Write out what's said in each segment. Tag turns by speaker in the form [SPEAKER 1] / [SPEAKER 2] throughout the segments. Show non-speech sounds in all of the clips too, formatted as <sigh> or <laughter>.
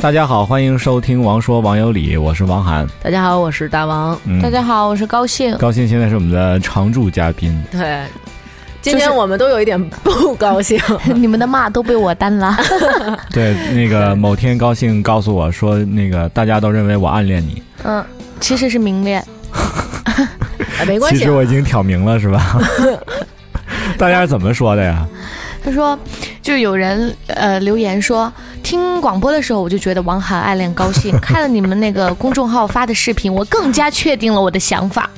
[SPEAKER 1] 大家好，欢迎收听《王说王有理》，我是王涵。
[SPEAKER 2] 大家好，我是大王。
[SPEAKER 1] 嗯
[SPEAKER 3] 大家好，我是高兴。
[SPEAKER 1] 高兴，现在是我们的常驻嘉宾。
[SPEAKER 2] 对，
[SPEAKER 4] 今天我们都有一点不
[SPEAKER 2] <laughs>
[SPEAKER 4] 高兴，
[SPEAKER 3] <laughs> 你们的骂都被我担 <laughs> 了，
[SPEAKER 1] 对，那个某天高兴告诉我说，那个大家都认为我暗恋你，
[SPEAKER 3] 嗯，其实是明恋，
[SPEAKER 4] 哎没关
[SPEAKER 1] 其
[SPEAKER 4] 系
[SPEAKER 1] 实。我已经挑明了，
[SPEAKER 4] <laughs>
[SPEAKER 1] 是吧？大家是怎么说的呀？
[SPEAKER 3] 他说，就有人呃留言说，听广播的时候我就觉得王涵暗恋高 <laughs> 兴，看了你们那个公众号发的视频，我更加确定了我的想法。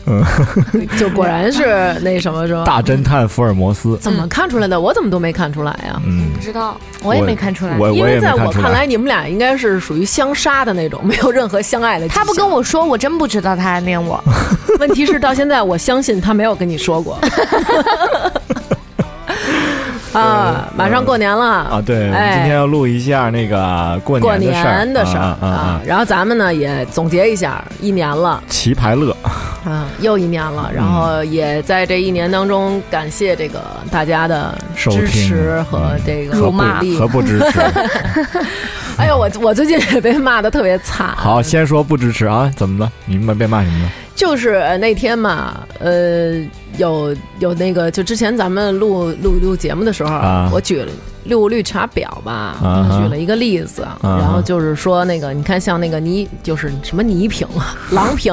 [SPEAKER 4] 就果然是那什么是吧？
[SPEAKER 1] 大侦探福尔摩斯，
[SPEAKER 4] 怎么看出来的？我怎么都没看出来呀、
[SPEAKER 1] 嗯，
[SPEAKER 3] 知道，我也没看出来。
[SPEAKER 2] 嗯
[SPEAKER 1] 我
[SPEAKER 4] 因
[SPEAKER 1] 我也
[SPEAKER 4] 为
[SPEAKER 1] 没
[SPEAKER 4] 在
[SPEAKER 1] 看
[SPEAKER 4] 我
[SPEAKER 1] 出
[SPEAKER 4] 看来，你们俩应该是属于相杀的那种，没有任何相爱的迹象。
[SPEAKER 3] 他不跟我说，我真不知道他暗恋我。
[SPEAKER 4] <laughs> 问题是到现在，我相信他没有跟你说
[SPEAKER 1] <laughs>
[SPEAKER 4] 过。啊，马上过年了
[SPEAKER 1] 呃啊，对，
[SPEAKER 4] 哎
[SPEAKER 1] 今天要录一下那个过
[SPEAKER 4] 过
[SPEAKER 1] 的事儿，
[SPEAKER 4] 年的事儿
[SPEAKER 1] 啊啊啊！
[SPEAKER 4] 然后咱们呢也总结一下，一年了
[SPEAKER 1] 棋牌乐，
[SPEAKER 4] 啊，又一年
[SPEAKER 1] 嗯
[SPEAKER 4] 了，然后也在这一年当中感谢这个大家的
[SPEAKER 1] 收
[SPEAKER 4] 支
[SPEAKER 1] 听
[SPEAKER 4] 持和这个
[SPEAKER 1] 何
[SPEAKER 3] 辱
[SPEAKER 1] 不
[SPEAKER 3] 骂
[SPEAKER 4] 力
[SPEAKER 1] 何不支
[SPEAKER 4] <laughs>
[SPEAKER 1] 持？
[SPEAKER 4] 哎呦，我我最近也被骂的特别惨，
[SPEAKER 1] 好，先说不支持啊，怎么了？你们被骂什
[SPEAKER 4] <laughs>
[SPEAKER 1] 么了？
[SPEAKER 4] 就是呃那天嘛，呃，有有那个，就之前咱们录录录节目的时候，
[SPEAKER 1] 啊
[SPEAKER 4] 我举了六绿茶婊吧，
[SPEAKER 1] 啊哈啊
[SPEAKER 4] 举了一个例子，
[SPEAKER 1] 哈
[SPEAKER 4] 然后就是说那个，你看像那个倪，就是什么倪萍啊， <laughs> 郎平，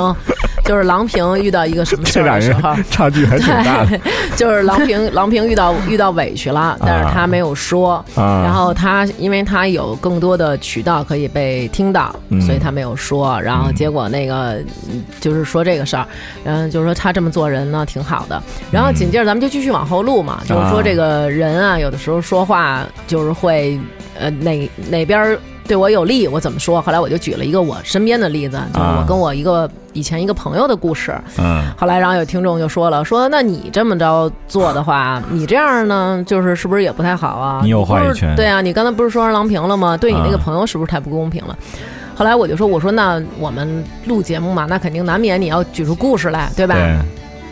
[SPEAKER 4] 就是郎平遇到一个什么事
[SPEAKER 1] 这
[SPEAKER 4] 儿
[SPEAKER 1] 俩
[SPEAKER 4] 的时
[SPEAKER 1] 人
[SPEAKER 4] 候，
[SPEAKER 1] 差距还挺大的
[SPEAKER 4] 就是郎平，郎平遇到遇到委屈了，但是他没有说。
[SPEAKER 1] 啊。
[SPEAKER 4] 然后他，因为他有更多的渠道可以被听到，
[SPEAKER 1] 嗯
[SPEAKER 4] 所以他没有说。然后结果那个嗯就是说这个事儿，然后就是说他这么做人呢挺好的。然后紧接着咱们就继续往后录嘛，就是说这个人啊，有的时候说话就是会呃哪哪边儿对我有利，我怎么说？后来我就举了一个我身边的例子，就是我
[SPEAKER 1] 啊
[SPEAKER 4] 跟我一个以前一个朋友的故事。
[SPEAKER 1] 嗯
[SPEAKER 4] 后来，然后有听众就说了，说那你这么着做的话，你这样呢，就是是不是也不太好啊？
[SPEAKER 1] 你有话语
[SPEAKER 4] 不是
[SPEAKER 1] 权
[SPEAKER 4] 对啊，你刚才不是说让郎平了吗？对你那个
[SPEAKER 1] 啊
[SPEAKER 4] 朋友是不是太不公平了？后来我就说，我说那我们录节目嘛，那肯定难免你要举出故事来，对吧？
[SPEAKER 1] 对，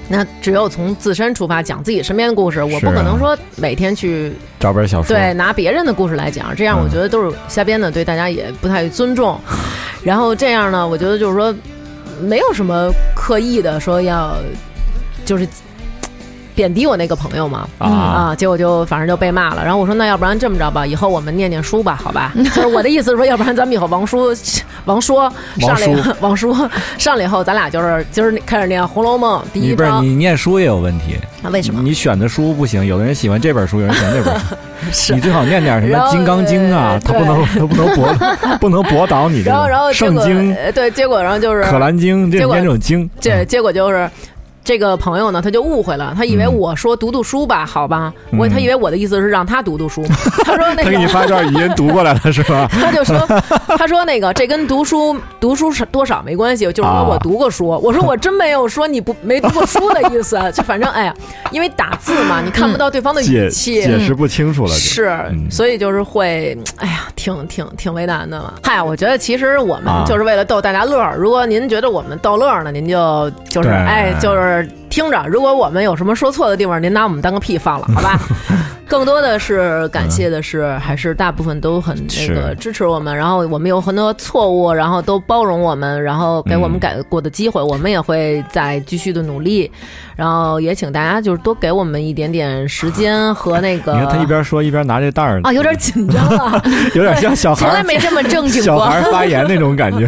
[SPEAKER 4] 那只有从自身出发讲自己身边的故事，我
[SPEAKER 1] 是
[SPEAKER 4] 不
[SPEAKER 1] 啊
[SPEAKER 4] 可能说每天去
[SPEAKER 1] 找本小说，
[SPEAKER 4] 对，拿别人的故事来讲，这样
[SPEAKER 1] 嗯
[SPEAKER 4] 我觉得都是瞎编的，对大家也不太尊重。 <laughs> 然后这样呢，我觉得就是说，没有什么刻意的说要，就是贬低我那个朋友嘛。
[SPEAKER 1] 啊
[SPEAKER 4] 啊，结果就反正就被骂了。然后我说，那要不然这么着吧，以后我们念念书吧，好吧？ <laughs> 就是我的意思是说，要不然咱们以后王叔、王说上来以后， <laughs> 王叔上来以后，咱俩就是今儿开始念《红楼梦》第
[SPEAKER 1] 你
[SPEAKER 4] 一
[SPEAKER 1] 不是
[SPEAKER 4] 章。
[SPEAKER 1] 你念书也有问题，
[SPEAKER 4] 啊为什么？
[SPEAKER 1] 你选的书不行，有的人喜欢这本书，有人喜欢那本书。
[SPEAKER 4] <laughs> 是
[SPEAKER 1] 你最好念点什么
[SPEAKER 4] 然
[SPEAKER 1] 《
[SPEAKER 4] 后
[SPEAKER 1] 金刚经》啊，
[SPEAKER 4] 对
[SPEAKER 1] 它不能它不
[SPEAKER 4] <laughs>
[SPEAKER 1] 能驳不能驳倒你这
[SPEAKER 4] 然后，然后
[SPEAKER 1] 种。
[SPEAKER 4] 结
[SPEAKER 1] 圣
[SPEAKER 4] 果
[SPEAKER 1] 经、
[SPEAKER 4] 呃对，结果然后就是
[SPEAKER 1] 可兰经这
[SPEAKER 4] 结
[SPEAKER 1] 种
[SPEAKER 4] 果
[SPEAKER 1] 念这种经，
[SPEAKER 4] 这结果就是。这个朋友呢，他就误会了，他以为
[SPEAKER 1] 嗯
[SPEAKER 4] 我说读读书吧，好吧，我
[SPEAKER 1] 嗯
[SPEAKER 4] 他以为我的意思是让他读读
[SPEAKER 1] <laughs>
[SPEAKER 4] 书，他说那
[SPEAKER 1] 他给你
[SPEAKER 4] 个，
[SPEAKER 1] 发段语音读过来了是
[SPEAKER 4] <laughs>
[SPEAKER 1] 吧？
[SPEAKER 4] 他就说，他说那个这跟读书读书是多少没关系，就是
[SPEAKER 1] 啊
[SPEAKER 4] 说我读过
[SPEAKER 1] <laughs>
[SPEAKER 4] 书，我说我真没有说你不没读过书的意思，就反正哎呀，因为打字嘛，你看不到对方的
[SPEAKER 1] 解
[SPEAKER 4] 语气，
[SPEAKER 1] 解释不清楚了就，
[SPEAKER 4] 是，
[SPEAKER 1] 嗯
[SPEAKER 4] 所以就是会，哎呀，挺挺挺为难的嘛。嗨，我觉得其实我们
[SPEAKER 1] 啊
[SPEAKER 4] 就是为了逗大家乐儿。如果您觉得我们逗乐儿呢，您就就是
[SPEAKER 1] 对
[SPEAKER 4] 哎，就是听着。如果我们有什么说错的地方，您拿我们当个屁放了，好
[SPEAKER 1] <laughs>
[SPEAKER 4] 吧？更多的是感谢的是，还是大部分都很那个
[SPEAKER 1] 是
[SPEAKER 4] 支持我们，然后我们有很多错误，然后都包容我们，然后给我们
[SPEAKER 1] 嗯
[SPEAKER 4] 改过的机会，我们也会再继续的努力。然后也请大家就是多给我们一点点时间和那个。
[SPEAKER 1] 你看他一边说一边拿这袋儿，
[SPEAKER 4] 啊，有点紧张
[SPEAKER 3] <laughs>
[SPEAKER 4] 啊。
[SPEAKER 1] 有点像小孩
[SPEAKER 3] 从来
[SPEAKER 1] 儿
[SPEAKER 3] 没这么正经
[SPEAKER 1] 小
[SPEAKER 3] 过。
[SPEAKER 1] 孩儿发言那种感觉。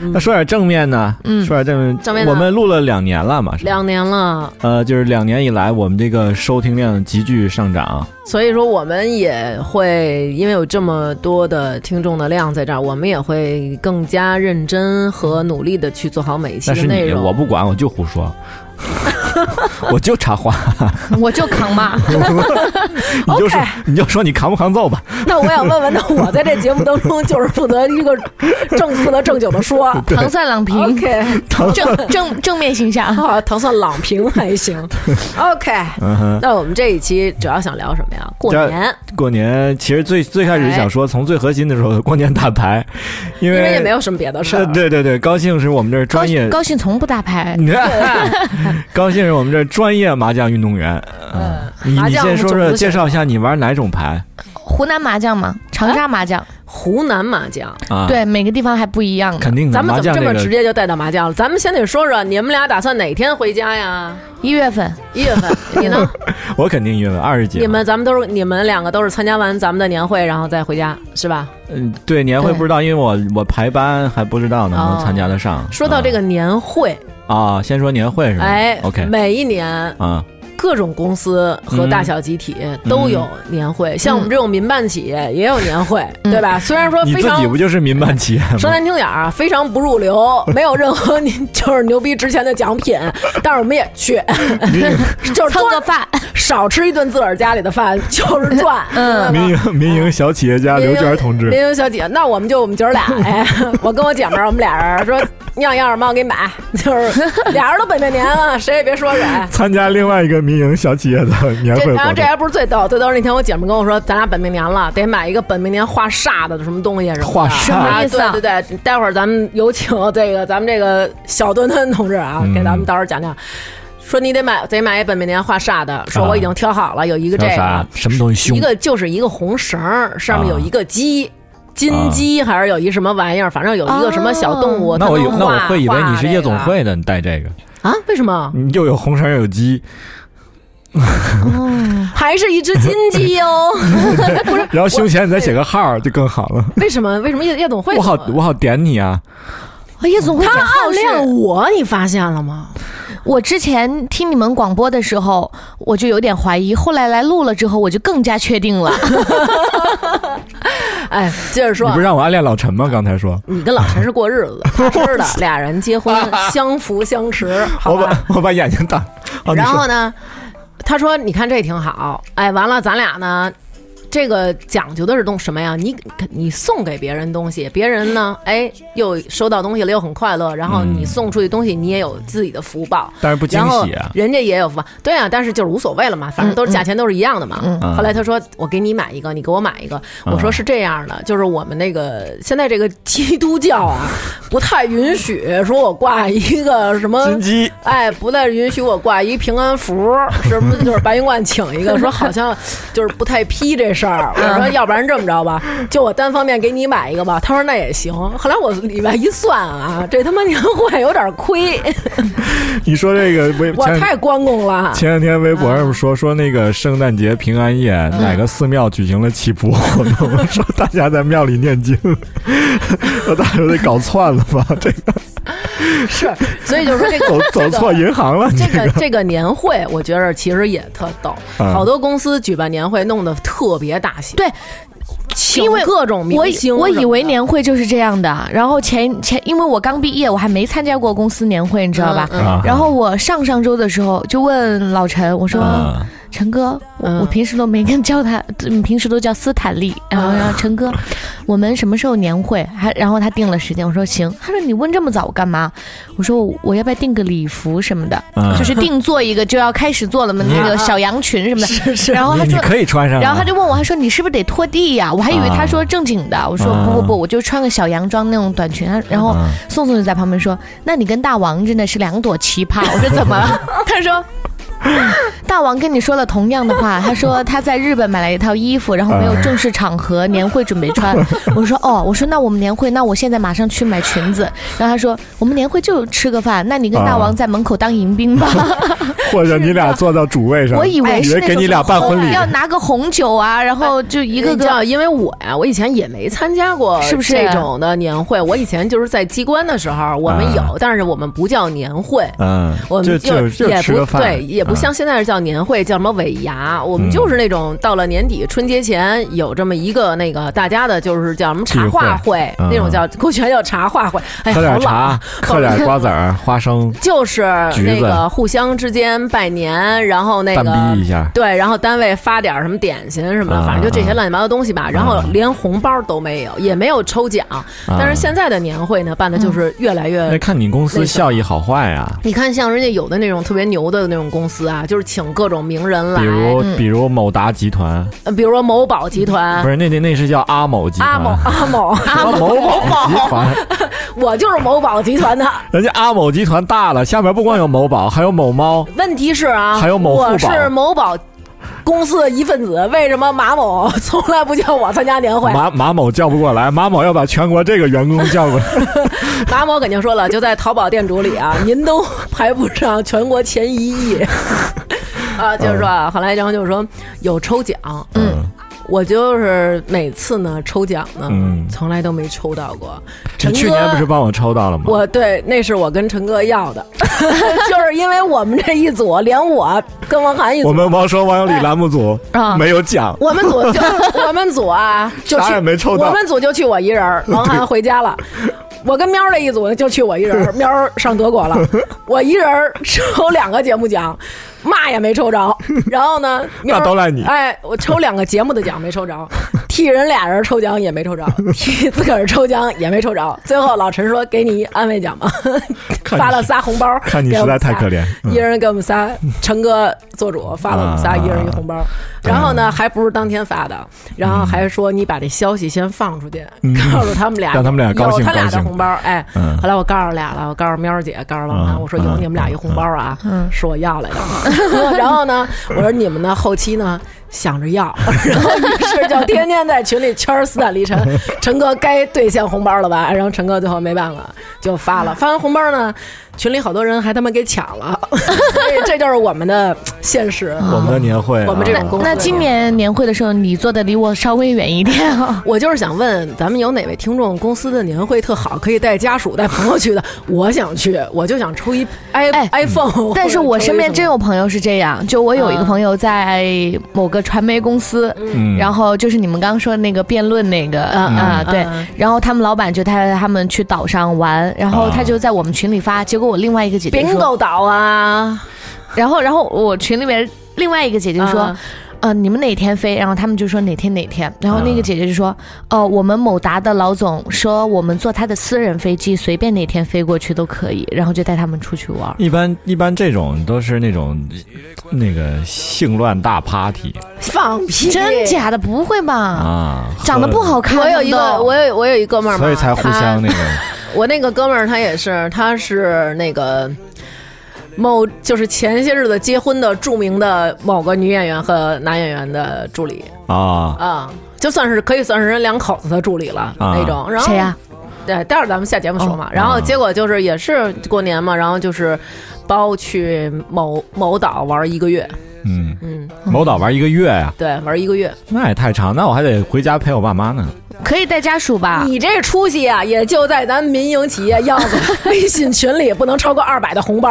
[SPEAKER 4] <laughs>
[SPEAKER 1] 那说点正面呢？说点正面，
[SPEAKER 4] 嗯正面呢
[SPEAKER 1] 我们录了两年了嘛，是吧
[SPEAKER 4] 两年了，
[SPEAKER 1] 呃，就是两年以来，我们这个收听量急剧上涨。
[SPEAKER 4] 所以说我们也会因为有这么多的听众的量在这儿，我们也会更加认真和努力的去做好每一期
[SPEAKER 1] 那
[SPEAKER 4] 的
[SPEAKER 1] 是
[SPEAKER 4] 内
[SPEAKER 1] 你，
[SPEAKER 4] 容。
[SPEAKER 1] 我不管，我就胡说。 <laughs> 我就
[SPEAKER 4] <laughs>
[SPEAKER 1] 插话， <laughs>
[SPEAKER 3] 我就扛骂。
[SPEAKER 1] 你就说你就说你扛不扛揍吧。
[SPEAKER 4] 那我想问问，那我在这节目当中就是负责一个正负责正经的说
[SPEAKER 3] 糖蒜郎平，
[SPEAKER 4] ，OK，
[SPEAKER 3] <laughs> 正正正面形象。
[SPEAKER 4] 啊，糖蒜朗屏还行，OK。
[SPEAKER 1] 嗯哼，
[SPEAKER 4] 那我们这一期主要想聊什么呀？过
[SPEAKER 1] 这
[SPEAKER 4] 年，
[SPEAKER 1] 过年其实最最开始想说，从最核心的时候，过年打牌，
[SPEAKER 4] 因
[SPEAKER 1] 因为
[SPEAKER 4] 为也没有什么别的事
[SPEAKER 1] 是
[SPEAKER 4] 儿，
[SPEAKER 1] 对对对，高兴是我们这儿
[SPEAKER 3] 高
[SPEAKER 1] 专业，
[SPEAKER 3] 高兴从不打牌，
[SPEAKER 1] 你看， <laughs> 高兴是我们这儿专业麻将运动员。嗯，你
[SPEAKER 4] 麻
[SPEAKER 1] 你
[SPEAKER 4] 将
[SPEAKER 1] 先说
[SPEAKER 4] 种
[SPEAKER 1] 说，
[SPEAKER 4] 子
[SPEAKER 1] 介
[SPEAKER 4] 选
[SPEAKER 1] 绍一下你玩哪种牌
[SPEAKER 3] 湖南麻将嘛，长沙麻将，
[SPEAKER 4] 湖南麻将。
[SPEAKER 1] 啊？，
[SPEAKER 3] 对，每个地方还不一样的。
[SPEAKER 1] 肯定的。
[SPEAKER 4] 咱们
[SPEAKER 1] 嗯麻
[SPEAKER 4] 怎么
[SPEAKER 1] 将
[SPEAKER 4] 这么
[SPEAKER 1] 个
[SPEAKER 4] 直接就带到麻将了？咱们先得说说你们俩打算哪天回家
[SPEAKER 1] <laughs>
[SPEAKER 4] 呀？
[SPEAKER 3] 一月份，
[SPEAKER 4] 一月份，你呢？
[SPEAKER 1] 我肯定因为二十几。
[SPEAKER 4] 你们咱们都是你们两个都是参加完咱们的年会，然后再回家是吧？
[SPEAKER 1] 嗯，对年会
[SPEAKER 3] 对
[SPEAKER 1] 不知道，因为我我排班还不知道能不能参加得上。
[SPEAKER 4] 哦
[SPEAKER 1] 嗯
[SPEAKER 4] 说到这个年会，
[SPEAKER 1] 啊，啊先说年会是吧？
[SPEAKER 4] 哎
[SPEAKER 1] ，OK，
[SPEAKER 4] 每一年
[SPEAKER 1] 啊，
[SPEAKER 4] 各种公司和大小集体
[SPEAKER 1] 嗯
[SPEAKER 4] 都有年会，像我们这种民办企业也有年会，
[SPEAKER 3] 嗯
[SPEAKER 4] 对吧？虽然说
[SPEAKER 1] 你
[SPEAKER 4] 非
[SPEAKER 1] 自己
[SPEAKER 4] 常
[SPEAKER 1] 不就是民办企业
[SPEAKER 4] 说
[SPEAKER 1] 吗？
[SPEAKER 4] 难听点儿啊，非常不入流，没有任何你 <laughs> 就是牛逼值钱的奖品，但是我们也去， <laughs> 就是
[SPEAKER 3] 蹭
[SPEAKER 4] 多
[SPEAKER 3] 个饭，
[SPEAKER 4] 少吃一顿自个儿家里的饭 <laughs> 就是赚，
[SPEAKER 3] <laughs> 嗯
[SPEAKER 4] 民
[SPEAKER 1] 营民营小企业家
[SPEAKER 4] 民营民营小姐，那我们就我们姐儿俩，
[SPEAKER 3] <laughs>
[SPEAKER 4] 哎，我跟我姐们儿，我们俩人说，你想要什么我给你买， <laughs> 就是俩人都本命年了，谁也别说谁。
[SPEAKER 1] 参加另外一个民营小企业的年
[SPEAKER 4] 这然后这还不是最逗，最逗是那天我姐们跟我说，咱俩本命年了，得买一个本命年画煞的什么东西什么的。
[SPEAKER 1] 画煞
[SPEAKER 3] 什么意思啊
[SPEAKER 4] 对对对，待会儿咱们有请这个咱们这个小墩墩同志啊，
[SPEAKER 1] 嗯
[SPEAKER 4] 给咱们到时候讲讲。说你得买，得买一本命年画煞的。说我已经挑好了，有一个这
[SPEAKER 1] 叫
[SPEAKER 4] 个
[SPEAKER 1] 啥，？什么东西
[SPEAKER 4] 一
[SPEAKER 1] 凶？啊
[SPEAKER 4] 个就是一个红绳儿，上面有一个鸡。金鸡还是有一什么玩意儿，反正有一个什么小动物。
[SPEAKER 1] 那我以
[SPEAKER 4] 有
[SPEAKER 1] 那我会以为你是夜总会的，你带这个，
[SPEAKER 4] 啊？为什么？
[SPEAKER 1] 你又有红绳儿又有鸡，
[SPEAKER 3] 嗯
[SPEAKER 4] 还是一只金鸡
[SPEAKER 1] <laughs>
[SPEAKER 4] 哦？不是，
[SPEAKER 1] 然后胸前你再写个号儿就更好了。
[SPEAKER 4] 为什么？为什么夜夜总会？
[SPEAKER 1] 我好我好点你啊！
[SPEAKER 3] 哎夜总会
[SPEAKER 4] 他
[SPEAKER 3] 讲
[SPEAKER 4] 暗
[SPEAKER 3] 好事
[SPEAKER 4] 恋我，你发现了吗？
[SPEAKER 3] 我之前听你们广播的时候，我就有点怀疑，后来来录了之后，我就更加确定了。
[SPEAKER 4] 哎，接着
[SPEAKER 1] 你
[SPEAKER 4] 说
[SPEAKER 1] 不，是让我暗恋老陈吗？刚才说，
[SPEAKER 4] 你跟老陈是过日子的，他知道，俩人结
[SPEAKER 1] <laughs>
[SPEAKER 4] 婚相扶相持，好
[SPEAKER 1] 我
[SPEAKER 4] 吧？
[SPEAKER 1] 把我把眼睛挡。哦好你
[SPEAKER 4] 然
[SPEAKER 1] 说
[SPEAKER 4] 后呢，他说：“你看这挺好，哎，完了，咱俩呢，这个讲究的是东什么呀？你你送给别人东西，别人
[SPEAKER 1] <laughs>
[SPEAKER 4] 呢，哎，又收到东西了，又很快乐，然后
[SPEAKER 1] 嗯
[SPEAKER 4] 你送出去东西，你也有自己的福报，
[SPEAKER 1] 但嗯是不惊
[SPEAKER 4] 然后
[SPEAKER 1] 喜啊，
[SPEAKER 4] 人家也有福报，对啊，但是就是无所谓了嘛，反正都是价钱都是一样的嘛。
[SPEAKER 1] 嗯
[SPEAKER 4] 后来他说：“我给你买一个，你给我买一个。”
[SPEAKER 1] 嗯
[SPEAKER 4] 我说：“是这样的，就是我们那个现在这个基督教
[SPEAKER 1] <laughs>
[SPEAKER 4] 啊，不太允许说我挂一个什么
[SPEAKER 1] 金鸡
[SPEAKER 4] 哎，不再允许我挂一平安符，是不是就是白云观请一个？说好像就是不太批这事儿。我说，要不然这么着吧，就我单方面给你买一个吧。他说那也行。后来我礼拜一算啊，这他妈年会有点亏，
[SPEAKER 1] 你说这个微
[SPEAKER 4] 我
[SPEAKER 1] 前
[SPEAKER 4] 太关公了。
[SPEAKER 1] <laughs> 前两天微博上说说那个圣诞节平安夜
[SPEAKER 3] 嗯
[SPEAKER 1] 哪个寺庙举行了祈福活动，说大家在庙里念经， <laughs> 我大家得搞串了
[SPEAKER 3] <laughs>
[SPEAKER 1] 吧？这个
[SPEAKER 4] <laughs> 是，所以就是说这个
[SPEAKER 1] 走
[SPEAKER 4] <laughs>
[SPEAKER 1] 走错银行了，
[SPEAKER 4] 这个这个年会，我觉得其实也特逗，
[SPEAKER 1] 嗯
[SPEAKER 4] 好多公司举办年会弄得特别大型，
[SPEAKER 3] 对，
[SPEAKER 4] 请
[SPEAKER 3] 因为
[SPEAKER 4] 各种
[SPEAKER 3] 我
[SPEAKER 4] 明
[SPEAKER 3] 以
[SPEAKER 4] 星
[SPEAKER 3] 我
[SPEAKER 4] 什
[SPEAKER 3] 以
[SPEAKER 4] 么
[SPEAKER 3] 为
[SPEAKER 4] 的
[SPEAKER 3] 年会就是这样的，然后前前因为我刚毕业，我还没参加过公司年会，你知道吧？
[SPEAKER 4] 嗯嗯
[SPEAKER 1] 啊
[SPEAKER 3] 然后我上上周的时候就问老陈，我说：“
[SPEAKER 1] 啊，
[SPEAKER 3] 陈哥，我、
[SPEAKER 4] 嗯
[SPEAKER 3] 我平时都没跟叫他， <laughs> 嗯平时都叫斯坦利。然后
[SPEAKER 4] 啊
[SPEAKER 3] 然后陈哥，我们什么时候年会？还然后他定了时间，我说行。他说你问这么早干嘛？我说我我要不要订个礼服什么的，
[SPEAKER 4] 啊
[SPEAKER 1] 嗯
[SPEAKER 3] 就是定做一个就要开始做了嘛，那
[SPEAKER 4] 嗯
[SPEAKER 3] 个小羊群什么的。
[SPEAKER 4] 是是
[SPEAKER 3] 嗯然后他
[SPEAKER 1] 你你
[SPEAKER 3] 说。
[SPEAKER 1] 可以穿上啊，
[SPEAKER 3] 然后他就问我，他说你是不是得拖地呀？我还以为他说正经的，我说不不
[SPEAKER 1] 啊
[SPEAKER 3] 不，我就穿个小洋装那种短裙。他然后
[SPEAKER 1] 嗯
[SPEAKER 3] 宋宋就在旁边说：“那你跟大王真的是两朵奇葩。”我说：“怎么了？” <laughs> 他说：“大王跟你说了同样的话。”他说他在日本买了一套衣服，然后没有正式场合年会准备穿。 <laughs> 我说：“哦，我说那我们年会，那我现在马上去买裙子。”然后他说：“我们年会就吃个饭，那你跟大
[SPEAKER 1] 啊
[SPEAKER 3] 王在门口当迎宾吧。 <laughs>
[SPEAKER 1] 或者你俩坐到主位上，
[SPEAKER 3] 我以为是
[SPEAKER 1] 哎以为
[SPEAKER 3] 那
[SPEAKER 1] 给
[SPEAKER 3] 种
[SPEAKER 1] 你俩办婚礼
[SPEAKER 3] 要拿个红酒啊，然后就一个
[SPEAKER 4] 你知
[SPEAKER 3] 个
[SPEAKER 4] 道，因为我呀，我以前也没参加过
[SPEAKER 3] 是不是
[SPEAKER 1] 啊
[SPEAKER 4] 这种的年会。我以前就是在机关的时候，我们有，但是我们不叫年会，
[SPEAKER 1] 嗯，
[SPEAKER 4] 我
[SPEAKER 1] 就
[SPEAKER 4] 们
[SPEAKER 1] 就就
[SPEAKER 4] 也
[SPEAKER 1] 吃
[SPEAKER 4] 不
[SPEAKER 1] 个饭，啊嗯
[SPEAKER 4] 对，也不不像现在是叫年会，叫什么尾牙，我们就是那种到了年底春节前有这么一个那个大家的，就是叫什么茶话
[SPEAKER 1] 聚
[SPEAKER 4] 会
[SPEAKER 1] 嗯
[SPEAKER 4] 那种叫， <laughs> 过去还叫茶话会，哎，
[SPEAKER 1] 喝
[SPEAKER 4] 好
[SPEAKER 1] 点
[SPEAKER 4] 老啊
[SPEAKER 1] 茶，，嗑点瓜子
[SPEAKER 3] <laughs>
[SPEAKER 1] 儿、花生，
[SPEAKER 4] 就是
[SPEAKER 1] 橘
[SPEAKER 4] 那
[SPEAKER 1] 子
[SPEAKER 4] 个互相之间拜年，然后那
[SPEAKER 1] 淡逼
[SPEAKER 4] 个
[SPEAKER 1] 一下。
[SPEAKER 4] 对，然后单位发点什么点心什么的，
[SPEAKER 1] 啊
[SPEAKER 4] 反正就这些乱七八糟东西吧。然后连红包都没有，也没有抽奖。但是现在的年会呢，办的就是越来越
[SPEAKER 1] 啊那看你公
[SPEAKER 4] 那
[SPEAKER 1] 司
[SPEAKER 4] 个
[SPEAKER 1] 效益好坏啊，
[SPEAKER 4] 你看，像人家有的那种特别牛的那种公司啊，就是请各种名人来，
[SPEAKER 1] 比如
[SPEAKER 3] 嗯啊
[SPEAKER 1] 比如某达集团，
[SPEAKER 4] 呃比如说某宝集
[SPEAKER 1] 不
[SPEAKER 4] 团、
[SPEAKER 1] 是那啊那那是叫阿某集
[SPEAKER 4] 阿
[SPEAKER 1] 团，
[SPEAKER 4] 某、阿某，
[SPEAKER 1] 什么某宝集团，
[SPEAKER 4] 我就是某宝集团的。
[SPEAKER 1] 人家阿某集团大了，下面不光有某宝，还有某猫，
[SPEAKER 4] 问题是啊，
[SPEAKER 1] 还有某
[SPEAKER 4] 我
[SPEAKER 1] 富宝
[SPEAKER 4] 是某宝公司的一份子，为什么马某从来不叫我参加年会？
[SPEAKER 1] 马马某叫不过来，马某要把全国这个员工叫过来，
[SPEAKER 4] 马某肯定说了，就在淘宝店主里啊，您都排不上全国前一亿。 <laughs> 啊，就是说啊，后来然后就是说有抽奖，
[SPEAKER 3] 嗯，
[SPEAKER 4] 我就是每次呢抽奖呢，
[SPEAKER 1] 嗯
[SPEAKER 4] 从来都没抽到过。
[SPEAKER 1] 你
[SPEAKER 4] <laughs> 陈
[SPEAKER 1] 去
[SPEAKER 4] 哥
[SPEAKER 1] 年不是帮我抽到了吗？
[SPEAKER 4] 我对，那是我跟陈哥要的， <laughs> 就是因为我们这一组，连我跟王涵一组，
[SPEAKER 1] 我们王说王有理栏目组
[SPEAKER 3] 啊
[SPEAKER 1] 没有奖，
[SPEAKER 4] 我们
[SPEAKER 1] <laughs>
[SPEAKER 4] 组就我们组啊，就去
[SPEAKER 1] 啥也没抽到
[SPEAKER 4] 我们组就去我一人儿，王涵回家了。我跟喵儿这一组就去我一人儿，喵儿上德
[SPEAKER 1] <laughs>
[SPEAKER 4] 国了，我一人儿抽两个节目奖，嘛也没抽着。然后呢，喵儿
[SPEAKER 1] <laughs> 那都赖你
[SPEAKER 4] 哎，我抽两个节目的奖没抽着， <laughs> 替人俩人抽奖也没抽着，替自个儿抽奖也没抽着。最后老陈说：“给你安慰奖吧。”
[SPEAKER 1] 看你
[SPEAKER 4] 发了仨红包，
[SPEAKER 1] 看你
[SPEAKER 4] 给我
[SPEAKER 1] 实在
[SPEAKER 4] 们
[SPEAKER 1] 太
[SPEAKER 4] 仨
[SPEAKER 1] 可怜嗯
[SPEAKER 4] 一人给我们仨，陈哥做主发了我们仨
[SPEAKER 1] 啊
[SPEAKER 4] 一人一红包。然后呢，还不是当天发的，然后还说你把这消息先放出去，告诉他们俩，
[SPEAKER 1] 嗯让他们俩高兴
[SPEAKER 4] 有他俩的
[SPEAKER 1] 高兴
[SPEAKER 4] 红包。哎
[SPEAKER 1] 嗯，
[SPEAKER 4] 后来我告诉俩了，我告诉喵儿姐，告诉王涵，
[SPEAKER 1] 嗯
[SPEAKER 4] 我说有
[SPEAKER 1] 嗯
[SPEAKER 4] 你们俩一红包啊，
[SPEAKER 3] 嗯
[SPEAKER 4] 是我要来的。 <laughs> 然后呢，我说你们呢，后期呢。想着要， <laughs> 然后于是就天天在群里圈儿斯坦利陈，陈哥该兑现红包了吧？然后陈哥最后没办法就发了，发完红包呢，群里好多人还他妈给抢了， <laughs> 所以这就是我们的现实。
[SPEAKER 3] 嗯
[SPEAKER 1] 我们的年会啊，
[SPEAKER 4] 我们这种公司
[SPEAKER 3] 那今年年会的时候，你坐的离我稍微远一点
[SPEAKER 4] <laughs>
[SPEAKER 3] 啊。
[SPEAKER 4] 我就是想问，咱们有哪位听众公司的年会特好，可以带家属、带朋友去的？我想去，我就想抽一 i、
[SPEAKER 3] 哎
[SPEAKER 4] iPhone。
[SPEAKER 3] 但是我身边真
[SPEAKER 4] 有
[SPEAKER 3] 有朋友是这样，就我有一个
[SPEAKER 4] 嗯
[SPEAKER 3] 朋友在某个传媒公司，
[SPEAKER 1] 嗯，
[SPEAKER 3] 然后就是你们刚刚说的那个辩论那个
[SPEAKER 4] 嗯
[SPEAKER 3] 啊，
[SPEAKER 4] 嗯
[SPEAKER 3] 对
[SPEAKER 4] 嗯，
[SPEAKER 3] 然后他们老板就带他们去岛上玩，然后他就在我们群里发，结果我另外一个姐姐
[SPEAKER 4] 冰
[SPEAKER 3] 说，
[SPEAKER 4] 豆岛啊，
[SPEAKER 3] 然后然后我群里面另外一个姐姐说
[SPEAKER 4] 嗯。
[SPEAKER 3] 呃，你们哪天飞？然后他们就说哪天哪天。然后那个姐姐就说，哦，我们某达的老总说我们坐他的私人飞机，随便哪天飞过去都可以。然后就带他们出去玩。
[SPEAKER 1] 一般一般这种都是那种那个性乱大 party
[SPEAKER 4] 放屁！
[SPEAKER 3] 真？假的？不会吧？
[SPEAKER 1] 啊，
[SPEAKER 3] 长得不好看。
[SPEAKER 4] 我有一
[SPEAKER 3] 他们
[SPEAKER 4] 个，
[SPEAKER 3] 都
[SPEAKER 4] 我有我有一哥们儿嘛，
[SPEAKER 1] 所以才互
[SPEAKER 4] 他
[SPEAKER 1] 相那个
[SPEAKER 4] <laughs> 我那个哥们儿他也是，他是那个某就是前些日子结婚的著名的某个女演员和男演员的助理
[SPEAKER 1] 啊
[SPEAKER 4] 啊、就算是可以算是人两口子的助理了、
[SPEAKER 1] 啊
[SPEAKER 4] 那种。然后
[SPEAKER 3] 谁呀？
[SPEAKER 4] 对，待会儿咱们下节目说嘛。
[SPEAKER 1] 哦
[SPEAKER 4] 然后
[SPEAKER 1] 啊
[SPEAKER 4] 结果就是也是过年嘛，然后就是包去某某岛玩一个月，
[SPEAKER 1] 嗯，
[SPEAKER 4] 嗯，
[SPEAKER 1] 某岛玩一个月呀，
[SPEAKER 4] 对，玩一个月。
[SPEAKER 1] 那也太长，那我还得回家陪我爸妈呢。
[SPEAKER 3] 可以带家属吧？
[SPEAKER 4] 你这出息啊，也就在咱民营企业样子微信群里不能超过二百的红包，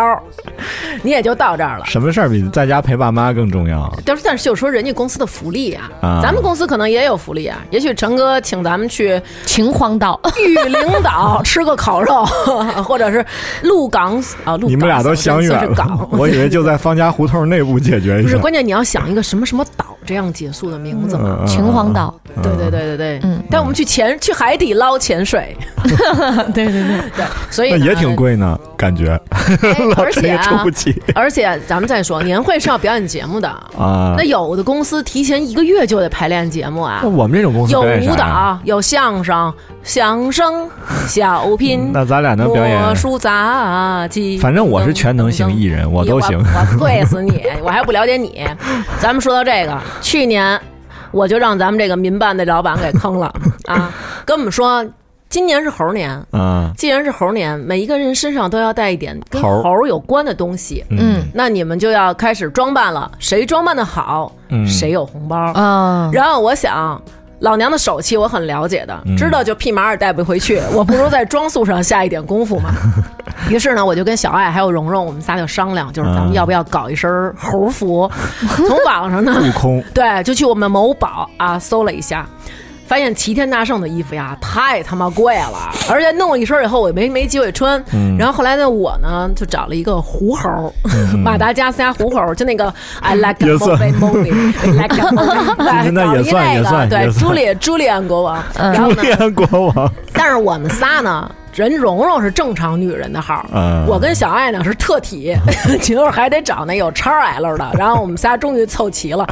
[SPEAKER 4] <laughs> 你也就到这儿了。
[SPEAKER 1] 什么事儿比在家陪爸妈更重要？
[SPEAKER 4] 但是，但是就说人家公司的福利啊，
[SPEAKER 1] 啊
[SPEAKER 4] 咱们公司可能也有福利啊。也许陈哥请咱们去
[SPEAKER 3] 秦皇岛
[SPEAKER 1] 啊
[SPEAKER 4] 玉陵岛吃个烤肉， <laughs> 或者是鹿港啊，鹿港
[SPEAKER 1] 你们俩都想远
[SPEAKER 4] 算是
[SPEAKER 1] 了
[SPEAKER 4] <laughs> 港，，
[SPEAKER 1] <laughs> 我以为就在方家胡同内部解决一
[SPEAKER 4] 不是
[SPEAKER 1] 下。
[SPEAKER 4] 关键，你要想一个什么什么岛这样结束的名字嘛？
[SPEAKER 1] 嗯
[SPEAKER 3] 秦皇岛，
[SPEAKER 4] 对对对对对，
[SPEAKER 3] 嗯
[SPEAKER 4] 但我们去潜去海底捞潜水，
[SPEAKER 3] <laughs>
[SPEAKER 4] <laughs>
[SPEAKER 3] 对对对，
[SPEAKER 4] 对，所以
[SPEAKER 1] 那
[SPEAKER 4] 呢
[SPEAKER 1] 也挺，贵呢，感觉
[SPEAKER 4] 哎
[SPEAKER 1] 老
[SPEAKER 4] 而
[SPEAKER 1] 陈
[SPEAKER 4] 且
[SPEAKER 1] <laughs> 也出
[SPEAKER 4] 啊
[SPEAKER 1] 不，起
[SPEAKER 4] 而且咱们再说，年会是要表演节目的，
[SPEAKER 1] 啊
[SPEAKER 4] <laughs> 那。有的公司提前一个月就得排练节目啊
[SPEAKER 1] 那。我们这种公司
[SPEAKER 4] 有
[SPEAKER 1] 表演啥
[SPEAKER 4] 舞
[SPEAKER 1] 呀？
[SPEAKER 4] 蹈，有相声、相
[SPEAKER 1] <laughs>
[SPEAKER 4] 声、小品、
[SPEAKER 1] 那咱俩能表演
[SPEAKER 4] 魔？术杂技。
[SPEAKER 1] 反正我是全能型艺人，我都行。
[SPEAKER 4] 我
[SPEAKER 1] <laughs>
[SPEAKER 4] 跪死你！我还不了解你。咱们说到这个，去年我就让咱们这个民办的老板给坑
[SPEAKER 1] <laughs>
[SPEAKER 4] 了啊，跟我们说今年是猴年。 <laughs>
[SPEAKER 1] 啊，
[SPEAKER 4] 既然是猴年，每一个人身上都要带一点跟
[SPEAKER 1] 猴儿
[SPEAKER 4] 猴儿有关的东西，
[SPEAKER 3] 嗯
[SPEAKER 4] 那你们就要开始装扮了。谁装扮的好，
[SPEAKER 1] 嗯
[SPEAKER 4] 谁有红包。
[SPEAKER 3] 啊，
[SPEAKER 4] 然后我想，老娘的手气我很了解的
[SPEAKER 1] 嗯，
[SPEAKER 4] 知道就屁麻也带不回
[SPEAKER 1] <laughs>
[SPEAKER 4] 去，我不如在装束上下一点功夫嘛。 <laughs> 于是呢，我就跟小爱还有蓉蓉，我们仨就商量，就是咱们
[SPEAKER 1] 嗯
[SPEAKER 4] 要不要搞一身猴服？
[SPEAKER 1] <laughs>
[SPEAKER 4] 从网上呢，
[SPEAKER 1] 悟空，
[SPEAKER 4] 对，就去我们某宝啊搜了一下，发现齐天大圣的衣服呀太他妈贵了，而且弄了一身以后我也没没机会穿。
[SPEAKER 1] 嗯
[SPEAKER 4] 然后后来呢，我呢就找了一个狐猴， <laughs> 马达加斯加狐猴，就那
[SPEAKER 1] <laughs>
[SPEAKER 4] 个 I like
[SPEAKER 1] 也
[SPEAKER 4] a
[SPEAKER 1] 算
[SPEAKER 4] movie movie like
[SPEAKER 1] <laughs>
[SPEAKER 4] a movie，
[SPEAKER 1] 那也算也算
[SPEAKER 4] 对
[SPEAKER 1] 也，算
[SPEAKER 4] 朱莉朱莉安国王。然后呢，
[SPEAKER 1] <laughs> 天国王，
[SPEAKER 4] 但是我们仨呢，人蓉蓉是正常女人的号，
[SPEAKER 1] 嗯
[SPEAKER 4] 我跟小爱呢是特体，结果还得找那有叉 L 的。然后我们仨终于凑齐了，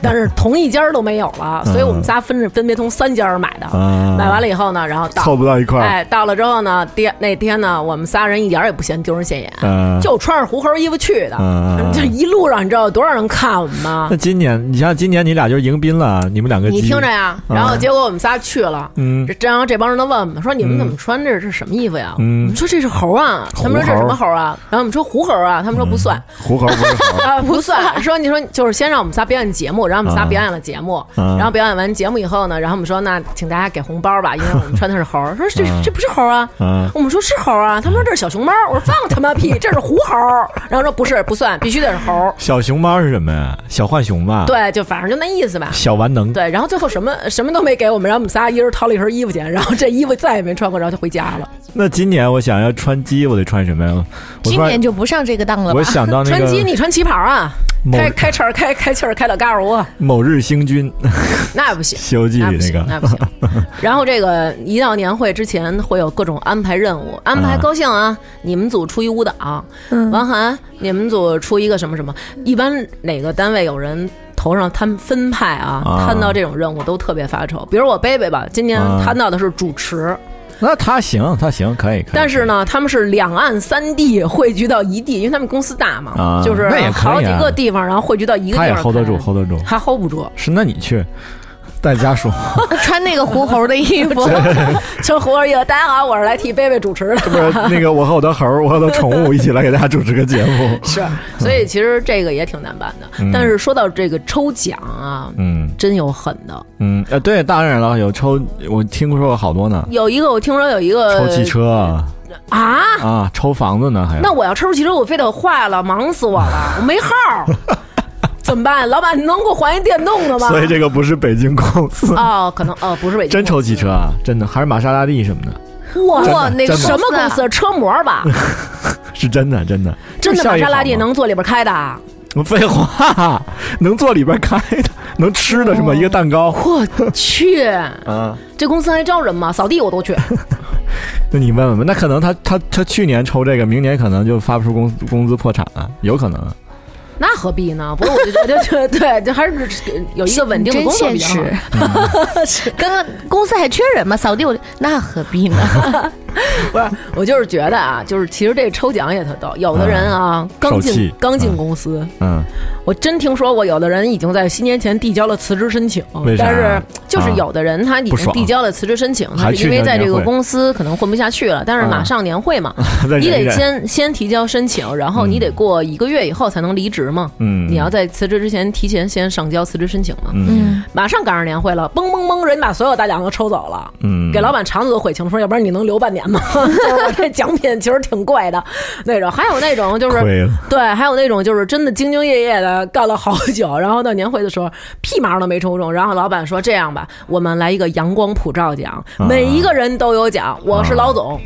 [SPEAKER 4] 但是同一家都没有了，所以我们仨分着分别从三家买的。
[SPEAKER 1] 嗯
[SPEAKER 4] 买完了以后呢，然后到
[SPEAKER 1] 凑不到一块儿
[SPEAKER 4] 哎，到了之后呢，第那天呢，我们仨人一点儿也不嫌丢人现眼，
[SPEAKER 1] 嗯
[SPEAKER 4] 就穿着狐猴衣服去的。
[SPEAKER 1] 嗯
[SPEAKER 4] 就一路上，你知道有多少人看我们吗
[SPEAKER 1] 那？今年，你像今年你俩就是迎宾了，你们两个
[SPEAKER 4] 你
[SPEAKER 1] 鸡 <laughs>
[SPEAKER 4] 听着，呀，然后结果我们仨去了，
[SPEAKER 1] 嗯
[SPEAKER 4] 这然后这帮人都问我们说：“你们怎么穿这是什么衣服呀？”
[SPEAKER 1] 嗯
[SPEAKER 4] 我们说：“这是猴啊。”他们说：“这是什么猴啊？”然后我们说：“狐猴啊。”他们说：“不算。
[SPEAKER 1] 狐猴不是猴
[SPEAKER 4] <laughs> 啊，不算。说你说就是先让我们仨表演节目，然后我们仨表演了节目，
[SPEAKER 1] 啊
[SPEAKER 4] 然后表演完节目以后呢，然后我们说那请大家给红包吧，因为我们穿的是猴儿。说这、这不是猴儿啊，
[SPEAKER 1] 啊
[SPEAKER 4] 我们说是猴儿啊，他们说这是小熊猫，我说放他妈屁，这是狐猴儿。然后说不是不算，必须得是猴儿。
[SPEAKER 1] 小熊猫是什么呀？小浣熊吧？，
[SPEAKER 4] 对，就反正就那意思吧。
[SPEAKER 1] 小完能。
[SPEAKER 4] 对，然后最后什么什么都没给我们，然后我们仨一人掏了一身衣服钱，然后这衣服再也没穿过，然后就回家了。
[SPEAKER 1] 那今年我想要穿鸡，我得穿什么呀？我
[SPEAKER 3] 今
[SPEAKER 1] 突然
[SPEAKER 3] 年就不上这个当了吧
[SPEAKER 1] 我？想到那
[SPEAKER 4] 穿鸡
[SPEAKER 1] 个
[SPEAKER 4] 你穿旗袍啊，
[SPEAKER 1] 某
[SPEAKER 4] 开开叉儿开开气儿开到嘎儿窝，
[SPEAKER 1] 某日星君， <laughs> 《
[SPEAKER 4] 那不行。
[SPEAKER 1] 西 <laughs> 游记
[SPEAKER 4] 那》
[SPEAKER 1] 里
[SPEAKER 4] 啊不行，
[SPEAKER 1] 那个
[SPEAKER 4] 那
[SPEAKER 1] <laughs>
[SPEAKER 4] 不行。然后这个一到年会之前会有各种安排任务，安排高兴啊，你们组出一舞蹈，王涵，你们组出一个什么什么。一般哪个单位有人头上摊分派啊，
[SPEAKER 1] 啊
[SPEAKER 4] 摊到这种任务都特别发愁。比如我贝贝吧，今年
[SPEAKER 1] 啊
[SPEAKER 4] 摊到的是主持，
[SPEAKER 1] 那他行，他行，可以。可以
[SPEAKER 4] 但是，呢，他们是两岸三地汇聚到一地，因为他们公司大嘛，
[SPEAKER 1] 啊
[SPEAKER 4] 就是
[SPEAKER 1] 那也可以啊
[SPEAKER 4] 好几个地方，然后汇聚到一个地
[SPEAKER 1] 他
[SPEAKER 4] 方
[SPEAKER 1] 也
[SPEAKER 4] 开。
[SPEAKER 1] hold 得住，hold 得住。
[SPEAKER 4] 还 hold 不住，
[SPEAKER 1] 是，那你去带家属， <laughs>
[SPEAKER 3] 穿那个狐猴的衣 <laughs> 服，
[SPEAKER 4] 称胡二爷，大家好，我是来替贝贝主持的。
[SPEAKER 1] 不是那个我和我的猴儿，我和我的宠物一起来给大家主持个节目。
[SPEAKER 4] 是，
[SPEAKER 1] 嗯
[SPEAKER 4] 所以其实这个也挺难办的。但是说到这个抽奖啊，
[SPEAKER 1] 嗯
[SPEAKER 4] 真有狠的。
[SPEAKER 1] 嗯，呃，对，当然了，有抽，我听说过好多呢，
[SPEAKER 4] 有一个我听说有一个
[SPEAKER 1] 抽汽车啊，
[SPEAKER 4] 啊，
[SPEAKER 1] 啊抽房子呢，还有
[SPEAKER 4] 那我要抽汽车，我非得坏了，忙死我了，我没号
[SPEAKER 1] <laughs>
[SPEAKER 4] 儿，怎么办？老板，你能给我还一电动的吗？
[SPEAKER 1] 所以这个不是北京公司，
[SPEAKER 4] 哦，可能哦，不是北京
[SPEAKER 1] 真抽汽车啊，真的还是玛莎拉蒂什么的，
[SPEAKER 4] 哇
[SPEAKER 3] 哇，那
[SPEAKER 1] 真的
[SPEAKER 3] 个
[SPEAKER 4] 什么公司？车模吧，
[SPEAKER 1] 是真的真的。
[SPEAKER 4] 真的
[SPEAKER 1] 效
[SPEAKER 4] 玛
[SPEAKER 1] 益
[SPEAKER 4] 莎拉
[SPEAKER 1] 好
[SPEAKER 4] 蒂
[SPEAKER 1] 吗
[SPEAKER 4] 能坐里边开的
[SPEAKER 1] <laughs>
[SPEAKER 4] 啊？
[SPEAKER 1] 废话，能坐里边开的，能吃的是
[SPEAKER 4] 哦
[SPEAKER 1] 吗？一个蛋糕
[SPEAKER 4] 我去，
[SPEAKER 1] 啊？
[SPEAKER 4] 这公司还招人吗？扫地我都
[SPEAKER 1] <laughs>
[SPEAKER 4] 去。
[SPEAKER 1] 那你问问吧，那可能他他他去年抽这个，明年可能就发不出工资工资破产了，有可能。
[SPEAKER 4] 那何必呢？不是，我就觉得 <laughs> 这对，这还是有一个稳定的
[SPEAKER 3] 真
[SPEAKER 4] 工作
[SPEAKER 3] 现
[SPEAKER 4] 比较好。
[SPEAKER 3] 实。 <laughs> 刚刚公司还缺人吗？扫地我那何必呢？
[SPEAKER 4] 不是，我就是觉得啊，就是其实这抽奖也特逗。有的人啊，刚
[SPEAKER 1] 受
[SPEAKER 4] 进
[SPEAKER 1] 嗯气
[SPEAKER 4] 刚进
[SPEAKER 1] 嗯
[SPEAKER 4] 公司，
[SPEAKER 1] 嗯， <laughs>
[SPEAKER 4] 我真听说过有的人已经在新年前递交了辞职申请
[SPEAKER 1] 为，啥
[SPEAKER 4] 但
[SPEAKER 1] 呀
[SPEAKER 4] 是就是
[SPEAKER 1] 啊
[SPEAKER 4] 有的人他已
[SPEAKER 1] 不
[SPEAKER 4] 经
[SPEAKER 1] 爽
[SPEAKER 4] 递交了辞职申请，他
[SPEAKER 1] 还
[SPEAKER 4] 是因
[SPEAKER 1] 去
[SPEAKER 4] 为
[SPEAKER 1] 那
[SPEAKER 4] 在这
[SPEAKER 1] 年
[SPEAKER 4] 个
[SPEAKER 1] 会
[SPEAKER 4] 公司可能混不下去了，但是马
[SPEAKER 1] 啊
[SPEAKER 4] 上年会
[SPEAKER 1] <laughs>
[SPEAKER 4] 嘛，
[SPEAKER 1] 再
[SPEAKER 4] 你
[SPEAKER 1] 忍一
[SPEAKER 4] 得
[SPEAKER 1] 忍。
[SPEAKER 4] 先先提交申请，然后你得过一个月以后才能离职嘛。
[SPEAKER 1] 嗯，
[SPEAKER 4] 你要在辞职之前提前先上交辞职申请嘛。
[SPEAKER 1] 嗯
[SPEAKER 4] 马上赶上年会了，嘣嘣嘣，人把所有大奖都抽走了。
[SPEAKER 1] 嗯，
[SPEAKER 4] 给老板肠子都悔青，说要不然你能留半年
[SPEAKER 1] <laughs>
[SPEAKER 4] 吗？ <laughs> 就是我这奖品其实挺贵的那种，还有那种就是
[SPEAKER 1] 亏了。
[SPEAKER 4] 对，还有那种就是真的兢兢业业的干了好久，然后到年会的时候屁毛都没抽中，然后老板说这样吧，我们来一个阳光普照奖，
[SPEAKER 1] 啊
[SPEAKER 4] 每一个人都有奖，我是老总。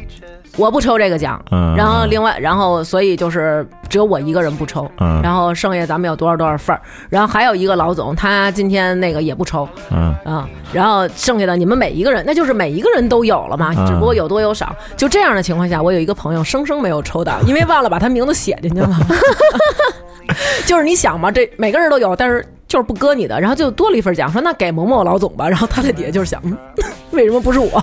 [SPEAKER 4] 我不抽这个奖，
[SPEAKER 1] 嗯
[SPEAKER 4] 然后另外，然后所以就是只有我一个人不抽，
[SPEAKER 1] 嗯
[SPEAKER 4] 然后剩下咱们有多少多少份儿，然后还有一个老总，他今天那个也不抽，
[SPEAKER 1] 嗯，
[SPEAKER 4] 啊、然后剩下的你们每一个人，那就是每一个人都有了嘛，
[SPEAKER 1] 嗯
[SPEAKER 4] 只不过有多有少。就这样的情况下，我有一个朋友生生没有抽到，因为忘了把他名字写进去 <laughs> 了。就是你想嘛，这每个人都有，但是就是不搁你的，然后就多了一份奖，说那给某某老总吧。然后他在底下 <laughs> 就是想，嗯为什么不是我？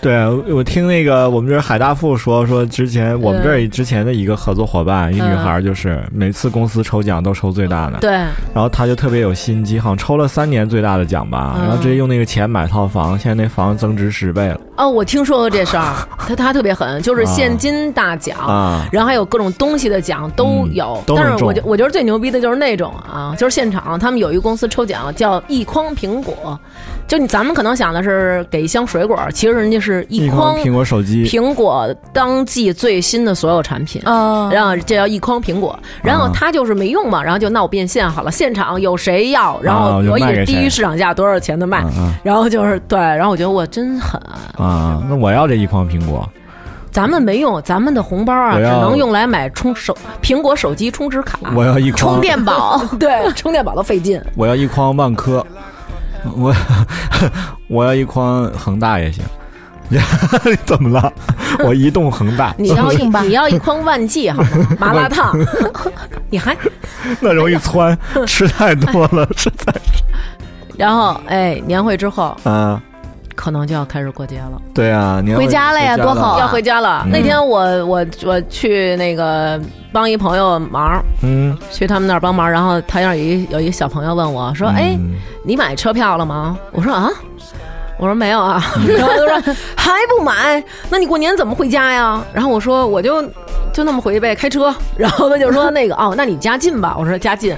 [SPEAKER 1] 对，我听那个我们这儿海大富说说之前我们
[SPEAKER 4] 嗯
[SPEAKER 1] 这儿之前的一个合作伙伴，一女孩儿就是每次公司抽奖都抽最大的，
[SPEAKER 4] 对，
[SPEAKER 1] 然后她就特别有心机，好像抽了三年最大的奖吧，
[SPEAKER 4] 嗯
[SPEAKER 1] 然后直接用那个钱买套房，现在那房增值十倍了。
[SPEAKER 4] 哦，我听说过这事儿，他他特别狠，就是现金大奖，
[SPEAKER 1] 啊
[SPEAKER 4] 然后还有各种东西的奖都有
[SPEAKER 1] 嗯。都能
[SPEAKER 4] 但是我
[SPEAKER 1] 中
[SPEAKER 4] 觉我觉得最牛逼的就是那种啊，就是现场他们有一个公司抽奖叫一筐苹果，就你咱们可能想的是给一箱水果，其实人家是一
[SPEAKER 1] 一筐苹果手机，
[SPEAKER 4] 苹果当季最新的所有产品。
[SPEAKER 3] 嗯，
[SPEAKER 4] 然后这叫一筐苹果，然
[SPEAKER 1] 啊
[SPEAKER 4] 后他就是没用嘛，然后就闹变现好了，现场有谁要，然后
[SPEAKER 1] 啊就
[SPEAKER 4] 我
[SPEAKER 1] 卖
[SPEAKER 4] 以
[SPEAKER 1] 给
[SPEAKER 4] 低
[SPEAKER 1] 谁
[SPEAKER 4] 于市场价多少钱的卖，
[SPEAKER 1] 啊
[SPEAKER 4] 然后就是对，然后我觉得我真狠，
[SPEAKER 1] 啊啊！那我要这一筐苹果，
[SPEAKER 4] 咱们没用，咱们的红包啊，
[SPEAKER 1] 我
[SPEAKER 4] 只
[SPEAKER 1] 要
[SPEAKER 4] 能用来买充手苹果手机啊充值卡，
[SPEAKER 1] 我要一
[SPEAKER 3] 充
[SPEAKER 1] 筐，
[SPEAKER 3] 电宝，
[SPEAKER 4] 对， <laughs> 充电宝都费劲。
[SPEAKER 1] 我要一筐万科，我我要一筐恒大也行。 <laughs> 怎么了？我移动恒
[SPEAKER 4] <laughs>
[SPEAKER 1] 大，
[SPEAKER 4] 你要一
[SPEAKER 3] 行吧
[SPEAKER 4] 你要一筐万记好吗？麻辣烫， <laughs> 你还
[SPEAKER 1] 那容易窜，吃太多了，实在
[SPEAKER 4] 然后哎，年会之后
[SPEAKER 1] 啊。
[SPEAKER 4] 可能就要开始过节了，
[SPEAKER 1] 对啊，你要
[SPEAKER 3] 回家了呀多好啊
[SPEAKER 4] 要回家了。
[SPEAKER 1] 嗯
[SPEAKER 4] 那天我我我去那个帮一朋友忙，
[SPEAKER 1] 嗯，
[SPEAKER 4] 去他们那儿帮忙，然后他那儿有一有一小朋友问我说：“哎，
[SPEAKER 1] 嗯
[SPEAKER 4] 你买车票了吗？”我说：“啊。”我说没有
[SPEAKER 1] <laughs>
[SPEAKER 4] 啊，然后他说还不买，那你过年怎么回家呀？然后我说我就就那么回去呗，开车。然后他就说
[SPEAKER 1] <laughs>
[SPEAKER 4] 那个哦，那你家近吧？我说家近。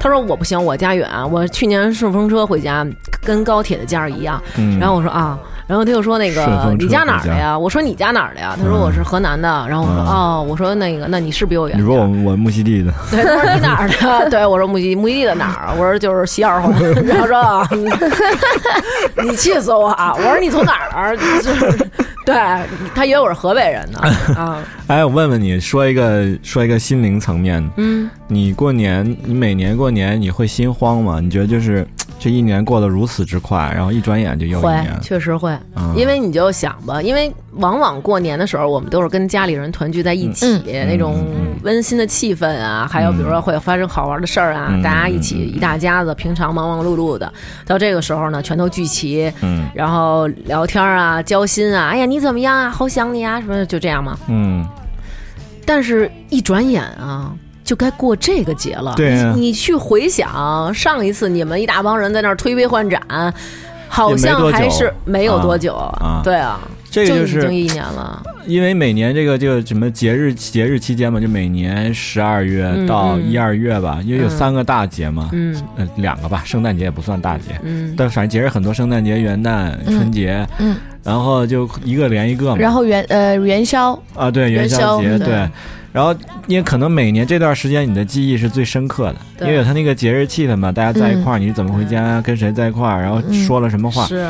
[SPEAKER 4] 他说我不行，我家远，我去年顺风车回家跟高铁的价儿一样。
[SPEAKER 1] 嗯
[SPEAKER 4] 然后我说啊，然后他又说那
[SPEAKER 1] 顺
[SPEAKER 4] 个
[SPEAKER 1] 风车
[SPEAKER 4] 你家哪儿
[SPEAKER 1] 回
[SPEAKER 4] 的
[SPEAKER 1] 家
[SPEAKER 4] 呀？我说你家哪儿的呀？他说我是河南的。然后我说
[SPEAKER 1] 嗯
[SPEAKER 4] 哦，我说那个那你是比我远
[SPEAKER 1] 你
[SPEAKER 4] 点儿。
[SPEAKER 1] 说我我木西地的，
[SPEAKER 4] 对，他说你哪儿的？ <laughs> 对我说木西木西地的哪儿？啊我说就是西二 <laughs> 环。然后说啊，你你气死我啊！我说你从哪儿？ <laughs> 就是对他以为我是河北人 <laughs> 呢啊。
[SPEAKER 1] 哎，我问问你，说一个说一个心灵层面，
[SPEAKER 4] 嗯，
[SPEAKER 1] 你过年，你每年过年你会心慌吗？你觉得就是这一年过得如此之快，然后一转眼就又一
[SPEAKER 4] 会
[SPEAKER 1] 年，
[SPEAKER 4] 确实会，
[SPEAKER 1] 嗯
[SPEAKER 4] 因为你就想吧，因为往往过年的时候，我们都是跟家里人团聚在一起，
[SPEAKER 1] 嗯
[SPEAKER 4] 那种
[SPEAKER 1] 嗯嗯
[SPEAKER 4] 温馨的气氛啊，还有比如说会发生好玩的事儿啊，
[SPEAKER 1] 嗯
[SPEAKER 4] 大家一起
[SPEAKER 1] 嗯
[SPEAKER 4] 一大家子，平常忙忙碌碌的，到这个时候呢，全都聚齐，
[SPEAKER 1] 嗯
[SPEAKER 4] 然后聊天啊，交心啊，哎呀，你怎么样啊？好想你啊，什么的，就这样嘛。
[SPEAKER 1] 嗯，
[SPEAKER 4] 但是，一转眼啊，就该过这个节了。
[SPEAKER 1] 对啊
[SPEAKER 4] 你你去回想上一次你们一大帮人在那儿推杯换盏，好
[SPEAKER 1] 也没多
[SPEAKER 4] 像
[SPEAKER 1] 久
[SPEAKER 4] 还是没有多久。
[SPEAKER 1] 啊
[SPEAKER 4] 对啊，
[SPEAKER 1] 这个就
[SPEAKER 4] 已经
[SPEAKER 1] 是
[SPEAKER 4] 一年了。
[SPEAKER 1] 因为每年这个这个什么节日节日期间嘛，就每年十二月
[SPEAKER 4] 嗯
[SPEAKER 1] 到
[SPEAKER 4] 嗯
[SPEAKER 1] 一二月吧，因为有
[SPEAKER 4] 嗯
[SPEAKER 1] 三个大节嘛，
[SPEAKER 4] 嗯
[SPEAKER 1] 呃，两个吧，圣诞节也不算大节，
[SPEAKER 4] 嗯，
[SPEAKER 1] 但反正节日很多，圣诞节、元旦、
[SPEAKER 3] 嗯
[SPEAKER 1] 春节，
[SPEAKER 3] 嗯，
[SPEAKER 1] 然后就一个连一个嘛，
[SPEAKER 3] 然后元呃元宵，
[SPEAKER 1] 啊，对，元宵
[SPEAKER 4] 元宵嗯
[SPEAKER 1] 节，对
[SPEAKER 4] 对。
[SPEAKER 1] 然后，因为可能每年这段时间你的记忆是最深刻的，
[SPEAKER 4] 对嗯
[SPEAKER 1] 因为有他那个节日气氛嘛，大家在一块儿，你是怎么回家，跟谁在一块儿，然后说了什么话，
[SPEAKER 4] 是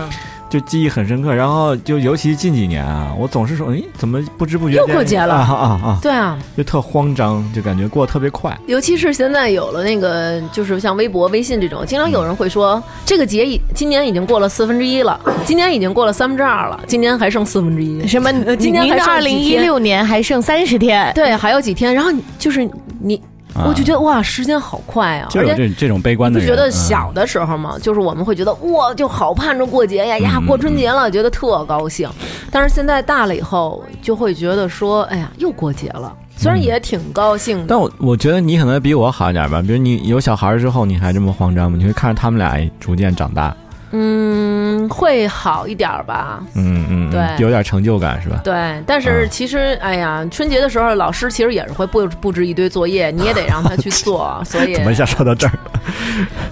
[SPEAKER 1] 就记忆很深刻。然后就尤其近几年啊，我总是说，哎，怎么不知不觉
[SPEAKER 4] 又
[SPEAKER 1] 间
[SPEAKER 4] 过节了
[SPEAKER 1] 啊啊啊，
[SPEAKER 4] 对啊，
[SPEAKER 1] 就特慌张，就感觉过得特别快。
[SPEAKER 4] 尤其是现在有了那个，就是像微博、微信这种，经常有人会说，这个节已今年已经过了四分之一了，今年已经过了三分之二了，今年还剩四分之一。
[SPEAKER 3] <laughs> 什么？呃
[SPEAKER 4] 今年
[SPEAKER 3] 您
[SPEAKER 4] 还
[SPEAKER 3] 的二
[SPEAKER 4] 剩
[SPEAKER 3] 零
[SPEAKER 4] 几
[SPEAKER 3] 一
[SPEAKER 4] 天
[SPEAKER 3] 六年还剩三十天，
[SPEAKER 4] 对，还有几天，然后你就是你，
[SPEAKER 1] 啊
[SPEAKER 4] 我就觉得哇，时间好快啊！
[SPEAKER 1] 就
[SPEAKER 4] 而
[SPEAKER 1] 有
[SPEAKER 4] 且
[SPEAKER 1] 这这种悲观
[SPEAKER 4] 你
[SPEAKER 1] 的
[SPEAKER 4] 不
[SPEAKER 1] 人，
[SPEAKER 4] 觉得
[SPEAKER 1] 嗯
[SPEAKER 4] 小的时候嘛，就是我们会觉得哇，就好盼着过节呀呀
[SPEAKER 1] 嗯，
[SPEAKER 4] 过春节了，觉得特高兴。但是现在大了以后，就会觉得说，哎呀，又过节了，虽
[SPEAKER 1] 嗯
[SPEAKER 4] 然也挺高兴的，
[SPEAKER 1] 但我我觉得你可能比我好一点吧，比如你有小孩儿之后，你还这么慌张吗？你会看着他们俩逐渐长大，
[SPEAKER 4] 嗯，会好一点儿吧。
[SPEAKER 1] 嗯嗯，嗯
[SPEAKER 4] 对
[SPEAKER 1] 有点成就感是吧？
[SPEAKER 4] 对，但
[SPEAKER 1] 嗯
[SPEAKER 4] 是其实，哎呀，春节的时候，老师其实也是会布布置一堆作业，你也得让他去做，所以
[SPEAKER 1] <laughs> 怎，么一下说到这儿？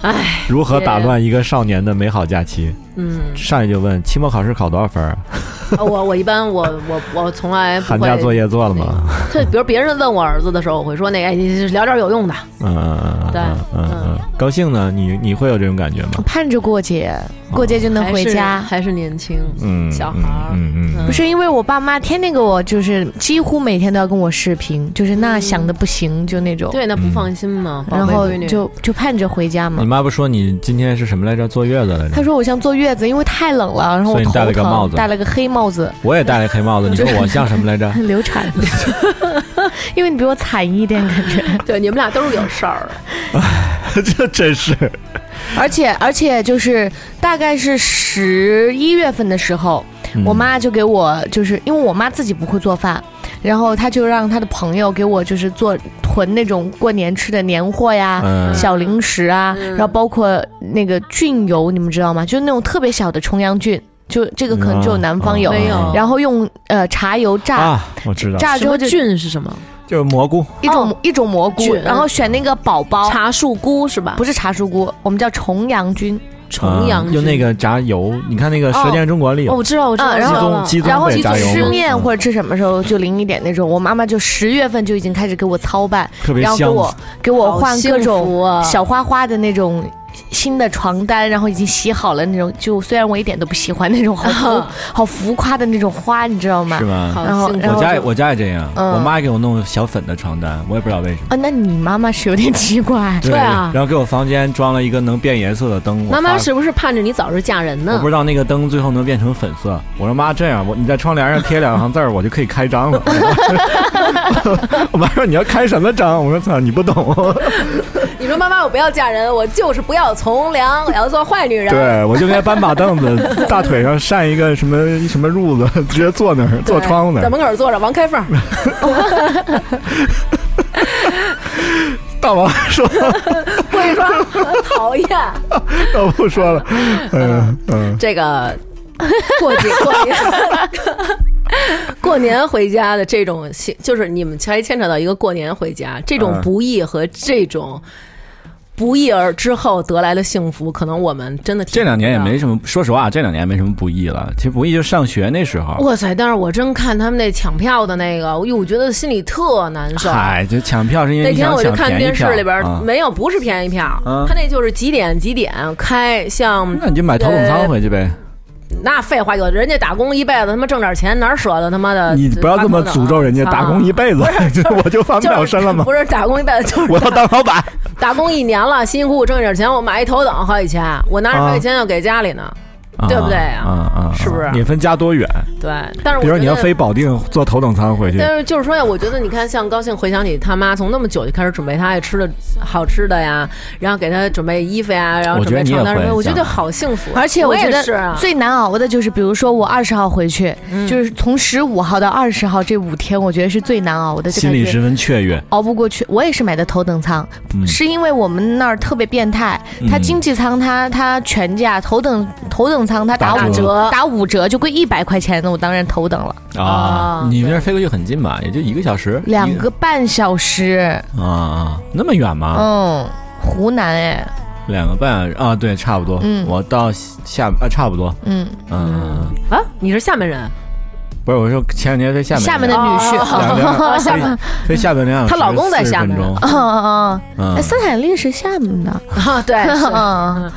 [SPEAKER 4] 哎，
[SPEAKER 1] 如何打乱一个少年的美好假期？
[SPEAKER 4] 嗯，啊
[SPEAKER 1] 上来就问期末考试考多少分儿？啊
[SPEAKER 4] 我我一般我我我从来不
[SPEAKER 1] 寒假
[SPEAKER 4] 会
[SPEAKER 1] <laughs> 作业做了吗？
[SPEAKER 4] 对，比如别人问我儿子的时候，我会说那个，哎，你聊点有用的。
[SPEAKER 1] 嗯嗯嗯
[SPEAKER 4] 对
[SPEAKER 1] 嗯嗯
[SPEAKER 4] 嗯
[SPEAKER 1] 嗯，高兴呢？你你会有这种感觉吗？
[SPEAKER 3] 盼着过节，过节就能
[SPEAKER 4] 还
[SPEAKER 3] 回
[SPEAKER 4] 是
[SPEAKER 3] 家。
[SPEAKER 4] 还是年轻，
[SPEAKER 1] 嗯，
[SPEAKER 4] 小孩儿
[SPEAKER 1] 嗯嗯嗯
[SPEAKER 4] 嗯
[SPEAKER 3] 不是因为我爸妈天天给我，就是几乎每天都要跟我视频，就是那想的不行，就那种。
[SPEAKER 4] 对，那不放心嘛。宝
[SPEAKER 3] 嗯然
[SPEAKER 4] 贝
[SPEAKER 3] 后
[SPEAKER 4] 闺女
[SPEAKER 3] 就就盼着回家嘛
[SPEAKER 1] 你。妈不说你今天是什么来着？坐月子来
[SPEAKER 3] 他
[SPEAKER 1] 着？
[SPEAKER 3] 说我像坐月子，因为太冷了，然后
[SPEAKER 1] 所
[SPEAKER 3] 我
[SPEAKER 1] 以你
[SPEAKER 3] 头
[SPEAKER 1] 戴了
[SPEAKER 3] 疼，
[SPEAKER 1] 个帽子
[SPEAKER 3] 戴了个黑帽子，
[SPEAKER 1] 我也戴了黑帽子，你说我像什么来着？
[SPEAKER 3] <laughs> 流产。 <laughs> 因为你比我惨一点，感觉。
[SPEAKER 4] 对你们俩都是有事儿，
[SPEAKER 1] <laughs> 这真是
[SPEAKER 3] <laughs> 而且而且就是大概是十一月份的时候，
[SPEAKER 1] 嗯
[SPEAKER 3] 我妈就给我，就是因为我妈自己不会做饭，然后她就让她的朋友给我就是做囤那种过年吃的年货呀。
[SPEAKER 1] 嗯
[SPEAKER 3] 小零食啊，
[SPEAKER 4] 嗯
[SPEAKER 3] 然后包括那个菌油，你们知道吗？就是那种特别小的重阳菌，就这个可能只有南方有
[SPEAKER 1] 啊。
[SPEAKER 4] 没有
[SPEAKER 1] 啊
[SPEAKER 3] 然后用呃茶油炸，
[SPEAKER 1] 啊，我知道，
[SPEAKER 3] 炸之
[SPEAKER 4] 什
[SPEAKER 3] 后
[SPEAKER 4] 么
[SPEAKER 3] 就
[SPEAKER 4] 菌是什么？
[SPEAKER 1] 就是蘑菇
[SPEAKER 3] 一种一种蘑菇，
[SPEAKER 4] 菌
[SPEAKER 3] 然后选那个宝宝，
[SPEAKER 4] 茶树菇是吧？
[SPEAKER 3] 哦不是茶树菇，我们叫重阳菌。
[SPEAKER 4] 重阳
[SPEAKER 1] 啊
[SPEAKER 4] 菌
[SPEAKER 1] 用那个炸油，你看那个《舌尖中国》里
[SPEAKER 4] 哦，
[SPEAKER 1] 有
[SPEAKER 4] 我知道，我知道，
[SPEAKER 3] 啊然
[SPEAKER 4] 我知道
[SPEAKER 1] 后
[SPEAKER 4] 了
[SPEAKER 1] 鸡
[SPEAKER 3] 然后
[SPEAKER 1] 会
[SPEAKER 3] 去
[SPEAKER 1] 炸油
[SPEAKER 3] 吃
[SPEAKER 1] 吗
[SPEAKER 3] 面
[SPEAKER 1] 嗯
[SPEAKER 3] 或者吃什么时候就淋一点那种。我妈妈就十月份就已经开始给我操办，
[SPEAKER 1] 特别
[SPEAKER 3] 然后给
[SPEAKER 1] 香，
[SPEAKER 3] 我给我换各
[SPEAKER 4] 好幸
[SPEAKER 3] 种
[SPEAKER 4] 福啊 <laughs>
[SPEAKER 3] 小花花的那种新的床单，然后已经洗好了那种。就虽然我一点都不喜欢那种好
[SPEAKER 4] <laughs>
[SPEAKER 3] 浮好浮夸的那种花，你知道吗
[SPEAKER 1] 是？吗？
[SPEAKER 4] 好
[SPEAKER 3] 然后
[SPEAKER 4] 幸福
[SPEAKER 3] 然
[SPEAKER 1] 嗯我
[SPEAKER 3] 后
[SPEAKER 1] 家也
[SPEAKER 3] 就
[SPEAKER 1] 我家也这样，
[SPEAKER 3] 嗯
[SPEAKER 1] 我妈给我弄小粉的床单，我也不知道为什么。
[SPEAKER 3] 啊，那你妈妈是有点奇怪。
[SPEAKER 4] <laughs> 对啊
[SPEAKER 1] 然后给我房间装了一个能变颜色的灯。我
[SPEAKER 4] 妈妈
[SPEAKER 1] 发
[SPEAKER 4] 是不是盼着你早日嫁人
[SPEAKER 1] 我
[SPEAKER 4] 呢
[SPEAKER 1] 不？知道那个灯最后能变成粉色。我说妈，这样我你在窗帘上贴两行字儿，我就可以开张了。 <laughs> 我妈说你要开什么张？我说操，你不懂。
[SPEAKER 4] 你说妈妈，我不要嫁人，我就是不要
[SPEAKER 1] <laughs>
[SPEAKER 4] 从良，我要做坏女人。
[SPEAKER 1] 对，我就该搬把
[SPEAKER 4] <laughs>
[SPEAKER 1] 凳子，大腿上扇一个什么什么褥子，直接坐那儿，坐窗户那
[SPEAKER 4] 在
[SPEAKER 1] 儿。
[SPEAKER 4] 门口坐着，王开
[SPEAKER 1] <laughs>
[SPEAKER 4] 凤。
[SPEAKER 1] 大王说，
[SPEAKER 4] 我跟你说，讨厌
[SPEAKER 1] 我不说
[SPEAKER 4] <laughs>
[SPEAKER 1] 了。嗯嗯，
[SPEAKER 4] 这
[SPEAKER 3] <laughs>
[SPEAKER 4] 个过节过年过年回家的这种心，就是你们还牵扯到一个过年回家这种
[SPEAKER 1] 嗯
[SPEAKER 4] 不易和这种不易而之后得来的幸福，可能我们真的体
[SPEAKER 1] 这两年也
[SPEAKER 4] 会不到
[SPEAKER 1] 没什么，说实话，这两年没什么不易了。其实不易就上学那时候，
[SPEAKER 4] 哇塞！但是我真看他们那抢票的那个，我哟我觉得心里特难受。
[SPEAKER 1] 嗨，就抢票是因为
[SPEAKER 4] 那
[SPEAKER 1] 你
[SPEAKER 4] 天
[SPEAKER 1] 想
[SPEAKER 4] 我就
[SPEAKER 1] 抢
[SPEAKER 4] 看
[SPEAKER 1] 便
[SPEAKER 4] 电
[SPEAKER 1] 宜票
[SPEAKER 4] 视里边
[SPEAKER 1] 啊
[SPEAKER 4] 没有，不是便宜票，
[SPEAKER 1] 嗯
[SPEAKER 4] 他那就是几点几点开，像
[SPEAKER 1] 那你就买头等舱回去呗。
[SPEAKER 4] 那废话，有人家打工一辈子，他妈挣点钱哪舍得他妈的？
[SPEAKER 1] 你不要这么诅咒人家，打工一辈子，我就翻不
[SPEAKER 4] 啊呃就是
[SPEAKER 1] 了身了吗？
[SPEAKER 4] 不是打工一辈子，就是
[SPEAKER 1] 我要当老板，
[SPEAKER 4] <laughs> 打工一年了，辛辛苦苦挣一点钱，我买一头等好几千，我
[SPEAKER 1] 啊
[SPEAKER 4] 拿着好几千要给家里呢，对不对啊
[SPEAKER 1] 啊啊，
[SPEAKER 4] 是不是
[SPEAKER 1] 你分家多远？
[SPEAKER 4] 对。但是我
[SPEAKER 1] 比
[SPEAKER 4] 觉
[SPEAKER 1] 如说
[SPEAKER 4] 得
[SPEAKER 1] 你要飞保定，坐头等舱回去，
[SPEAKER 4] 但是就是说呀，我觉得你看，像高兴回想起他妈从那么久就开始准备他爱吃的好吃的呀，然后给他准备衣服呀，然后
[SPEAKER 1] 我觉
[SPEAKER 4] 准
[SPEAKER 1] 得
[SPEAKER 4] 备
[SPEAKER 1] 你也
[SPEAKER 4] 床单什么的，
[SPEAKER 1] 会
[SPEAKER 4] 我觉
[SPEAKER 1] 这
[SPEAKER 4] 得
[SPEAKER 1] 样
[SPEAKER 4] 好幸福。
[SPEAKER 3] 而且
[SPEAKER 4] 我
[SPEAKER 3] 我觉
[SPEAKER 4] 也是啊嗯
[SPEAKER 3] 得最难熬的就是，比如说我二十号回去，就是从十五号到二十号这五天，我觉得是最难熬的，就
[SPEAKER 1] 心
[SPEAKER 3] 感
[SPEAKER 1] 里
[SPEAKER 3] 觉
[SPEAKER 1] 十分雀跃。
[SPEAKER 3] 熬不过去。我也是买的头等舱，
[SPEAKER 1] 嗯
[SPEAKER 3] 是因为我们那儿特别变态，它
[SPEAKER 1] 嗯
[SPEAKER 3] 经济舱它它全价，头等头等舱它打
[SPEAKER 1] 打
[SPEAKER 3] 五
[SPEAKER 1] 折嗯
[SPEAKER 3] 折，打五折就贵一百块钱，那我当然头等了，
[SPEAKER 4] 啊
[SPEAKER 1] 你们那儿飞过去很近吧？也就一个小时，
[SPEAKER 3] 两个半小时，
[SPEAKER 1] 啊啊，那么远吗？
[SPEAKER 3] 嗯，湖南哎，
[SPEAKER 1] 两个半啊，对，差不多。
[SPEAKER 3] 嗯
[SPEAKER 1] 我到下啊，差不多。
[SPEAKER 3] 嗯，
[SPEAKER 1] 嗯，
[SPEAKER 4] 啊，你是厦门人，
[SPEAKER 1] 不是，我说前两天飞厦门，
[SPEAKER 3] 厦门的女婿，
[SPEAKER 4] 哦
[SPEAKER 1] 两个
[SPEAKER 3] <laughs>
[SPEAKER 4] 哦厦门
[SPEAKER 1] 飞飞厦门两小时
[SPEAKER 4] 她老公在啊厦门
[SPEAKER 1] 40分钟
[SPEAKER 3] 嗯嗯嗯，
[SPEAKER 1] 嗯
[SPEAKER 3] 哎，斯坦利是厦门的，
[SPEAKER 4] <laughs> 啊，对，是
[SPEAKER 3] <laughs> 嗯，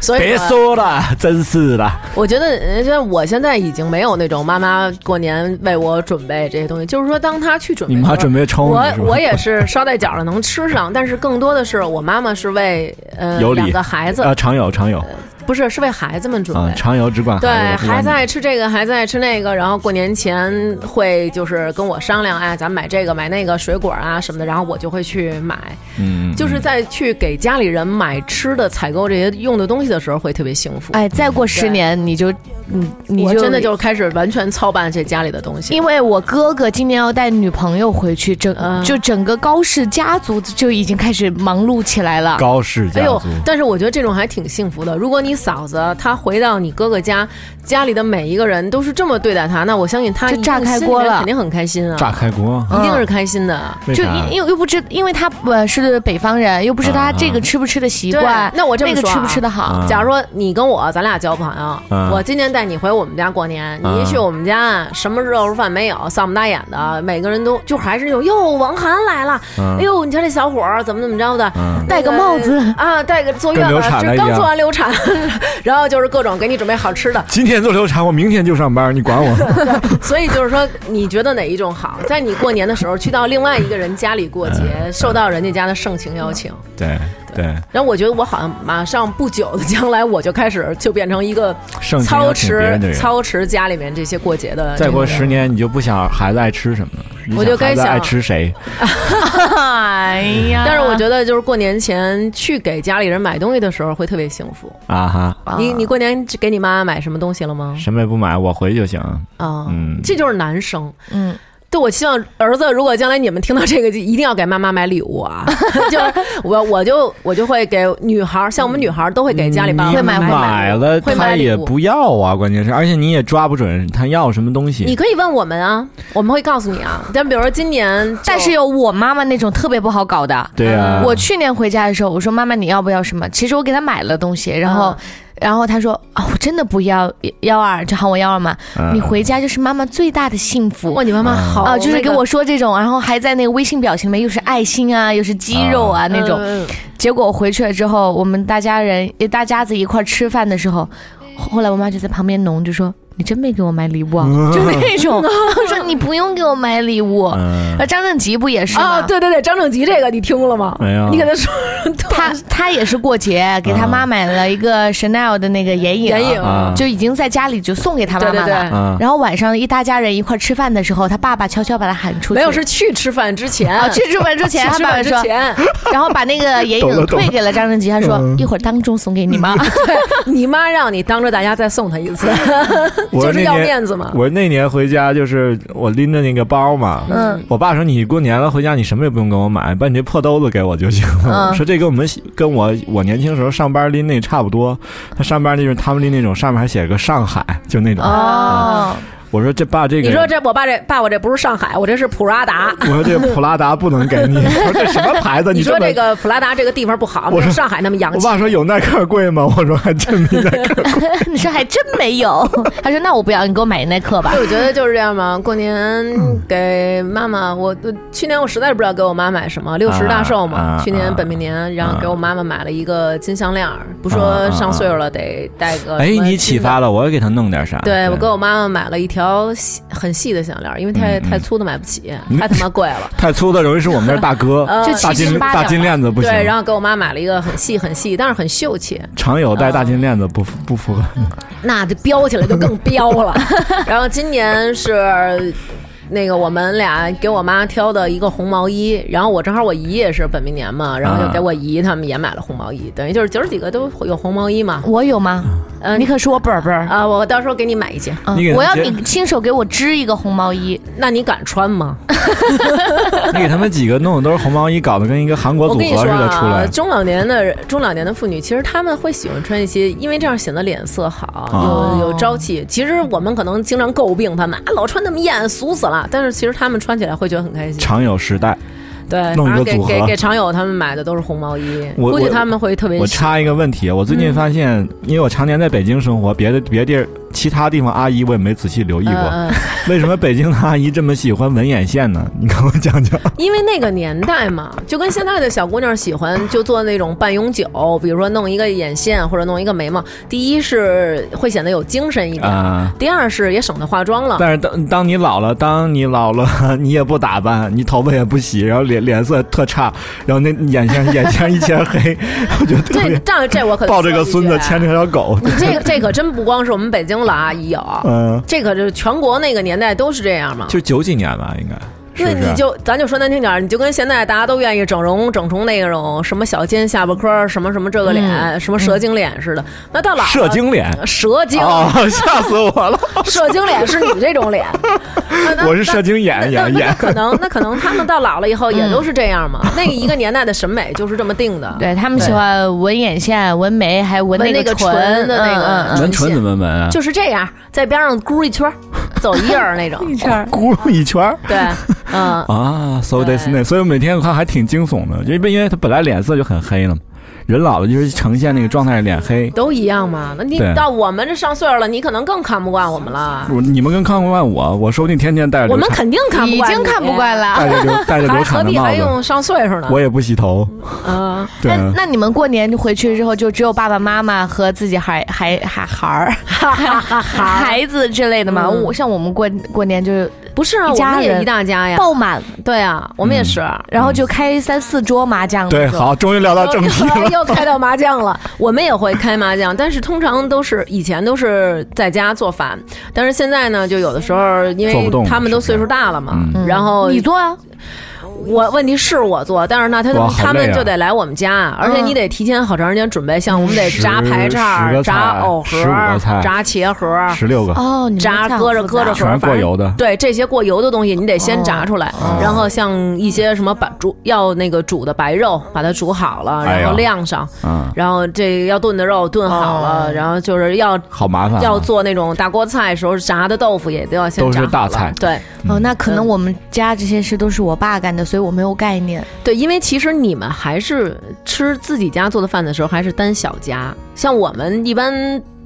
[SPEAKER 4] 所以
[SPEAKER 1] 别
[SPEAKER 4] 说
[SPEAKER 1] 说了，真是的。
[SPEAKER 4] 我觉得，呃像我现在已经没有那种妈妈过年为我准备这些东西，就是说，当她去准备，
[SPEAKER 1] 你妈准备冲
[SPEAKER 4] 我
[SPEAKER 1] 你是吧
[SPEAKER 4] 我也是捎带脚的能吃上，但是更多的是我妈妈是为呃
[SPEAKER 1] 有理
[SPEAKER 4] 两个孩子，
[SPEAKER 1] 啊，常有常有
[SPEAKER 4] 不是是为孩子们准
[SPEAKER 1] 啊
[SPEAKER 4] 备，。
[SPEAKER 1] 常有只管
[SPEAKER 4] 对，
[SPEAKER 1] 孩子不管
[SPEAKER 4] 孩子
[SPEAKER 1] 你
[SPEAKER 4] 爱吃这个，孩子爱吃那个，然后过年前会就是跟我商量，哎，咱买这个买那个水果啊什么的，然后我就会去买，
[SPEAKER 1] 嗯，嗯
[SPEAKER 4] 就是在去给家里人买吃的、采购这些用的东西的时候，会特别幸福。
[SPEAKER 3] 哎，再过十年你就，你你
[SPEAKER 4] 我
[SPEAKER 3] 就
[SPEAKER 4] 真的就开始完全操办这家里的东西，
[SPEAKER 3] 因为我哥哥今年要带女朋友回去，整、
[SPEAKER 4] 嗯
[SPEAKER 3] 就整个高氏家族就已经开始忙碌起来了。
[SPEAKER 1] 高氏
[SPEAKER 4] 哎
[SPEAKER 1] 家
[SPEAKER 4] 呦
[SPEAKER 1] 族，，
[SPEAKER 4] 但是我觉得这种还挺幸福的。如果你嫂子她回到你哥哥家，家里的每一个人都是这么对待她，那我相信她
[SPEAKER 3] 就
[SPEAKER 4] 一定
[SPEAKER 3] 炸开
[SPEAKER 4] 心里
[SPEAKER 3] 锅
[SPEAKER 4] 面
[SPEAKER 3] 了嗯
[SPEAKER 4] 肯定很开心啊，
[SPEAKER 1] 炸开锅，
[SPEAKER 4] 一定是开心的。
[SPEAKER 1] 为
[SPEAKER 3] 就
[SPEAKER 1] 啥嗯
[SPEAKER 3] 因因为又不知，因为他呃是北方人，又不知道他
[SPEAKER 1] 啊
[SPEAKER 3] 这个吃不吃的习
[SPEAKER 4] 对
[SPEAKER 3] 惯，，
[SPEAKER 4] 那我这
[SPEAKER 3] 那
[SPEAKER 4] 么
[SPEAKER 3] 个
[SPEAKER 4] 说啊
[SPEAKER 3] 吃不吃的 <laughs> 好。
[SPEAKER 1] 啊
[SPEAKER 4] 假如说你跟我，咱俩交朋友，
[SPEAKER 1] 嗯
[SPEAKER 4] 我今年带你回我们家过年，你一去我们家，什么热乎饭没有，丧不搭眼的，每个人都就还是那种哟，王涵来了，
[SPEAKER 1] 嗯
[SPEAKER 4] 哎呦，你瞧这小伙儿怎么怎么着的，
[SPEAKER 1] 嗯
[SPEAKER 3] 戴个帽子，
[SPEAKER 4] 啊，带个坐月
[SPEAKER 1] 跟流
[SPEAKER 4] 子，
[SPEAKER 1] 产了
[SPEAKER 4] 这
[SPEAKER 1] 一样
[SPEAKER 4] 刚做完流产， <laughs> 然后就是各种给你准备好吃的，
[SPEAKER 1] 今天做流产，我明天就上班，你管我？
[SPEAKER 4] 所以就是说，你觉得哪一种好？在你过年的时候去到另外一个人家里过
[SPEAKER 1] 嗯
[SPEAKER 4] 节，受到人家家的盛情邀请。
[SPEAKER 1] <laughs> 对对，
[SPEAKER 4] 然后我觉得我好像马上不久的将来，我就开始就变成一个
[SPEAKER 1] 盛情
[SPEAKER 4] 操
[SPEAKER 1] 邀请别人的
[SPEAKER 4] 持
[SPEAKER 1] 人。
[SPEAKER 4] 操持家里面这些过节的。
[SPEAKER 1] 再过十年，你就不想孩子爱吃什么了，你
[SPEAKER 4] 我就该
[SPEAKER 1] 孩子
[SPEAKER 4] 想
[SPEAKER 1] 爱吃谁。
[SPEAKER 3] 哎呀！
[SPEAKER 4] 但是我觉得就是过年前去给家里人买东西的时候会特别幸福。
[SPEAKER 1] 啊哈，
[SPEAKER 3] 啊
[SPEAKER 4] 你你过年给你妈买什么东西了吗？
[SPEAKER 1] 什么也不买，我回去就行。
[SPEAKER 4] 啊，
[SPEAKER 1] 嗯
[SPEAKER 4] 这就是男生。
[SPEAKER 3] 嗯，
[SPEAKER 4] 就我希望儿子，如果将来你们听到这个，就一定要给妈妈买礼物
[SPEAKER 3] <laughs>
[SPEAKER 4] 啊！就是我，我就我就会给女孩儿，像我们女孩儿都会给家里爸爸
[SPEAKER 3] 会
[SPEAKER 4] 妈妈
[SPEAKER 3] 买
[SPEAKER 4] 买
[SPEAKER 3] 买
[SPEAKER 1] 嗯买了
[SPEAKER 4] 会
[SPEAKER 1] 他
[SPEAKER 4] 买礼
[SPEAKER 1] 也
[SPEAKER 4] 物
[SPEAKER 1] 不要啊，关键是，而且你也抓不准他要什么东西。
[SPEAKER 4] 你可以问我们啊，我们会告诉你啊。但比如说今年就，
[SPEAKER 3] 但是有我妈妈那种特别不好搞的。
[SPEAKER 1] 对啊，
[SPEAKER 3] 我去年回家的时候，我说妈妈你要不要什么？其实我给她买了东西，然后，然后她说啊、我真的不要幺二，就喊我幺二嘛。
[SPEAKER 1] 嗯
[SPEAKER 3] 你回家就是妈妈最大的幸福
[SPEAKER 4] 哇，你妈妈好
[SPEAKER 3] 啊，就是
[SPEAKER 4] 那
[SPEAKER 3] 给
[SPEAKER 4] 个
[SPEAKER 3] 我说这种，然后还在那个微信表情里面又是爱心啊，又是鸡肉啊那种。
[SPEAKER 4] 嗯
[SPEAKER 3] 结果我回去了之后，我们大家人一大家子一块儿吃饭的时候，后后来我妈就在旁边弄，就说你真没给我买礼物啊， <laughs> 就那种，我说你不用给我买礼物。
[SPEAKER 1] 嗯
[SPEAKER 3] 那张正吉不也是吗？
[SPEAKER 4] 啊，对对对，张正吉这个你听了吗？
[SPEAKER 1] 没有
[SPEAKER 4] 你给他说
[SPEAKER 3] <laughs> 他他也是过节给他妈买了一个 Chanel 的那个眼影，
[SPEAKER 4] 眼影，
[SPEAKER 1] 啊
[SPEAKER 3] 就已经在家里就送给他妈
[SPEAKER 4] 对
[SPEAKER 3] 妈
[SPEAKER 4] 对
[SPEAKER 3] 了。
[SPEAKER 4] 对。
[SPEAKER 1] 啊，
[SPEAKER 3] 然后晚上一大家人一块儿吃饭的时候，他爸爸悄悄把他喊啊出去，
[SPEAKER 4] 没有，是去吃饭之前，
[SPEAKER 3] 啊，去吃饭之前，
[SPEAKER 4] <laughs> 去
[SPEAKER 3] 他
[SPEAKER 4] 吃
[SPEAKER 3] 爸爸
[SPEAKER 4] 饭之
[SPEAKER 3] 说，
[SPEAKER 4] 前，
[SPEAKER 3] <laughs> 然后把那个眼
[SPEAKER 1] 懂了
[SPEAKER 3] 影
[SPEAKER 1] 懂了
[SPEAKER 3] 退给了张正吉，他说
[SPEAKER 1] 嗯
[SPEAKER 3] 一会儿当众送给你妈。
[SPEAKER 4] 你妈让你当着大家再送她一
[SPEAKER 3] <laughs>
[SPEAKER 4] 次，
[SPEAKER 1] 我
[SPEAKER 4] 就是
[SPEAKER 1] 那
[SPEAKER 4] 要
[SPEAKER 1] 年
[SPEAKER 4] 面子嘛。
[SPEAKER 1] 我那年回家就是我拎着那个包嘛，
[SPEAKER 3] 嗯，
[SPEAKER 1] 我爸说你过年了回家你什么也不用给我买，把你这破兜子给我就行了。
[SPEAKER 3] 嗯
[SPEAKER 1] 说这跟我们跟我我年轻时候上班拎那差不多，他上班那种他们拎那种上面还写个上海，就那种。
[SPEAKER 4] 嗯
[SPEAKER 3] <laughs> 哦，
[SPEAKER 1] 我说这爸这个，
[SPEAKER 4] 你说这我爸这爸我这不是上海，我这是普拉达。
[SPEAKER 1] <laughs> 我说这普拉达不能给你，我说这什么牌
[SPEAKER 4] <laughs>
[SPEAKER 1] 子？
[SPEAKER 4] 你说
[SPEAKER 1] 这么
[SPEAKER 4] 这个普拉达这个地方不好，
[SPEAKER 1] 我
[SPEAKER 4] 没有
[SPEAKER 1] 说
[SPEAKER 4] 上海那么洋
[SPEAKER 1] 我
[SPEAKER 4] 气。
[SPEAKER 1] 爸说有耐克贵吗？我说还真没耐
[SPEAKER 4] <laughs>
[SPEAKER 1] 克。
[SPEAKER 3] <laughs> 你说还真没有。 <laughs> 他说那我不要，你给我买耐
[SPEAKER 1] <laughs>
[SPEAKER 3] 克吧
[SPEAKER 4] 就。我觉得就是这样嘛，过年给妈妈，我我去年我实在是不知道给我妈买什么，六十大寿嘛，
[SPEAKER 1] 啊啊
[SPEAKER 4] 去年本命年，然后给我妈妈买了一个金项链儿，不说上岁数了得戴个。
[SPEAKER 1] 啊哎，你启发。了，我也给他弄点啥。
[SPEAKER 4] 对，我给我妈妈买了一条细很细的项链儿，因为太
[SPEAKER 1] 嗯嗯
[SPEAKER 4] 太粗的买不起，太他妈贵了。
[SPEAKER 1] 太粗的容易是我们这儿大
[SPEAKER 4] <laughs>
[SPEAKER 1] 哥，
[SPEAKER 4] 呃就
[SPEAKER 1] 大
[SPEAKER 3] 七
[SPEAKER 1] 金
[SPEAKER 3] 斤八两
[SPEAKER 1] 大金链 <laughs> 子不行，
[SPEAKER 4] 对，然后给我妈买了一个很细很细，但是很秀气，
[SPEAKER 1] 常有戴大金链
[SPEAKER 4] 啊
[SPEAKER 1] 子不符不 <laughs> 符合。
[SPEAKER 4] 那就飙起来就更飙了。然后今年是。那个我们俩给我妈挑的一个红毛衣，然后我正好我姨也是本命年嘛，然后就给我姨他们也买了红毛衣，等于就是姐儿几个都有红毛衣嘛。
[SPEAKER 3] 我有吗？呃
[SPEAKER 4] 嗯
[SPEAKER 3] 你可是我本本儿。
[SPEAKER 4] 啊、我到时候给你买一件，
[SPEAKER 3] 嗯
[SPEAKER 1] 你给他
[SPEAKER 3] 我要
[SPEAKER 1] 接
[SPEAKER 3] 你亲手给我织一个红毛衣，
[SPEAKER 4] 那你敢穿吗？
[SPEAKER 1] 你给他们几个弄的都是红毛衣，搞得跟一个韩国
[SPEAKER 4] 我
[SPEAKER 1] 组
[SPEAKER 4] 跟你
[SPEAKER 1] 合似
[SPEAKER 4] 说
[SPEAKER 1] 的出
[SPEAKER 4] 啊
[SPEAKER 1] 来，。
[SPEAKER 4] 中老年的中老年的妇女，其实她们会喜欢穿一些，因为这样显得脸色好，
[SPEAKER 1] 哦
[SPEAKER 4] 有有朝气。其实我们可能经常诟病她们，啊，老穿那么艳，俗死了。但是其实她们穿起来会觉得很开心。
[SPEAKER 1] 常有时代，
[SPEAKER 4] 对，然
[SPEAKER 1] 弄一
[SPEAKER 4] 后
[SPEAKER 1] 个
[SPEAKER 4] 给
[SPEAKER 1] 组合
[SPEAKER 4] 给给常友他们买的都是红毛衣，
[SPEAKER 1] 我
[SPEAKER 4] 估计
[SPEAKER 1] 我
[SPEAKER 4] 他们会特别
[SPEAKER 1] 我
[SPEAKER 4] 喜欢。
[SPEAKER 1] 插一个问题，
[SPEAKER 4] 嗯
[SPEAKER 1] 我最近发现，因为我常年在北京生活，别的别地儿其他地方阿姨我也没仔细留意过，
[SPEAKER 4] 嗯嗯
[SPEAKER 1] 为什么北京的阿姨这么喜欢纹眼线呢？ <laughs> 你跟我讲
[SPEAKER 4] <laughs>
[SPEAKER 1] 讲。
[SPEAKER 4] 因为那个年代嘛，就跟现在的小姑娘喜欢就做那种半永久，比如说弄一个眼线或者弄一个眉毛。第一是会显得有精神一点，
[SPEAKER 1] 啊
[SPEAKER 4] 第二是也省得化妆了。
[SPEAKER 1] 但是当当你老了，当你老了， <laughs> 你也不打扮，你头发也不洗，然后脸脸色特差，然后那眼线眼线一圈黑， <laughs> 我就特
[SPEAKER 4] 这
[SPEAKER 1] 别
[SPEAKER 4] 这这我可
[SPEAKER 1] 抱着个
[SPEAKER 4] 说一
[SPEAKER 1] 孙子
[SPEAKER 4] 句啊
[SPEAKER 1] 牵着条狗，
[SPEAKER 4] 你这个这可真不光是我们北京老阿姨有，
[SPEAKER 1] 嗯，
[SPEAKER 4] 这可就是全国那个年代都是这样嘛。
[SPEAKER 1] 就九几年吧，应该。
[SPEAKER 4] 对，你就咱就说难听点儿，你就跟现在大家都愿意整容整成那种什么小尖下巴颏儿，什么什么这个脸，什么蛇精脸似的。那到老了
[SPEAKER 1] 嗯射精脸
[SPEAKER 4] 蛇精，
[SPEAKER 1] 啊、 <laughs> 吓死我了！
[SPEAKER 4] 蛇精脸是你这种脸。那那
[SPEAKER 1] 我是射精
[SPEAKER 4] 那
[SPEAKER 1] 眼
[SPEAKER 4] 那
[SPEAKER 1] 眼
[SPEAKER 4] 那那
[SPEAKER 1] 眼，
[SPEAKER 4] 可能，那可能他们到老了以后也都是这
[SPEAKER 1] <laughs>
[SPEAKER 4] 样嘛。那一个年代的审美就是这么定的。
[SPEAKER 3] 啊对他们
[SPEAKER 4] 对
[SPEAKER 3] 喜欢纹眼线、纹眉，还纹
[SPEAKER 4] 纹
[SPEAKER 3] 那
[SPEAKER 4] 那个
[SPEAKER 3] 唇
[SPEAKER 4] 唇的那个
[SPEAKER 3] 嗯嗯嗯
[SPEAKER 4] 纹唇怎
[SPEAKER 1] 么纹啊
[SPEAKER 4] 就是这样，在边上箍一圈儿，走一印儿那
[SPEAKER 1] <laughs>
[SPEAKER 4] 种。
[SPEAKER 1] 咕一圈儿
[SPEAKER 4] 对，嗯，
[SPEAKER 1] 啊，so t h i s
[SPEAKER 4] 对
[SPEAKER 1] n 所以每天我看还挺惊悚的，因为因为他本来脸色就很黑了嘛，人老了就是呈现那个状态是脸黑，
[SPEAKER 4] 都一样嘛。那你
[SPEAKER 1] 对
[SPEAKER 4] 到我们这上岁数了，你可能更看不惯我们了。
[SPEAKER 1] 我你们跟看不惯我，啊我说不定天天戴着
[SPEAKER 4] 我
[SPEAKER 1] 流
[SPEAKER 4] 们
[SPEAKER 1] 产，
[SPEAKER 4] 肯定看不
[SPEAKER 3] 已
[SPEAKER 4] 惯，
[SPEAKER 3] 经看不惯。了。
[SPEAKER 1] 戴着流戴着
[SPEAKER 4] 还
[SPEAKER 1] 流
[SPEAKER 4] 何
[SPEAKER 1] 产的
[SPEAKER 4] 必
[SPEAKER 1] 帽
[SPEAKER 4] 还
[SPEAKER 1] 子，
[SPEAKER 4] 用上岁数呢？
[SPEAKER 1] 我也不洗头，
[SPEAKER 4] 嗯，
[SPEAKER 1] 对
[SPEAKER 3] 那
[SPEAKER 1] 啊，
[SPEAKER 3] 那你们过年回去之后，就只有爸爸妈妈和自己孩孩孩 <laughs> 孩儿、
[SPEAKER 4] 啊
[SPEAKER 3] 孩子之类的嘛？
[SPEAKER 4] 嗯
[SPEAKER 3] 我像我们过过年就是
[SPEAKER 4] 不是啊，
[SPEAKER 3] 一
[SPEAKER 4] 我
[SPEAKER 3] 家
[SPEAKER 4] 们也
[SPEAKER 3] 人
[SPEAKER 4] 一大家呀。
[SPEAKER 3] 爆满，
[SPEAKER 4] 对啊，我们也
[SPEAKER 1] 嗯
[SPEAKER 4] 是。
[SPEAKER 3] 然后就开三四桌麻将。
[SPEAKER 1] 对，好，终于聊到正题
[SPEAKER 4] 又
[SPEAKER 1] 了。
[SPEAKER 4] 又开到麻将了，我们也会开麻将，但是通常都是以前都是在家做饭，但是现在呢，就有的时候因
[SPEAKER 1] 做不
[SPEAKER 4] 为
[SPEAKER 1] 动
[SPEAKER 4] 他们都
[SPEAKER 1] 是不
[SPEAKER 4] 岁
[SPEAKER 1] 是
[SPEAKER 4] 数大了嘛，
[SPEAKER 1] 嗯
[SPEAKER 4] 然后
[SPEAKER 3] 你做啊，
[SPEAKER 4] 我问题是我做，但是呢，他就
[SPEAKER 5] 哇好累啊
[SPEAKER 4] 他们就得来我们家，而
[SPEAKER 3] 嗯
[SPEAKER 4] 且你得提前好长时间准备，像我们得炸排
[SPEAKER 5] 十
[SPEAKER 4] 叉、
[SPEAKER 5] 个菜
[SPEAKER 4] 炸藕
[SPEAKER 5] 十五个菜
[SPEAKER 4] 盒、炸茄盒、
[SPEAKER 5] 十六个，
[SPEAKER 3] 哦，你们
[SPEAKER 4] 炸
[SPEAKER 3] 这样
[SPEAKER 4] 搁着
[SPEAKER 3] 复杂
[SPEAKER 4] 搁着
[SPEAKER 5] 全是过油的。
[SPEAKER 4] 对这些过油的东西，你得先炸出来，
[SPEAKER 1] 哦
[SPEAKER 4] 然后像一些什么把煮要那个煮的白肉，把它煮好了，
[SPEAKER 5] 哎
[SPEAKER 4] 然
[SPEAKER 5] 呀
[SPEAKER 4] 后晾上，
[SPEAKER 1] 嗯，
[SPEAKER 4] 然后这个要炖的肉炖好
[SPEAKER 1] 哦
[SPEAKER 4] 了，然后就是要
[SPEAKER 1] 好麻烦啊。
[SPEAKER 4] 要做那种大锅菜的时候炸的豆腐也都要先
[SPEAKER 1] 都是
[SPEAKER 4] 炸好
[SPEAKER 1] 大
[SPEAKER 4] 了
[SPEAKER 1] 菜
[SPEAKER 4] 对
[SPEAKER 1] 嗯
[SPEAKER 3] 哦，那可能
[SPEAKER 4] 嗯
[SPEAKER 3] 我们家这些事都是我爸干的，所以我没有概念。
[SPEAKER 4] 对，因为其实你们还是吃自己家做的饭的时候，还是单小家，像我们一般。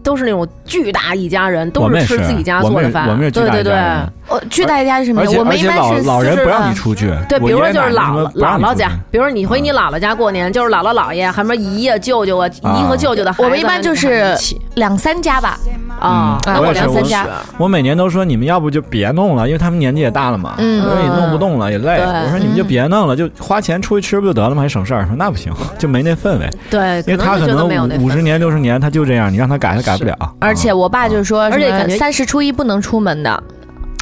[SPEAKER 4] 都是那种巨大一家人，
[SPEAKER 1] 我
[SPEAKER 4] 都
[SPEAKER 1] 们也
[SPEAKER 4] 吃
[SPEAKER 1] 是
[SPEAKER 4] 自己家做
[SPEAKER 1] 我们
[SPEAKER 4] 的
[SPEAKER 1] 也
[SPEAKER 4] 饭，
[SPEAKER 1] 我们也巨
[SPEAKER 4] 对
[SPEAKER 1] 大
[SPEAKER 4] 对
[SPEAKER 1] 一家
[SPEAKER 4] 对，
[SPEAKER 1] 人
[SPEAKER 3] 哦，巨大一家是什么
[SPEAKER 1] 而
[SPEAKER 3] 意思？
[SPEAKER 1] 且
[SPEAKER 3] 我
[SPEAKER 1] 而
[SPEAKER 3] 们一
[SPEAKER 1] 且
[SPEAKER 3] 般
[SPEAKER 1] 老
[SPEAKER 3] 是
[SPEAKER 1] 老人
[SPEAKER 3] 私
[SPEAKER 1] 不让
[SPEAKER 3] 人
[SPEAKER 1] 你出去，
[SPEAKER 4] 对，
[SPEAKER 1] 我
[SPEAKER 4] 比如说
[SPEAKER 1] 爷爷
[SPEAKER 4] 就是
[SPEAKER 1] 奶奶他
[SPEAKER 4] 姥
[SPEAKER 1] 们
[SPEAKER 4] 姥
[SPEAKER 1] 不让
[SPEAKER 4] 姥姥
[SPEAKER 1] 你出嗯
[SPEAKER 4] 家
[SPEAKER 1] 去，
[SPEAKER 4] 比如说你回你姥姥家过年，就是姥姥姥爷，还什么姨呀、舅舅啊，姨和舅舅的孩子啊，
[SPEAKER 3] 我们一般就是
[SPEAKER 4] 一起
[SPEAKER 3] 两三家吧。
[SPEAKER 4] 啊，
[SPEAKER 1] 嗯
[SPEAKER 4] 那
[SPEAKER 1] 我也
[SPEAKER 4] 两
[SPEAKER 1] 是
[SPEAKER 4] 三
[SPEAKER 1] 我
[SPEAKER 4] 家，
[SPEAKER 1] 我每年都说你们要不就别弄了，因为他们年纪也大了嘛，
[SPEAKER 3] 嗯
[SPEAKER 1] 所以弄不动了也累。
[SPEAKER 4] 对嗯
[SPEAKER 1] 我说你们就别弄了，就花钱出去吃不就得了吗？还省事儿。说那不行，就没那氛围，
[SPEAKER 4] 对，
[SPEAKER 1] 因为他
[SPEAKER 4] 就
[SPEAKER 1] 可
[SPEAKER 4] 觉得没有那
[SPEAKER 1] 能五五
[SPEAKER 4] 份
[SPEAKER 1] 十年六十年他就这样，你让他改他改不了。
[SPEAKER 3] 而且我爸就说，
[SPEAKER 4] 啊而且感觉
[SPEAKER 3] 三十初一不能出门的，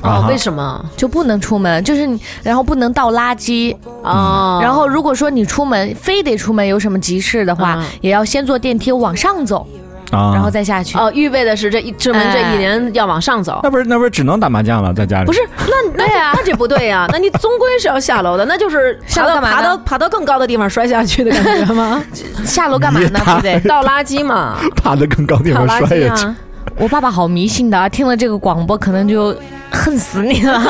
[SPEAKER 4] 哦
[SPEAKER 1] 啊，
[SPEAKER 4] 为什么
[SPEAKER 3] 就不能出门，就是你，然后不能倒垃圾，
[SPEAKER 1] 嗯
[SPEAKER 4] 啊？
[SPEAKER 3] 然后如果说你出门非得出门有什么急事的话
[SPEAKER 4] 嗯，
[SPEAKER 3] 也要先坐电梯往上走，
[SPEAKER 1] 啊，
[SPEAKER 3] 然后再下去。
[SPEAKER 4] 哦，预备的是这一证明
[SPEAKER 3] 哎
[SPEAKER 4] 这一年要往上走。
[SPEAKER 1] 啊那不是那不是只能打麻将了，在家里
[SPEAKER 4] 不
[SPEAKER 1] <laughs>
[SPEAKER 4] 是，那那呀，那这不对呀、那你终归是要下楼的，那就是爬
[SPEAKER 3] 啊下楼
[SPEAKER 4] 到
[SPEAKER 3] 干嘛呢
[SPEAKER 4] 爬到爬到更高的地方摔下去的感觉
[SPEAKER 1] <laughs>
[SPEAKER 4] 吗？
[SPEAKER 3] 下楼干嘛呢？非得？
[SPEAKER 4] 倒垃圾嘛，
[SPEAKER 5] 爬得更高地
[SPEAKER 4] 倒
[SPEAKER 5] 方
[SPEAKER 4] 垃
[SPEAKER 5] 摔
[SPEAKER 4] 圾
[SPEAKER 5] 下去。
[SPEAKER 4] 啊，。
[SPEAKER 3] 我爸爸好迷信的啊，听了这个广播可能就恨死你了，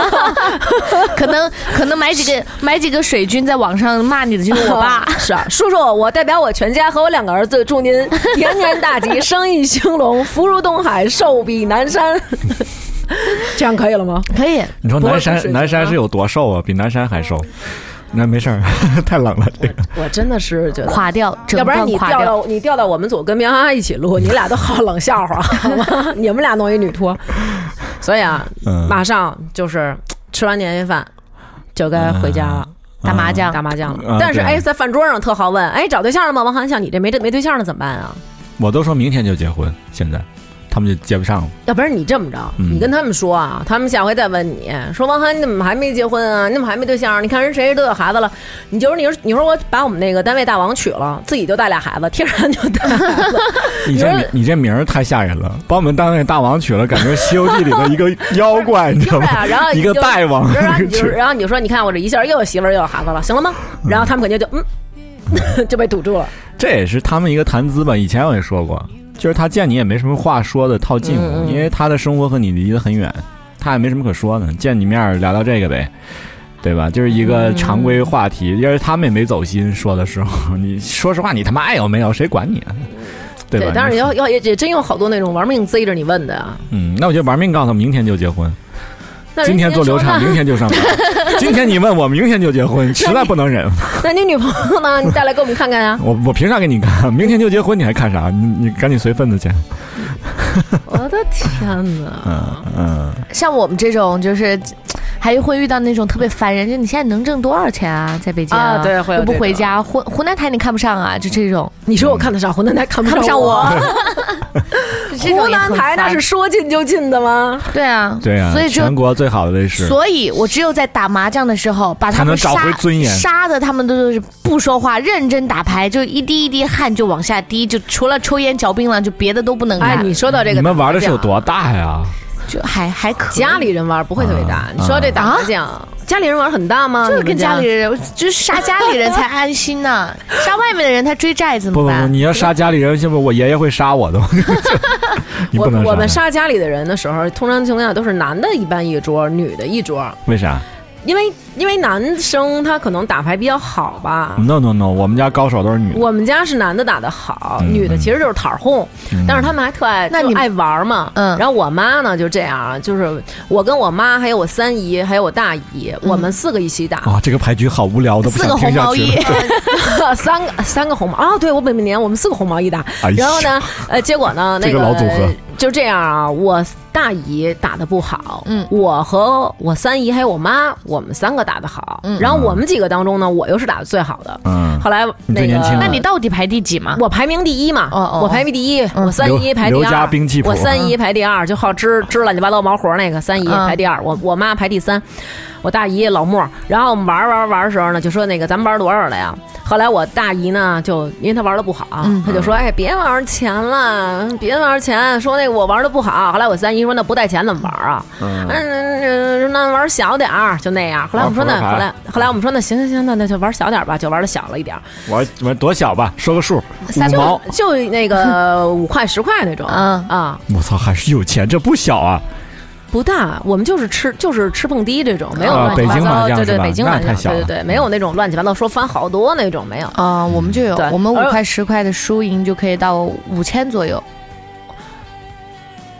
[SPEAKER 3] 可能可能买几个买几个水军在网上骂你的就是我爸
[SPEAKER 4] <laughs> 是啊，叔叔，我代表我全家和我两个儿子祝您延年大吉，生意兴隆，福如东海，寿比南 <laughs> 山。这样可以了吗？
[SPEAKER 3] 可以，
[SPEAKER 1] 你说
[SPEAKER 4] 不过
[SPEAKER 1] 南
[SPEAKER 4] 不是
[SPEAKER 1] 山南山是有多瘦啊？比南山还瘦。那没事儿， <laughs> 太冷了。这个
[SPEAKER 4] 我真的是觉得。
[SPEAKER 3] 垮掉，整
[SPEAKER 4] 要不然
[SPEAKER 3] 段
[SPEAKER 4] 你
[SPEAKER 3] 垮
[SPEAKER 4] 调到你调到我们组跟苗阿一起录，你俩都好冷笑话，好吗？ <laughs> 你们俩弄一女托，所以啊，
[SPEAKER 1] 嗯
[SPEAKER 4] 马上就是吃完年夜饭就该回家了，
[SPEAKER 3] 打麻将
[SPEAKER 4] 打麻将了。
[SPEAKER 1] 啊
[SPEAKER 4] 但是
[SPEAKER 1] 对
[SPEAKER 4] 哎，在饭桌上特好问，哎，找对象了吗？王涵，像你这没这没对象的怎么办啊？
[SPEAKER 1] 我都说明天就结婚，现在他们就接不上了。
[SPEAKER 4] 要不然你这么着，
[SPEAKER 1] 嗯
[SPEAKER 4] 你跟他们说啊，他们下回再问你说王涵，你怎么还没结婚啊？你怎么还没对象啊？你看人谁都有孩子了，你就是你说你说我把我们那个单位大王娶了，自己就带俩孩子，天然就带孩子。
[SPEAKER 1] 你
[SPEAKER 4] 你说
[SPEAKER 1] 这名你这名儿太吓人了，把我们单位大王娶了，感觉《西游记》里的
[SPEAKER 4] <laughs>
[SPEAKER 1] 一个妖怪， <laughs> 你知道
[SPEAKER 4] 对啊
[SPEAKER 1] 吗？
[SPEAKER 4] 然后
[SPEAKER 1] 一
[SPEAKER 4] 你
[SPEAKER 1] 个
[SPEAKER 4] 就
[SPEAKER 1] 大王
[SPEAKER 4] 然后你就
[SPEAKER 1] 娶
[SPEAKER 4] 然后你就说，你看我这一下又有媳妇儿又有孩子了，行了吗？然后他们肯定就嗯， <laughs> 就被堵住了。
[SPEAKER 1] 这也是他们一个谈资吧。以前我也说过，就是他见你也没什么话说的套近
[SPEAKER 4] 嗯
[SPEAKER 1] 乎，因为他的生活和你离得很远，他也没什么可说的，见你面儿聊聊这个呗。对吧？就是一个常规话
[SPEAKER 4] 嗯
[SPEAKER 1] 题，因为他们也没走心。说的时候， <laughs> 你说实话，你他妈爱有没有？谁管你啊？对吧？
[SPEAKER 4] 当然
[SPEAKER 1] 你
[SPEAKER 4] 要要也也真有好多那种玩命追着你问的啊。
[SPEAKER 1] 嗯，那我就玩命告诉他，明天就结婚，
[SPEAKER 4] 那人
[SPEAKER 1] 今天
[SPEAKER 4] 家
[SPEAKER 1] 做流
[SPEAKER 4] 说啊
[SPEAKER 1] 产，
[SPEAKER 4] 那
[SPEAKER 1] 明天就上班。今天你问我，明天就结婚，实在不能忍。
[SPEAKER 4] <laughs> 那你女朋友呢？你带来给我们看看
[SPEAKER 1] <laughs>！
[SPEAKER 4] 啊
[SPEAKER 1] 我我凭啥给你看？明天就结婚，你还看啥？你你赶紧随份子去。
[SPEAKER 4] 我的天哪！
[SPEAKER 1] 嗯嗯，
[SPEAKER 3] 像我们这种就是。还会遇到那种特别烦人，就你现在能挣多少钱啊？在北京
[SPEAKER 4] 啊对会有
[SPEAKER 3] 又不
[SPEAKER 4] 这
[SPEAKER 3] 回
[SPEAKER 4] 种
[SPEAKER 3] 家，湖湖南台你看不上啊，就这种，
[SPEAKER 4] 你说我看得上湖南台，看不
[SPEAKER 3] 看不上我。 <laughs> 这种
[SPEAKER 4] <laughs> 湖
[SPEAKER 3] 也
[SPEAKER 4] 南
[SPEAKER 3] 很
[SPEAKER 4] 台那
[SPEAKER 3] 烦
[SPEAKER 4] 是啊说进就进的吗？
[SPEAKER 3] 对啊，
[SPEAKER 1] 对啊，
[SPEAKER 3] 所以就
[SPEAKER 1] 全国最好的律师，
[SPEAKER 3] 所以我只有在打麻将的时候，把他们
[SPEAKER 1] 才能找回
[SPEAKER 3] 杀
[SPEAKER 1] 尊严
[SPEAKER 3] 杀的他们都是不说话，认真打牌，就一滴一滴汗就往下滴，就除了抽烟嚼槟榔，就别的都不能干。
[SPEAKER 4] 哎，你说到这个，
[SPEAKER 1] 你们玩的是有多大呀？
[SPEAKER 3] 就还还可以
[SPEAKER 4] 家里人玩不会特别大
[SPEAKER 1] 啊。
[SPEAKER 4] 你说这打麻将，家里人玩很大吗？
[SPEAKER 3] 就是
[SPEAKER 4] 你们
[SPEAKER 3] 啊跟家里人，就是杀家里人才安心呢、杀外面的人他追债怎
[SPEAKER 1] 不
[SPEAKER 3] 么
[SPEAKER 1] 不不，
[SPEAKER 3] 办？
[SPEAKER 1] 你要杀家里人，是不是我爷爷会杀我的？你不能
[SPEAKER 4] 我我们
[SPEAKER 1] 杀
[SPEAKER 4] 杀家里的人的时候，通常情况下都是男的一般一桌，女的一桌，
[SPEAKER 1] 他，为啥
[SPEAKER 4] 因为因为男生他可能打牌比较好吧。
[SPEAKER 1] ？No No No，我们家高手都是女的。
[SPEAKER 4] 我们家是男的打的好，
[SPEAKER 1] 嗯
[SPEAKER 4] 女的其实就是讨哄，
[SPEAKER 1] 嗯
[SPEAKER 4] 但是他们还特爱
[SPEAKER 3] 那
[SPEAKER 4] 就
[SPEAKER 3] 你
[SPEAKER 4] 爱玩嘛。
[SPEAKER 3] 嗯
[SPEAKER 4] 然后我妈呢就这样，就是我跟我妈还有我三姨还有我大姨，
[SPEAKER 3] 嗯
[SPEAKER 4] 我们四个一起打，
[SPEAKER 1] 啊，这个牌局好无聊，都不
[SPEAKER 3] 四个
[SPEAKER 1] 想听
[SPEAKER 3] 红
[SPEAKER 1] 下
[SPEAKER 3] 毛
[SPEAKER 1] 去
[SPEAKER 3] 衣
[SPEAKER 4] <laughs>
[SPEAKER 1] 了。， <laughs>
[SPEAKER 4] 三个三个红毛啊，对我每年我们四个红毛一打，
[SPEAKER 1] 哎呀
[SPEAKER 4] 然后呢，呃，结果呢，那
[SPEAKER 1] 这个老组合
[SPEAKER 4] 就这样啊，我大姨打的不好，
[SPEAKER 3] 嗯
[SPEAKER 4] 我和我三姨还有我妈，我们三个打的好，
[SPEAKER 3] 嗯
[SPEAKER 4] 然后我们几个当中呢，我又是打的最好的。
[SPEAKER 6] 嗯，
[SPEAKER 4] 后来
[SPEAKER 6] 你
[SPEAKER 4] 那
[SPEAKER 6] 最年
[SPEAKER 4] 个，
[SPEAKER 6] 轻
[SPEAKER 3] 那你到底排第几嘛？
[SPEAKER 4] 我排名第一嘛，
[SPEAKER 3] 哦哦
[SPEAKER 4] 我排名第一，
[SPEAKER 3] 嗯
[SPEAKER 4] 我三姨
[SPEAKER 6] 刘
[SPEAKER 4] 排第
[SPEAKER 6] 刘家
[SPEAKER 4] 二，
[SPEAKER 6] 兵器谱啊
[SPEAKER 4] 我三姨排第二，就好支支乱七八糟毛活那个三姨
[SPEAKER 3] 嗯
[SPEAKER 4] 排第二，我我妈排第三，我大姨老莫，然后玩玩玩的时候呢，就说那个咱们玩多少了呀？后来我大姨呢，就因为她玩的不好，
[SPEAKER 3] 嗯
[SPEAKER 4] 她就说：“哎，别玩钱了，别玩钱。”说那个我玩的不好。后来我三姨说：“那不带钱怎么玩啊？”嗯，嗯那玩小点儿，就那样。后来我们说那，
[SPEAKER 6] 玩扑克牌
[SPEAKER 4] 后来后来我们说那行行行，那那就玩小点儿吧，就玩的小了一点儿。
[SPEAKER 6] 我我多小吧，说个数，
[SPEAKER 3] 三
[SPEAKER 6] 五毛，
[SPEAKER 4] 就那个
[SPEAKER 6] <laughs>
[SPEAKER 4] 五块十块那种，
[SPEAKER 3] 嗯
[SPEAKER 4] 啊，
[SPEAKER 6] 我操，还是有钱，这不小啊！
[SPEAKER 4] 不大，我们就是吃就是吃碰滴这种，没有
[SPEAKER 6] 啊
[SPEAKER 4] 乱七八
[SPEAKER 6] 北京
[SPEAKER 4] 糟，
[SPEAKER 6] 麻将
[SPEAKER 4] 对对，
[SPEAKER 6] 是吧
[SPEAKER 4] 北京麻
[SPEAKER 6] 那太
[SPEAKER 4] 将，
[SPEAKER 6] 小
[SPEAKER 4] 对
[SPEAKER 6] 了嗯
[SPEAKER 4] 对对，没有那种乱七八糟说翻好多那种没有。
[SPEAKER 3] 啊、我们就有
[SPEAKER 4] 对，
[SPEAKER 3] 我们五
[SPEAKER 4] 而
[SPEAKER 3] 块十块的输赢就可以到五千左右，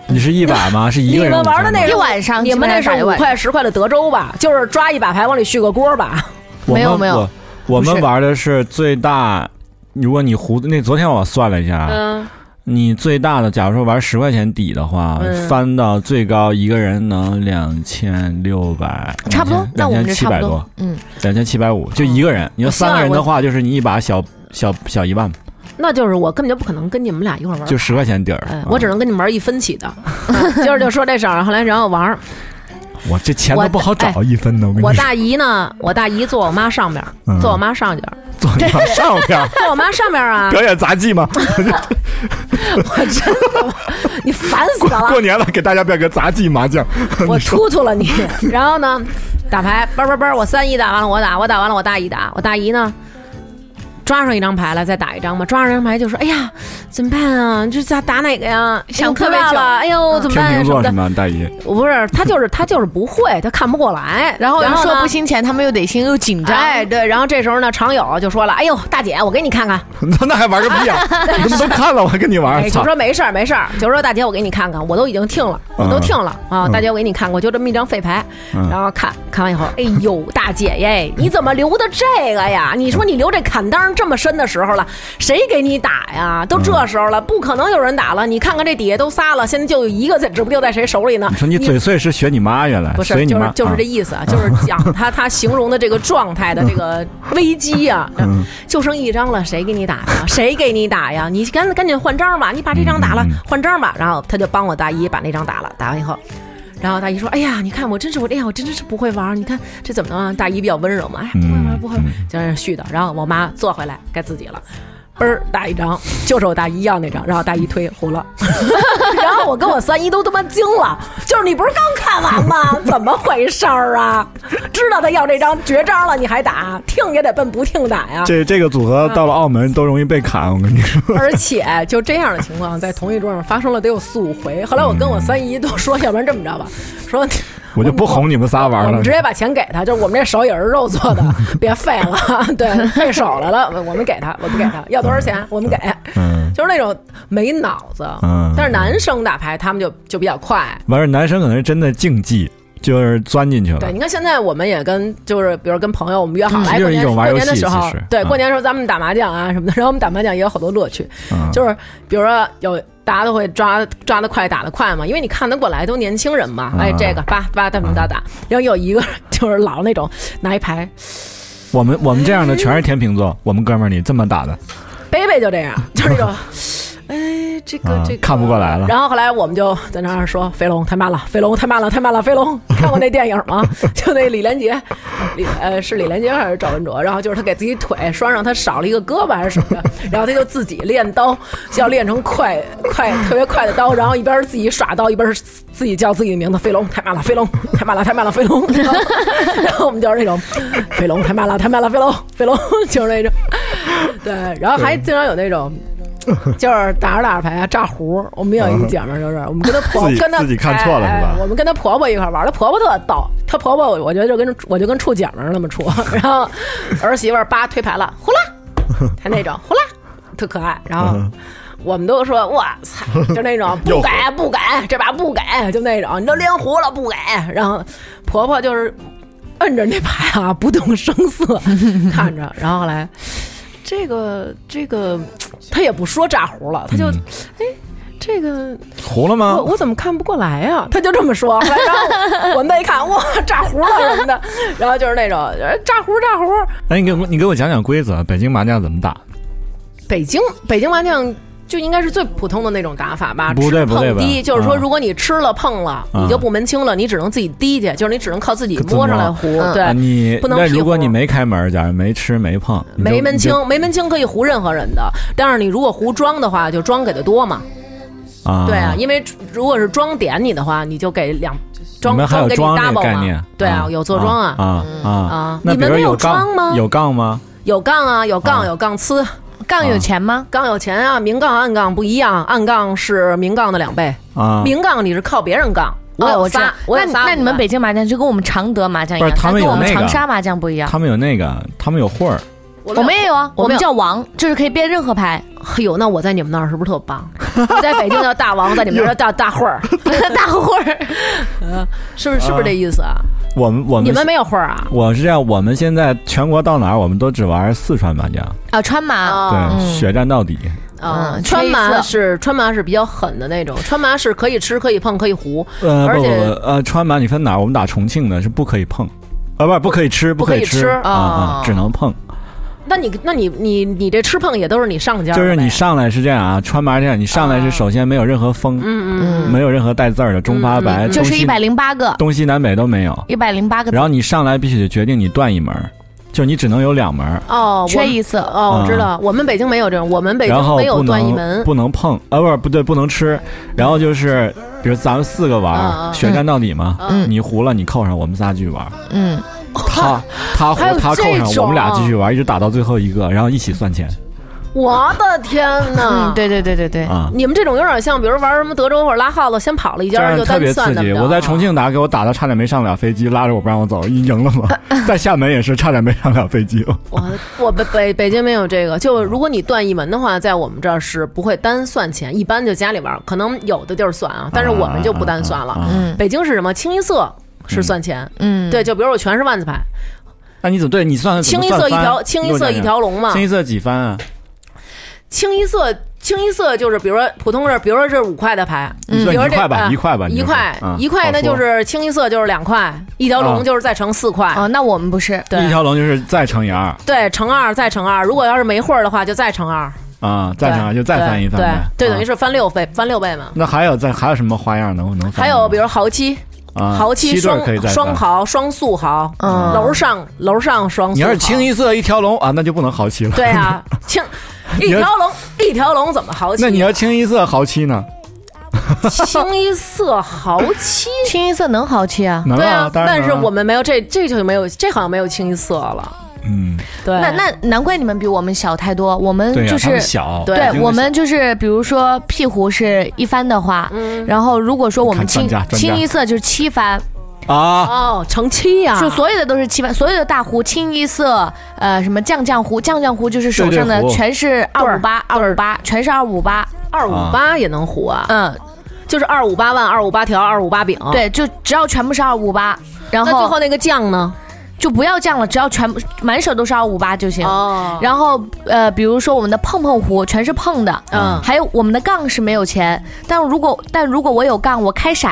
[SPEAKER 6] 你是一把吗？是一
[SPEAKER 4] 你
[SPEAKER 6] 个人
[SPEAKER 4] 们玩的
[SPEAKER 6] 五千吗
[SPEAKER 4] 那
[SPEAKER 3] 一
[SPEAKER 4] 是
[SPEAKER 3] 晚上
[SPEAKER 4] 你
[SPEAKER 3] 基
[SPEAKER 4] 们
[SPEAKER 3] 本
[SPEAKER 4] 那
[SPEAKER 3] 上
[SPEAKER 4] 是
[SPEAKER 3] 打一
[SPEAKER 4] 五
[SPEAKER 3] 晚上
[SPEAKER 4] 块十块的德州吧？就是抓一把牌往里续个锅吧？
[SPEAKER 6] 我们
[SPEAKER 3] 没有没有
[SPEAKER 6] 我，我
[SPEAKER 3] 不
[SPEAKER 6] 们
[SPEAKER 3] 是
[SPEAKER 6] 玩的是最大。如果你胡那昨天我算了一下，啊，
[SPEAKER 4] 嗯，
[SPEAKER 6] 你最大的，假如说玩十块钱底的话，
[SPEAKER 4] 嗯
[SPEAKER 6] 翻到最高一个人能两千六百，
[SPEAKER 3] 差不多，那我们就
[SPEAKER 6] 七
[SPEAKER 3] 差
[SPEAKER 6] 百
[SPEAKER 3] 不
[SPEAKER 6] 多，，
[SPEAKER 3] 嗯，
[SPEAKER 6] 两千七百五，就一个人。你要三个人的话，就是你一把小小小一万，
[SPEAKER 4] 那就是我根本就不可能跟你们俩一块玩。
[SPEAKER 6] 就十块钱底儿
[SPEAKER 4] 哎。
[SPEAKER 6] 嗯
[SPEAKER 4] 我只能跟你们玩一分起的， <laughs> 就是就说这事儿，后来然
[SPEAKER 6] <laughs>
[SPEAKER 4] 后玩，
[SPEAKER 6] 我这钱
[SPEAKER 4] 我
[SPEAKER 6] 都不好找，一分都没
[SPEAKER 4] 我大姨呢，我大姨坐我妈上边儿，
[SPEAKER 6] 嗯
[SPEAKER 4] 坐我妈上去 <laughs> 儿，
[SPEAKER 6] 坐你妈上边儿
[SPEAKER 4] 坐我妈上边
[SPEAKER 6] <laughs>
[SPEAKER 4] 儿啊，
[SPEAKER 6] 表演杂技吗？
[SPEAKER 4] 你烦死
[SPEAKER 1] 过
[SPEAKER 4] 了！
[SPEAKER 1] 过年了，给大家表演个杂技麻将。
[SPEAKER 4] 我
[SPEAKER 1] 你说
[SPEAKER 4] 突突了你。 <laughs> 然后呢，打牌，叭叭叭，我三姨打完了，我打，我打完了，我大姨打，我大姨呢。抓上一张牌来，再打一张吧。抓上一张牌就说：“哎呀，怎么办啊？这咋打哪个呀？
[SPEAKER 3] 嗯想
[SPEAKER 4] 特
[SPEAKER 3] 特别
[SPEAKER 4] 大
[SPEAKER 3] 久
[SPEAKER 4] 了，哎呦，怎么
[SPEAKER 6] 天
[SPEAKER 4] 办呀？
[SPEAKER 6] 秤
[SPEAKER 4] 什么
[SPEAKER 6] 座
[SPEAKER 4] 的
[SPEAKER 6] 是？吗？大姨，
[SPEAKER 4] 我不是，他就是他就是不会，他看不过来。
[SPEAKER 3] 嗯然后又
[SPEAKER 4] 呢
[SPEAKER 3] 哦说不心钱，他们又得心又紧张，
[SPEAKER 4] 哎，对。然后这时候呢，常友就说了：“哎呦，大姐，我给你看看。
[SPEAKER 1] <laughs> 那那还玩个屁
[SPEAKER 4] <laughs>
[SPEAKER 1] 呀！你他妈都看了，我还跟你玩
[SPEAKER 4] 哎，，就
[SPEAKER 1] 操！
[SPEAKER 4] 说没事儿，没事儿，就说大姐，我给你看看，我都已经听了，我
[SPEAKER 1] 嗯
[SPEAKER 4] 都听了啊，大姐，我给你看过，就这么一张废牌，然后看看完以后，哎呦，大姐耶，你怎么留的这个呀？你说你留这砍裆这么深的时候了，谁给你打呀？都
[SPEAKER 1] 嗯
[SPEAKER 4] 这时候了，不可能有人打了，你看看这底下都仨了，现在就有一个在，指不定在谁手里呢
[SPEAKER 6] 你。说你嘴碎是学你妈原来，
[SPEAKER 4] 不
[SPEAKER 6] 随
[SPEAKER 4] 是，
[SPEAKER 6] 你
[SPEAKER 4] 就
[SPEAKER 6] 妈
[SPEAKER 4] 是就是这意思啊，就是讲他他形容的这个状态的这个危机
[SPEAKER 6] <laughs>
[SPEAKER 4] 啊，
[SPEAKER 6] 嗯
[SPEAKER 4] 就剩一张了，谁给你打呀？谁给你打呀？你赶赶紧换张吧，你把这张打了
[SPEAKER 6] 嗯嗯，
[SPEAKER 4] 换张吧。然后他就帮我大姨把那张打了，打完以后。然后大姨说：“哎呀，你看我真是我，哎呀，我真是不会玩儿。你看这怎么能啊？大姨比较温柔嘛，哎，不会玩儿，
[SPEAKER 6] 嗯
[SPEAKER 4] 不会玩儿，就在那絮叨。然后我妈坐回来，该自己了，嘣儿打一张，就是我大姨要那张。然后大姨推糊了， <laughs> 然后我跟我三姨都他妈惊了，就是你不是刚看完吗？ <laughs> 怎么回事儿啊？知道他要这张绝招了，你还打？听也得奔不听打呀。
[SPEAKER 6] 这这个组
[SPEAKER 4] 嗯
[SPEAKER 6] 合到了澳门都容易被砍，我跟你说。
[SPEAKER 4] 而且就这样的情况，在同一桌上发生了得有四五回。后来我跟我三姨都说，要不然这么着吧，说
[SPEAKER 6] 我就不哄你们仨玩
[SPEAKER 4] 我
[SPEAKER 6] 了
[SPEAKER 4] 们直。接把钱给他，就是我们这手也是肉
[SPEAKER 6] <laughs>
[SPEAKER 4] 做的，别废了， <laughs> 对，费手来了，我们给他，我们给他，要多少钱我们给，
[SPEAKER 6] 嗯，
[SPEAKER 4] <laughs> 就是那种没脑子。
[SPEAKER 6] 嗯
[SPEAKER 4] 但是男生打牌他们就就比较快，
[SPEAKER 6] 完事儿男生可能是真的竞技，就是钻进去了
[SPEAKER 4] 对，。你看现在我们也跟就是，比如跟朋友，我们约好
[SPEAKER 6] 嗯
[SPEAKER 4] 来
[SPEAKER 6] 就是
[SPEAKER 4] 过年
[SPEAKER 6] 一种玩
[SPEAKER 4] 过年的
[SPEAKER 6] 游戏
[SPEAKER 4] 时候
[SPEAKER 6] 其实，
[SPEAKER 4] 对，
[SPEAKER 6] 嗯
[SPEAKER 4] 过年的时候咱们打麻将啊什么的， <laughs> 然后我们打麻将也有好多乐趣，
[SPEAKER 6] 嗯
[SPEAKER 4] 就是比如说有大家都会抓抓得快打得快嘛，因为你看得过来都年轻人嘛，
[SPEAKER 6] 嗯
[SPEAKER 4] 哎，这个叭叭哒哒哒哒，然后有一个 <laughs> 就是老那种拿一牌，
[SPEAKER 6] 我们我们这样的全是天秤座，我们哥们儿你这么打的，
[SPEAKER 4] 贝贝就这样，就是那
[SPEAKER 6] <laughs>
[SPEAKER 4] 种。哎，这个
[SPEAKER 6] 啊
[SPEAKER 4] 这个
[SPEAKER 6] 看不过来了
[SPEAKER 4] 然后后来我们就在那儿说：“飞龙太慢了，飞龙太慢了，太慢了，飞
[SPEAKER 6] <laughs>
[SPEAKER 4] 龙！看过那电影吗？ <laughs> 就那李连杰，李呃是李连杰还是赵文卓？然后就是他给自己腿拴上，他少了一个胳膊还是什
[SPEAKER 6] <laughs>
[SPEAKER 4] 么的，然后他就自己练刀，就要练成快快特别快的刀，然后一边自己耍刀，一边自己叫自己的名字：飞龙太慢了，飞龙太慢了，太慢了，
[SPEAKER 6] <laughs>
[SPEAKER 4] 飞龙。然后”然后我们就是那种飞龙太慢了，太慢了，飞龙，飞龙就是那种对，然后还经常有那种。
[SPEAKER 1] <laughs>
[SPEAKER 4] 就是打着打着牌啊，炸胡。我们有一姐们儿，就是我们跟她婆
[SPEAKER 1] <laughs> 自己
[SPEAKER 4] 跟她
[SPEAKER 1] 自己看错了
[SPEAKER 4] 哎
[SPEAKER 1] 是吧
[SPEAKER 4] 哎我们跟她婆婆一块儿玩儿，她婆婆特逗，她婆婆我觉得就跟我就跟处姐们儿那么处， <laughs> 然后儿媳妇儿叭推牌了，呼啦，她那种呼啦，特可爱。然后我们都说我操，就那种不给不给，这把不给，就那种你都连胡了不给。然后婆婆就是摁着那牌啊，不动声色 <laughs> 看着，然后后来。这个这个，他也不说炸胡了，他就，哎、这这个
[SPEAKER 1] 糊了吗
[SPEAKER 4] 我？我怎么看不过来呀、他就这么说。后来然后我我们再一看，哇，炸糊了什么的，然后就是那种呃炸糊炸糊。
[SPEAKER 1] 哎，你给我你给我讲讲规则，北京麻将怎么打？
[SPEAKER 4] 北京北京麻将就应该是最普通的那种打法吧，
[SPEAKER 1] 不对
[SPEAKER 4] 吃
[SPEAKER 1] 不对
[SPEAKER 4] 碰
[SPEAKER 1] 吧
[SPEAKER 4] 滴，就是说
[SPEAKER 1] 嗯
[SPEAKER 4] 如果你吃了碰了，
[SPEAKER 1] 嗯
[SPEAKER 4] 你就不门清了，你只能自己滴去，就是你只能靠自己
[SPEAKER 1] 自
[SPEAKER 4] 摸上来
[SPEAKER 1] 摸
[SPEAKER 4] 糊。
[SPEAKER 3] 嗯
[SPEAKER 1] 啊
[SPEAKER 4] 对，
[SPEAKER 1] 你
[SPEAKER 4] 不能
[SPEAKER 1] 那
[SPEAKER 4] 屁
[SPEAKER 1] 如果
[SPEAKER 4] 股
[SPEAKER 1] 你没开门，假如没吃没碰，你就
[SPEAKER 4] 没门清
[SPEAKER 1] 你，
[SPEAKER 4] 没门清可以糊任何人的，但是你如果糊庄的话，就庄给的多嘛。
[SPEAKER 1] 就啊，
[SPEAKER 4] 对啊，，因为如果是庄点你的话，你就给两
[SPEAKER 1] 你
[SPEAKER 4] 庄
[SPEAKER 1] 们还有
[SPEAKER 4] 给你
[SPEAKER 1] 庄这
[SPEAKER 4] double
[SPEAKER 1] 个概念
[SPEAKER 4] 嘛。？对啊，有坐庄啊，
[SPEAKER 1] 啊啊
[SPEAKER 4] 啊
[SPEAKER 1] 那
[SPEAKER 4] 你
[SPEAKER 1] 比
[SPEAKER 4] 们
[SPEAKER 1] 如
[SPEAKER 4] 没有
[SPEAKER 1] 有杠
[SPEAKER 4] 庄吗
[SPEAKER 1] 有杠吗？
[SPEAKER 4] 有杠啊，有
[SPEAKER 1] 啊
[SPEAKER 4] 杠有杠呲，
[SPEAKER 3] 杠有钱吗？
[SPEAKER 4] 杠有钱啊，明杠暗杠不一样，暗杠是明杠的两倍，
[SPEAKER 1] 啊，
[SPEAKER 4] 明杠你是靠别人杠。我有
[SPEAKER 3] 哦我知道
[SPEAKER 4] 仨，我
[SPEAKER 3] 那
[SPEAKER 4] 有仨
[SPEAKER 3] 那你
[SPEAKER 4] 五
[SPEAKER 3] 们
[SPEAKER 4] 万
[SPEAKER 3] 北京麻将就跟我们常德麻将一
[SPEAKER 1] 不
[SPEAKER 3] 样，
[SPEAKER 1] 是他们
[SPEAKER 3] 但跟
[SPEAKER 1] 有
[SPEAKER 3] 我们
[SPEAKER 1] 那个
[SPEAKER 3] 长沙麻将不一样。
[SPEAKER 1] 他们有那个，他们有会儿，
[SPEAKER 4] 我
[SPEAKER 3] 我
[SPEAKER 4] 们
[SPEAKER 3] 们也有啊，
[SPEAKER 4] 我
[SPEAKER 3] 我
[SPEAKER 4] 们
[SPEAKER 3] 们
[SPEAKER 4] 有
[SPEAKER 3] 叫王，就是可以变任何牌。
[SPEAKER 4] 哎呦，那我在你们那儿是不是特 <laughs> 棒？我在北京叫大王，在你们那儿 <laughs> 叫大大会儿，大会儿，是不是是不是这意思啊？
[SPEAKER 1] 我们我
[SPEAKER 4] 你
[SPEAKER 1] 们
[SPEAKER 4] 们没有会儿啊？
[SPEAKER 1] 我是这样，我们现在全国到哪儿，我们都只玩四川麻将，
[SPEAKER 3] 啊，川麻，
[SPEAKER 4] 啊
[SPEAKER 1] 对，血战到底。
[SPEAKER 4] 啊
[SPEAKER 3] 嗯！
[SPEAKER 4] 川麻
[SPEAKER 3] 吹一次
[SPEAKER 4] 是川麻是比较狠的那种，川麻是可以吃可以碰可以糊，
[SPEAKER 1] 呃，
[SPEAKER 4] 而
[SPEAKER 1] 不不
[SPEAKER 4] 且
[SPEAKER 1] 不，呃，川麻你分哪儿？我们打重庆的是不可以碰，啊，不是不可以吃，
[SPEAKER 4] 不
[SPEAKER 1] 可以
[SPEAKER 4] 可以吃
[SPEAKER 1] 啊啊
[SPEAKER 4] 哦，
[SPEAKER 1] 只能碰。
[SPEAKER 4] 那你那你你你这吃碰也都是你上家的
[SPEAKER 1] 就
[SPEAKER 4] 呗，
[SPEAKER 1] 是你上来是这样啊，川麻是这样，你上来是首先没有任何风，
[SPEAKER 4] 嗯嗯嗯
[SPEAKER 1] 没有任何带字儿的中发白，
[SPEAKER 3] 就是
[SPEAKER 1] 东西
[SPEAKER 3] 一百零八个，
[SPEAKER 1] 东西南北都没有。
[SPEAKER 3] 一百零八个，
[SPEAKER 1] 然后你上来必须得决定你断一门儿，就你只能有两门儿，
[SPEAKER 4] 嗯 <laughs> 哦，我
[SPEAKER 3] 缺一次。
[SPEAKER 4] 哦，我知道，我们北京没有这种，我们北
[SPEAKER 1] 啊然
[SPEAKER 4] 京
[SPEAKER 1] 后
[SPEAKER 4] 没有
[SPEAKER 1] 不
[SPEAKER 4] 断一
[SPEAKER 1] 能
[SPEAKER 4] 门，
[SPEAKER 1] 不能碰，啊不是不对不能吃，然后就是比如咱们四个玩
[SPEAKER 4] 嗯
[SPEAKER 1] 儿，
[SPEAKER 4] 嗯
[SPEAKER 1] 血战到底嘛，
[SPEAKER 3] 嗯
[SPEAKER 1] 你糊了你扣上，我们仨继续
[SPEAKER 4] <laughs>
[SPEAKER 1] 玩儿，
[SPEAKER 3] 嗯，
[SPEAKER 1] 他他糊
[SPEAKER 4] 还有
[SPEAKER 1] 他扣
[SPEAKER 4] 这
[SPEAKER 1] 上，
[SPEAKER 4] 种
[SPEAKER 1] 我们俩继续玩儿，一直打到最后一个，然后一起算钱
[SPEAKER 4] 我的天呐！ <laughs>
[SPEAKER 3] 嗯，，对对对对对，
[SPEAKER 1] 啊。
[SPEAKER 4] 你们这种有点像，比如玩什么德州或者拉耗子，先跑了一
[SPEAKER 1] 这
[SPEAKER 4] 家
[SPEAKER 1] 样
[SPEAKER 4] 就
[SPEAKER 1] 特
[SPEAKER 4] 单
[SPEAKER 1] 别刺
[SPEAKER 4] 算
[SPEAKER 1] 激！
[SPEAKER 4] 的。啊
[SPEAKER 1] 我在重庆打，给我打的差点没上不了飞机，拉着我不让我走，你赢了
[SPEAKER 4] <laughs>
[SPEAKER 1] 吗？在厦门也是差点没上不了飞机。哦
[SPEAKER 4] 我我北北北京没有这个，就如果你断一门的话，在我们这儿是不会单算钱，一般就家里玩儿，可能有的地儿算啊，但是我们就不单算了。
[SPEAKER 1] 啊啊啊啊
[SPEAKER 3] 嗯
[SPEAKER 4] 北京是什么？清一色是算钱，
[SPEAKER 3] 嗯，
[SPEAKER 4] 对，就比如我全是万字牌，
[SPEAKER 1] 那你怎么对你算的
[SPEAKER 4] 清一色一条，清一色一条龙嘛，
[SPEAKER 1] 清一色几番啊？
[SPEAKER 4] 清一色，清一色就是，比如说普通是，比如说这是五块的牌，
[SPEAKER 1] 嗯
[SPEAKER 4] 比如说这
[SPEAKER 1] 一块吧
[SPEAKER 4] 啊
[SPEAKER 1] 一块吧你
[SPEAKER 4] 一
[SPEAKER 1] 就
[SPEAKER 4] 块
[SPEAKER 1] 说啊
[SPEAKER 4] 一块，
[SPEAKER 1] 好
[SPEAKER 4] 那
[SPEAKER 1] 说
[SPEAKER 4] 就是清一色就是两块，一条龙
[SPEAKER 1] 啊
[SPEAKER 4] 就是再乘四块，
[SPEAKER 3] 哦，那我们不是，
[SPEAKER 1] 一
[SPEAKER 4] 对
[SPEAKER 1] 条龙就是再乘以二
[SPEAKER 4] 对，乘二再乘二，如果要是没会儿的话，就再乘二，
[SPEAKER 1] 啊，再乘以二
[SPEAKER 4] 对
[SPEAKER 1] 就再翻一翻呗。
[SPEAKER 4] 对，对，
[SPEAKER 1] 啊
[SPEAKER 4] 等于。是翻六倍，翻六倍嘛。
[SPEAKER 1] 那还有再还有什么花样能能翻
[SPEAKER 4] 还
[SPEAKER 1] 吗？
[SPEAKER 4] 有比如豪七，
[SPEAKER 1] 啊
[SPEAKER 4] 豪
[SPEAKER 1] 七对
[SPEAKER 4] 双
[SPEAKER 1] 儿可以再
[SPEAKER 4] 双
[SPEAKER 1] 翻。
[SPEAKER 4] 豪、双素豪，
[SPEAKER 3] 嗯
[SPEAKER 4] 楼上楼上双素豪。
[SPEAKER 1] 你要是清一色一条龙啊，那就不能豪七了。
[SPEAKER 4] 对
[SPEAKER 1] <laughs>
[SPEAKER 4] 啊，清一
[SPEAKER 1] 你要
[SPEAKER 4] 条龙一条龙怎么豪七？
[SPEAKER 1] 那你要清一色豪七呢？
[SPEAKER 4] 清一色豪
[SPEAKER 1] <laughs>
[SPEAKER 4] 七
[SPEAKER 3] 清一色能好气啊？
[SPEAKER 1] 能
[SPEAKER 4] 对啊，
[SPEAKER 1] 当然
[SPEAKER 4] 但
[SPEAKER 1] 能
[SPEAKER 4] 是
[SPEAKER 1] 啊
[SPEAKER 4] 我们没有这这就没有这好像没有清一色了。
[SPEAKER 1] 嗯，
[SPEAKER 4] 对，
[SPEAKER 3] 那那难怪你们比我们小太多，我们
[SPEAKER 1] 对呀，
[SPEAKER 3] 就
[SPEAKER 1] 他
[SPEAKER 3] 是
[SPEAKER 1] 们小，
[SPEAKER 4] 对
[SPEAKER 1] 北京
[SPEAKER 3] 对，
[SPEAKER 1] 的
[SPEAKER 3] 我们就是比如说屁胡是一番的话，然后如果说我们
[SPEAKER 1] 看专
[SPEAKER 3] 清
[SPEAKER 1] 家专家
[SPEAKER 3] 清一色就是七番，
[SPEAKER 1] 小啊，
[SPEAKER 4] 哦，乘七呀、
[SPEAKER 3] 就所有的都是七番，所有的大胡清一色，呃，什么酱酱胡，酱酱胡就是手上
[SPEAKER 1] 对
[SPEAKER 3] 的
[SPEAKER 1] 对胡
[SPEAKER 3] 全是二五八，二五八全是二五八，
[SPEAKER 4] 二五八也能糊啊，
[SPEAKER 3] 嗯，
[SPEAKER 4] 就是二五八万、二五八条、二五八饼。，
[SPEAKER 3] 对，就只要全部是二五八，然
[SPEAKER 4] 那最后
[SPEAKER 3] 后
[SPEAKER 4] 那个酱呢？
[SPEAKER 3] 就不要酱了，只要全部满手都是二五八就行。
[SPEAKER 4] 哦，
[SPEAKER 3] 然后呃，比如说我们的碰碰胡全是碰的，
[SPEAKER 4] 嗯
[SPEAKER 3] 还有我们的杠是没有钱，但如果但如果我有杠，我开骰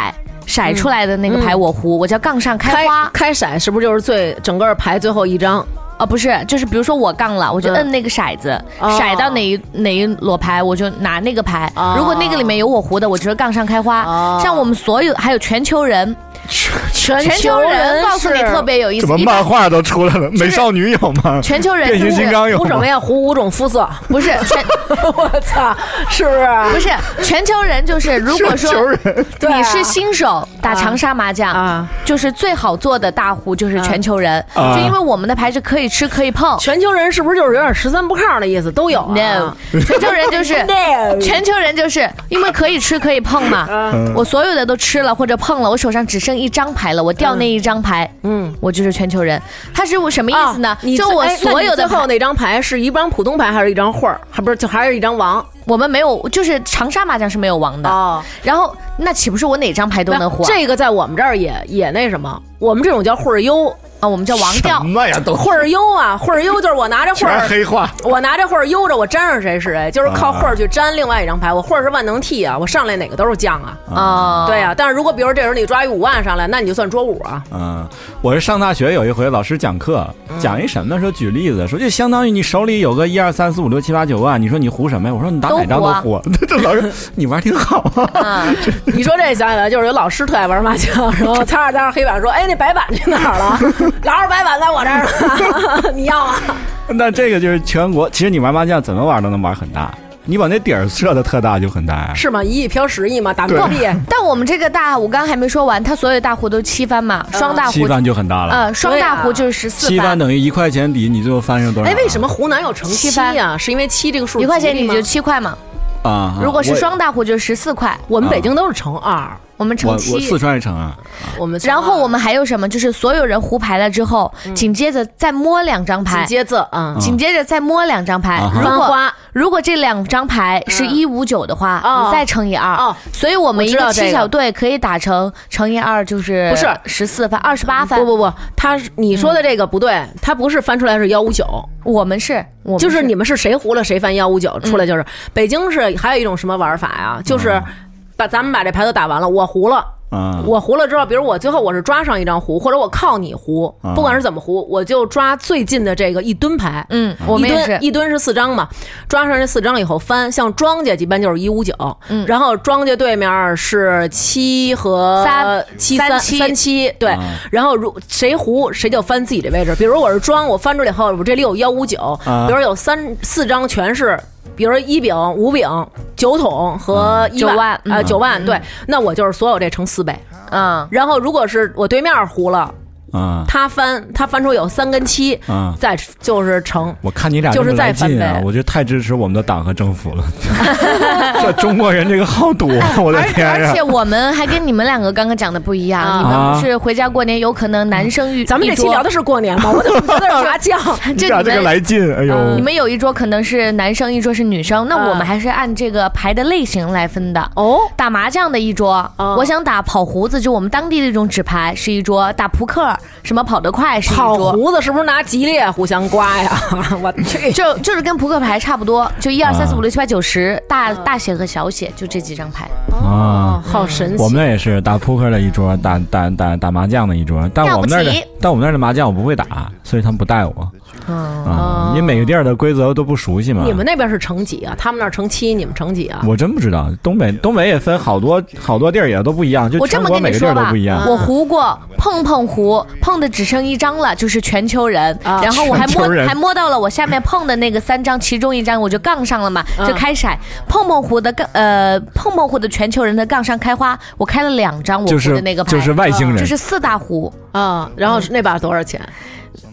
[SPEAKER 3] 骰出来的那个牌我胡，我叫杠上嗯开
[SPEAKER 4] 开
[SPEAKER 3] 花
[SPEAKER 4] 开骰是不是就是最整个牌最后一张？
[SPEAKER 3] 啊，不是，就是比如说我杠了，我就
[SPEAKER 4] 嗯
[SPEAKER 3] 摁那个骰子，
[SPEAKER 4] 哦
[SPEAKER 3] 骰到哪一哪一摞牌我就拿那个牌，
[SPEAKER 4] 哦
[SPEAKER 3] 如果那个里面有我胡的，我就是杠上开花。
[SPEAKER 4] 哦
[SPEAKER 3] 像我们所有还有全球人，
[SPEAKER 4] 全
[SPEAKER 3] 全球人告诉你特别有意
[SPEAKER 1] 怎
[SPEAKER 3] 思
[SPEAKER 1] 么，
[SPEAKER 3] 一
[SPEAKER 1] 漫
[SPEAKER 3] 般
[SPEAKER 1] 画都出来了？美少女有吗？
[SPEAKER 3] 全球人
[SPEAKER 1] 变形
[SPEAKER 3] 就是
[SPEAKER 1] 金
[SPEAKER 7] 哎
[SPEAKER 1] 刚有
[SPEAKER 4] 糊什
[SPEAKER 1] 吗
[SPEAKER 4] 么？呀？糊五种肤色， <laughs>
[SPEAKER 3] 不是全 <laughs>
[SPEAKER 4] 我操，是不是？
[SPEAKER 3] 不是全球人就是如
[SPEAKER 1] <laughs>
[SPEAKER 3] 果说
[SPEAKER 1] 全球人
[SPEAKER 4] 对啊
[SPEAKER 3] 你是新手打长沙麻将
[SPEAKER 4] 啊，
[SPEAKER 3] 就是最好做的大胡就是全球人，
[SPEAKER 1] 啊
[SPEAKER 3] 就因为我们的牌是可以吃可以碰，
[SPEAKER 4] 全球人是不是就是有点十三不靠的意思？都有、啊。
[SPEAKER 3] no，全球人就是
[SPEAKER 4] <laughs> No
[SPEAKER 3] 全球人就是因为可以吃可以碰嘛，
[SPEAKER 4] 嗯
[SPEAKER 1] 嗯
[SPEAKER 3] 我所有的都吃了或者碰了，我手上只剩一张牌了，我掉那一张牌，
[SPEAKER 4] 嗯
[SPEAKER 3] 嗯，我就是全球人。他是我什么意思呢
[SPEAKER 4] 啊？你
[SPEAKER 3] 就
[SPEAKER 4] 最
[SPEAKER 3] 我
[SPEAKER 4] 哎那
[SPEAKER 3] 所
[SPEAKER 4] 你
[SPEAKER 3] 有的
[SPEAKER 4] 最后
[SPEAKER 3] 牌，
[SPEAKER 4] 那张牌是一张普通牌还是一张会儿？还不是就还是一张王？
[SPEAKER 3] 我们没有，就是长沙麻将是没有王的。
[SPEAKER 4] 哦，
[SPEAKER 3] 然后那岂不是我哪张牌都能胡啊？
[SPEAKER 4] 这个在我们这儿也也那什么，我们这种叫会儿优，
[SPEAKER 3] 啊，我们叫王调
[SPEAKER 7] 什。么呀都
[SPEAKER 4] 会儿悠啊，会儿悠就是我拿着会
[SPEAKER 7] 全是
[SPEAKER 4] 儿，
[SPEAKER 7] 黑话，
[SPEAKER 4] 我拿着会儿悠着，我粘上谁是谁，就是靠会儿去粘另外一张牌。我会儿是万能 T 啊，我上来哪个都是将啊。
[SPEAKER 3] 啊，
[SPEAKER 4] 对，啊，但是如果比如这时候你抓一五万上来，那你就算捉五啊。
[SPEAKER 1] 嗯，我是上大学有一回，老师讲课
[SPEAKER 3] 嗯
[SPEAKER 1] 讲一什么呢？说举例子，说就相当于你手里有个一二三四五六七八九万，你说你胡什么呀？我说你打哪张
[SPEAKER 3] 啊
[SPEAKER 1] 都胡。 <laughs> 这老师你玩挺好 <laughs> 啊。
[SPEAKER 4] 你说这想起来就是有老师特爱玩麻将，然后擦着擦着黑板说：“哎，那白板去哪儿 <laughs> 了？老师白板在我这儿 <laughs> 呢，你要啊吗
[SPEAKER 1] 那这个就是全国，其实你玩麻将怎么玩都能玩很大，你把那底儿设的特大就很大呀？”。
[SPEAKER 4] 是吗？一亿飘十亿吗？打破壁。
[SPEAKER 3] 但我们这个大，我刚刚还没说完，它所有大胡都是七番嘛，双大
[SPEAKER 1] 七
[SPEAKER 3] 胡，
[SPEAKER 1] 番就很大了，
[SPEAKER 3] 呃，双
[SPEAKER 4] 啊
[SPEAKER 3] 大胡就是十四
[SPEAKER 1] 七番
[SPEAKER 3] 番，
[SPEAKER 1] 等于一块钱底，你最后翻上多少？
[SPEAKER 4] 哎，为什么湖南有乘七呀？是因为七这个数
[SPEAKER 3] 一块钱
[SPEAKER 4] 吉
[SPEAKER 3] 你
[SPEAKER 4] 利吗
[SPEAKER 3] 就七块嘛，
[SPEAKER 1] 啊？
[SPEAKER 3] 如果是
[SPEAKER 1] 我
[SPEAKER 3] 双大胡就十四块，
[SPEAKER 4] 我们北京都是乘二，
[SPEAKER 3] 我们
[SPEAKER 1] 我
[SPEAKER 3] 乘
[SPEAKER 1] 我
[SPEAKER 3] 七
[SPEAKER 1] 四。川也成啊，
[SPEAKER 4] 我们乘
[SPEAKER 3] 然后
[SPEAKER 4] 二
[SPEAKER 3] 我们还有什么？就是所有人胡牌了之后，紧接着再摸两张
[SPEAKER 4] 嗯
[SPEAKER 3] 牌
[SPEAKER 4] 紧，接着啊，
[SPEAKER 3] 紧接着再摸两张牌
[SPEAKER 1] 啊。哈
[SPEAKER 3] 如
[SPEAKER 4] 翻
[SPEAKER 3] 果
[SPEAKER 4] 花嗯
[SPEAKER 3] 如果这两张牌是一五九的话，
[SPEAKER 4] 哦
[SPEAKER 3] 你再乘以二
[SPEAKER 4] 哦。
[SPEAKER 3] 所以我们一
[SPEAKER 4] 我知道
[SPEAKER 3] 个
[SPEAKER 4] 这个
[SPEAKER 3] 七小队可以打成乘以二就是
[SPEAKER 4] 不是
[SPEAKER 3] 十四番二十八番
[SPEAKER 4] 不。不不，他是你说的这个不对，他不是翻出来是幺五九，
[SPEAKER 3] 我们是，我们
[SPEAKER 4] 就是你们是谁胡了谁翻幺五九出来就是。北京是还有一种什么玩法呀？就是把咱们把这牌都打完了，我胡了。
[SPEAKER 1] 啊，
[SPEAKER 4] 我胡了之后，比如我最后我是抓上一张胡，或者我靠你胡
[SPEAKER 1] 啊，
[SPEAKER 4] 不管是怎么胡，我就抓最近的这个一吨牌。
[SPEAKER 3] 嗯，我们
[SPEAKER 4] 一
[SPEAKER 3] 也
[SPEAKER 4] 吨
[SPEAKER 3] 是。
[SPEAKER 4] 一吨是四张嘛，抓上这四张以后翻，像庄家一般就是一五九，
[SPEAKER 3] 嗯
[SPEAKER 4] 然后庄家对面是七和
[SPEAKER 3] 三
[SPEAKER 4] 七
[SPEAKER 3] 三
[SPEAKER 4] 三
[SPEAKER 3] 七
[SPEAKER 4] 三七，对，
[SPEAKER 1] 啊
[SPEAKER 4] 然后如谁胡谁就翻自己的位置，比如我是庄，我翻出来以后，我这里有幺五九，
[SPEAKER 1] 啊
[SPEAKER 4] 比如有三四张全是。比如一饼、五饼、九桶和一
[SPEAKER 3] 九万
[SPEAKER 4] 啊，
[SPEAKER 3] 嗯
[SPEAKER 4] 九万，对，那我就是所有这乘四倍。
[SPEAKER 3] 嗯，
[SPEAKER 4] 然后如果是我对面胡了，
[SPEAKER 1] 啊
[SPEAKER 4] 他翻，他翻出有三跟七，
[SPEAKER 1] 啊！
[SPEAKER 4] 再就是乘。
[SPEAKER 1] 我看你俩这么来劲啊，我就太支持我们的党和政
[SPEAKER 3] <laughs>
[SPEAKER 1] 府了。这中国人这个好赌，啊我的
[SPEAKER 3] 而
[SPEAKER 1] 天
[SPEAKER 3] 而
[SPEAKER 1] 呀
[SPEAKER 3] 且！我们还跟你们两个刚刚讲的不一样，
[SPEAKER 4] 啊嗯
[SPEAKER 3] 你们不是回家过年有可能男生遇
[SPEAKER 4] 咱们这期
[SPEAKER 3] 一桌
[SPEAKER 4] 聊的是过
[SPEAKER 1] <laughs>
[SPEAKER 4] 年吧？我怎么觉得有麻将？
[SPEAKER 7] 你
[SPEAKER 3] 这
[SPEAKER 7] 俩这个
[SPEAKER 3] 你们嗯
[SPEAKER 7] 来劲，哎
[SPEAKER 3] 你
[SPEAKER 1] 嗯
[SPEAKER 7] 呦，
[SPEAKER 3] 们有一桌可能是男生，一桌是女生，那
[SPEAKER 4] 啊
[SPEAKER 3] 我们还是按这个牌的类型来分的。
[SPEAKER 4] <laughs> 哦，
[SPEAKER 3] 打麻将的一桌，
[SPEAKER 4] 哦
[SPEAKER 3] 我想打跑胡子，就我们当地的一种纸牌是一桌；打扑克，什么跑得快是一
[SPEAKER 4] 烤
[SPEAKER 3] 桌，
[SPEAKER 4] 胡子是不是拿吉列互相刮呀？ <laughs> 我去，
[SPEAKER 3] 就就是跟扑克牌差不多，就一二三四五六七八九十，大大写和小写就这几张牌。
[SPEAKER 1] 啊，
[SPEAKER 4] 好
[SPEAKER 3] 嗯
[SPEAKER 4] 神
[SPEAKER 1] 我
[SPEAKER 4] 奇！
[SPEAKER 1] 们那也是打扑克的一桌，打打打打麻将的一桌，但我们那儿的
[SPEAKER 3] 要不齐
[SPEAKER 1] 但我们那儿的麻将我不会打，所以他们不带我
[SPEAKER 3] 嗯，
[SPEAKER 1] 啊，因为每个地儿的规则都不熟悉嘛。
[SPEAKER 4] 你们那边是乘几啊？他们那儿乘七，你们乘几啊？
[SPEAKER 1] 我真不知道，东北东北也分好多好多地儿也都不一样，就
[SPEAKER 3] 我这
[SPEAKER 1] 全
[SPEAKER 3] 么
[SPEAKER 1] 国
[SPEAKER 3] 跟
[SPEAKER 1] 每
[SPEAKER 3] 你
[SPEAKER 1] 个地
[SPEAKER 3] 说
[SPEAKER 1] 儿都
[SPEAKER 3] 吧
[SPEAKER 1] 不一样。，
[SPEAKER 3] 我胡过
[SPEAKER 4] 嗯
[SPEAKER 3] 碰碰胡，碰的只剩一张了，就是全球人。
[SPEAKER 4] 啊
[SPEAKER 3] 然后我还
[SPEAKER 1] 全球人
[SPEAKER 3] 摸还摸到了我下面碰的那个三张，其中一张我就杠上了嘛，
[SPEAKER 4] 嗯
[SPEAKER 3] 就开骰。碰碰胡的杠呃碰碰胡的全球人的杠上开花，我开了两张我
[SPEAKER 1] 就
[SPEAKER 3] 胡
[SPEAKER 1] 是
[SPEAKER 3] 的那个牌，嗯
[SPEAKER 1] 就是外星人，
[SPEAKER 3] 就是四大胡。
[SPEAKER 4] 啊，然后是那把多少钱？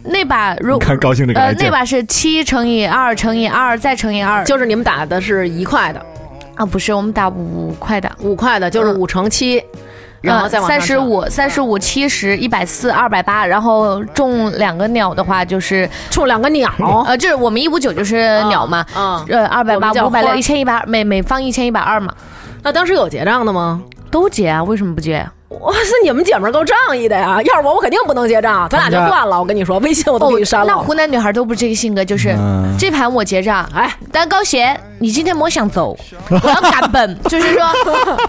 [SPEAKER 3] 那把如
[SPEAKER 1] 你看高兴这个
[SPEAKER 3] 呃
[SPEAKER 1] 来劲
[SPEAKER 3] 那把是七乘以二乘以二再乘以
[SPEAKER 1] 嗯
[SPEAKER 3] 二，
[SPEAKER 4] 就是你们打的是一块的、
[SPEAKER 3] 啊不是我们打五块的。
[SPEAKER 4] 五块的，就是五乘七，然后再往上嗯
[SPEAKER 3] 呃三十
[SPEAKER 4] 乘
[SPEAKER 3] 五、三十五、七十、一百四、二百八，然后中两个鸟的话就是
[SPEAKER 4] 冲两个 <laughs> 鸟。
[SPEAKER 3] 呃，就是我们一五九就是鸟嘛，
[SPEAKER 4] 哦啊，
[SPEAKER 3] 呃，二百
[SPEAKER 4] 我
[SPEAKER 3] 八
[SPEAKER 4] 们、叫
[SPEAKER 3] 五
[SPEAKER 4] 花
[SPEAKER 3] 百六、
[SPEAKER 4] 儿
[SPEAKER 3] 一千一百二，每每方一千一百二嘛，
[SPEAKER 4] 那当时有结账的吗？
[SPEAKER 3] 都结啊？为什么不结？
[SPEAKER 4] 哇塞，你们姐们儿够仗义的呀！要是我，我肯定不能结账，咱俩哦就断了。我跟你说，微信我都给你删
[SPEAKER 3] 哦那
[SPEAKER 4] 了。
[SPEAKER 3] 湖南女孩都不是这个性格，就是
[SPEAKER 1] 嗯
[SPEAKER 3] 这盘我结账，
[SPEAKER 4] 哎，
[SPEAKER 3] 但高贤，你今天莫想走，我要赶奔，就是说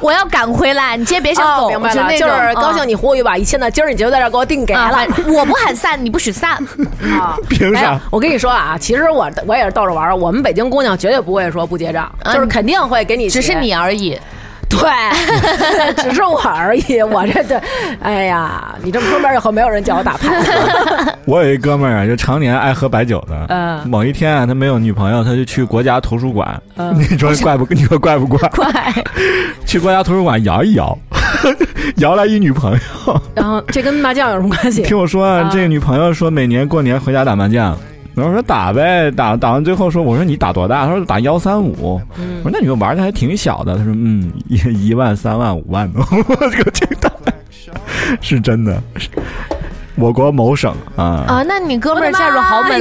[SPEAKER 3] 我要赶回来，你今天别想
[SPEAKER 4] 哦
[SPEAKER 3] 走，
[SPEAKER 4] 明白
[SPEAKER 3] 就
[SPEAKER 4] 了，
[SPEAKER 3] 那
[SPEAKER 4] 就
[SPEAKER 3] 种
[SPEAKER 4] 是哦高兴。你呼吁吧，一千的，今儿你就在这儿给我定给
[SPEAKER 3] 嗯啊，
[SPEAKER 4] 了。
[SPEAKER 3] 反我不喊散，你不
[SPEAKER 4] <laughs>
[SPEAKER 3] 许散。
[SPEAKER 4] 啊，
[SPEAKER 1] <laughs>
[SPEAKER 7] 凭
[SPEAKER 4] 没有
[SPEAKER 7] 啥？，
[SPEAKER 4] 我跟你说啊，其实我我也是逗着玩儿。我们北京姑娘绝对不会说不结账，
[SPEAKER 3] 嗯
[SPEAKER 4] 啊就是肯定会给你结，
[SPEAKER 3] 只是你而已。
[SPEAKER 4] <laughs> 对，只是我而已。我这这，哎呀，你这么说完以后，没有人叫我打牌了。
[SPEAKER 1] 我有一哥们儿啊，就常年爱喝白酒的。
[SPEAKER 4] 嗯
[SPEAKER 1] 某一天啊，他没有女朋友，他就去国家图书馆。
[SPEAKER 4] 嗯
[SPEAKER 1] <laughs> 你说怪不？你说怪不怪？
[SPEAKER 4] <laughs>
[SPEAKER 3] 怪，
[SPEAKER 1] <laughs> 去国家图书馆摇一摇， <laughs> 摇来一女朋友。
[SPEAKER 4] 然后这跟麻将有什么关系？
[SPEAKER 1] 听我说啊，
[SPEAKER 4] 啊
[SPEAKER 1] 这个女朋友说每年过年回家打麻将。然后说打呗，打打完最后说，我说你打多大？他说打幺三五。
[SPEAKER 4] 嗯
[SPEAKER 1] 我说那你们玩的还挺小的。他说嗯，一一万、三万、五万的。 <laughs> 我这个这个是真的，是我国某省啊。
[SPEAKER 3] 啊，那你哥们儿
[SPEAKER 4] 我的
[SPEAKER 3] 嫁入
[SPEAKER 4] 妈
[SPEAKER 3] 豪门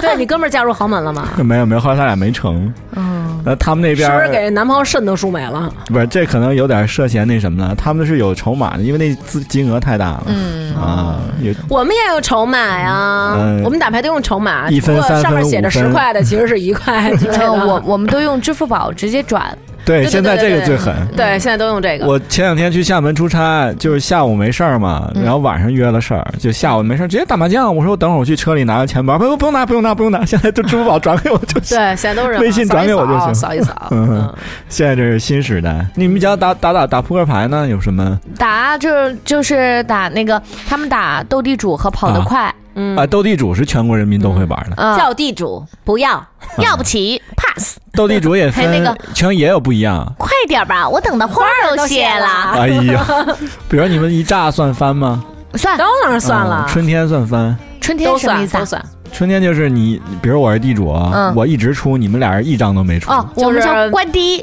[SPEAKER 1] <laughs>
[SPEAKER 4] 对你哥们儿嫁入豪门了吗？
[SPEAKER 1] 没有没有，后来他俩没成。
[SPEAKER 3] 嗯，
[SPEAKER 1] 那他们那
[SPEAKER 4] 是
[SPEAKER 1] 边
[SPEAKER 4] 不
[SPEAKER 1] 儿
[SPEAKER 4] 是给男朋友瘆得输美了？
[SPEAKER 1] 不是这可能有点涉嫌那什么了，他们是有筹码的，因为那资金额太大了、
[SPEAKER 3] 嗯，
[SPEAKER 1] 啊，有
[SPEAKER 4] 我们也有筹码呀，
[SPEAKER 1] 嗯
[SPEAKER 4] 我们打牌都用筹码，
[SPEAKER 1] 一分
[SPEAKER 4] 只不过
[SPEAKER 1] 三分
[SPEAKER 4] 上面写着
[SPEAKER 1] 五
[SPEAKER 4] 十
[SPEAKER 1] 分
[SPEAKER 4] 块的其实是一
[SPEAKER 3] <laughs>
[SPEAKER 4] 块之类的。
[SPEAKER 3] 嗯我我们都用支付宝直接转，
[SPEAKER 1] 对
[SPEAKER 4] 对
[SPEAKER 1] 现在
[SPEAKER 4] 对
[SPEAKER 1] 这
[SPEAKER 4] 对
[SPEAKER 1] 个最狠。
[SPEAKER 4] 对现在都用这个。
[SPEAKER 1] 我前两天去厦门出差，就是下午没事儿嘛，
[SPEAKER 3] 嗯
[SPEAKER 1] 然后晚上约了事儿，就下午没事儿直接打麻将。我说我等会儿我去车里拿个钱包，不不不用拿不用拿不用拿，现在就支付宝转给我就
[SPEAKER 4] <laughs>
[SPEAKER 1] 行。
[SPEAKER 4] 对，现在都是
[SPEAKER 1] 微信转给我就行
[SPEAKER 4] 扫一扫。
[SPEAKER 1] 嗯
[SPEAKER 4] 嗯
[SPEAKER 1] 现在这是新时代，你们家打打打打扑克牌呢？有什么
[SPEAKER 3] 打就是就是打那个他们打斗地主和跑得
[SPEAKER 1] 啊
[SPEAKER 3] 快，
[SPEAKER 4] 嗯
[SPEAKER 1] 啊？斗地主是全国人民都会玩的，
[SPEAKER 3] 嗯，
[SPEAKER 8] 叫地主不
[SPEAKER 1] 啊
[SPEAKER 8] 要，
[SPEAKER 3] 要不起，pass，
[SPEAKER 1] 斗地主也分
[SPEAKER 3] 嗯还有那个
[SPEAKER 1] 全也有不一样。
[SPEAKER 3] 快点儿吧，我等的花儿都谢了，
[SPEAKER 1] <laughs> 哎呀，比如你们一炸算翻吗？
[SPEAKER 3] 算
[SPEAKER 4] 当然算了
[SPEAKER 1] 啊，春天算翻。
[SPEAKER 3] 春天
[SPEAKER 4] 都
[SPEAKER 3] 什么意
[SPEAKER 4] 算
[SPEAKER 3] 思啊
[SPEAKER 4] 都？算，
[SPEAKER 1] 春天就是你，比如我是地主啊，
[SPEAKER 3] 嗯
[SPEAKER 1] 我一直出，你们俩人一张都没出。
[SPEAKER 3] 哦，
[SPEAKER 4] 就是
[SPEAKER 3] 我们叫关低，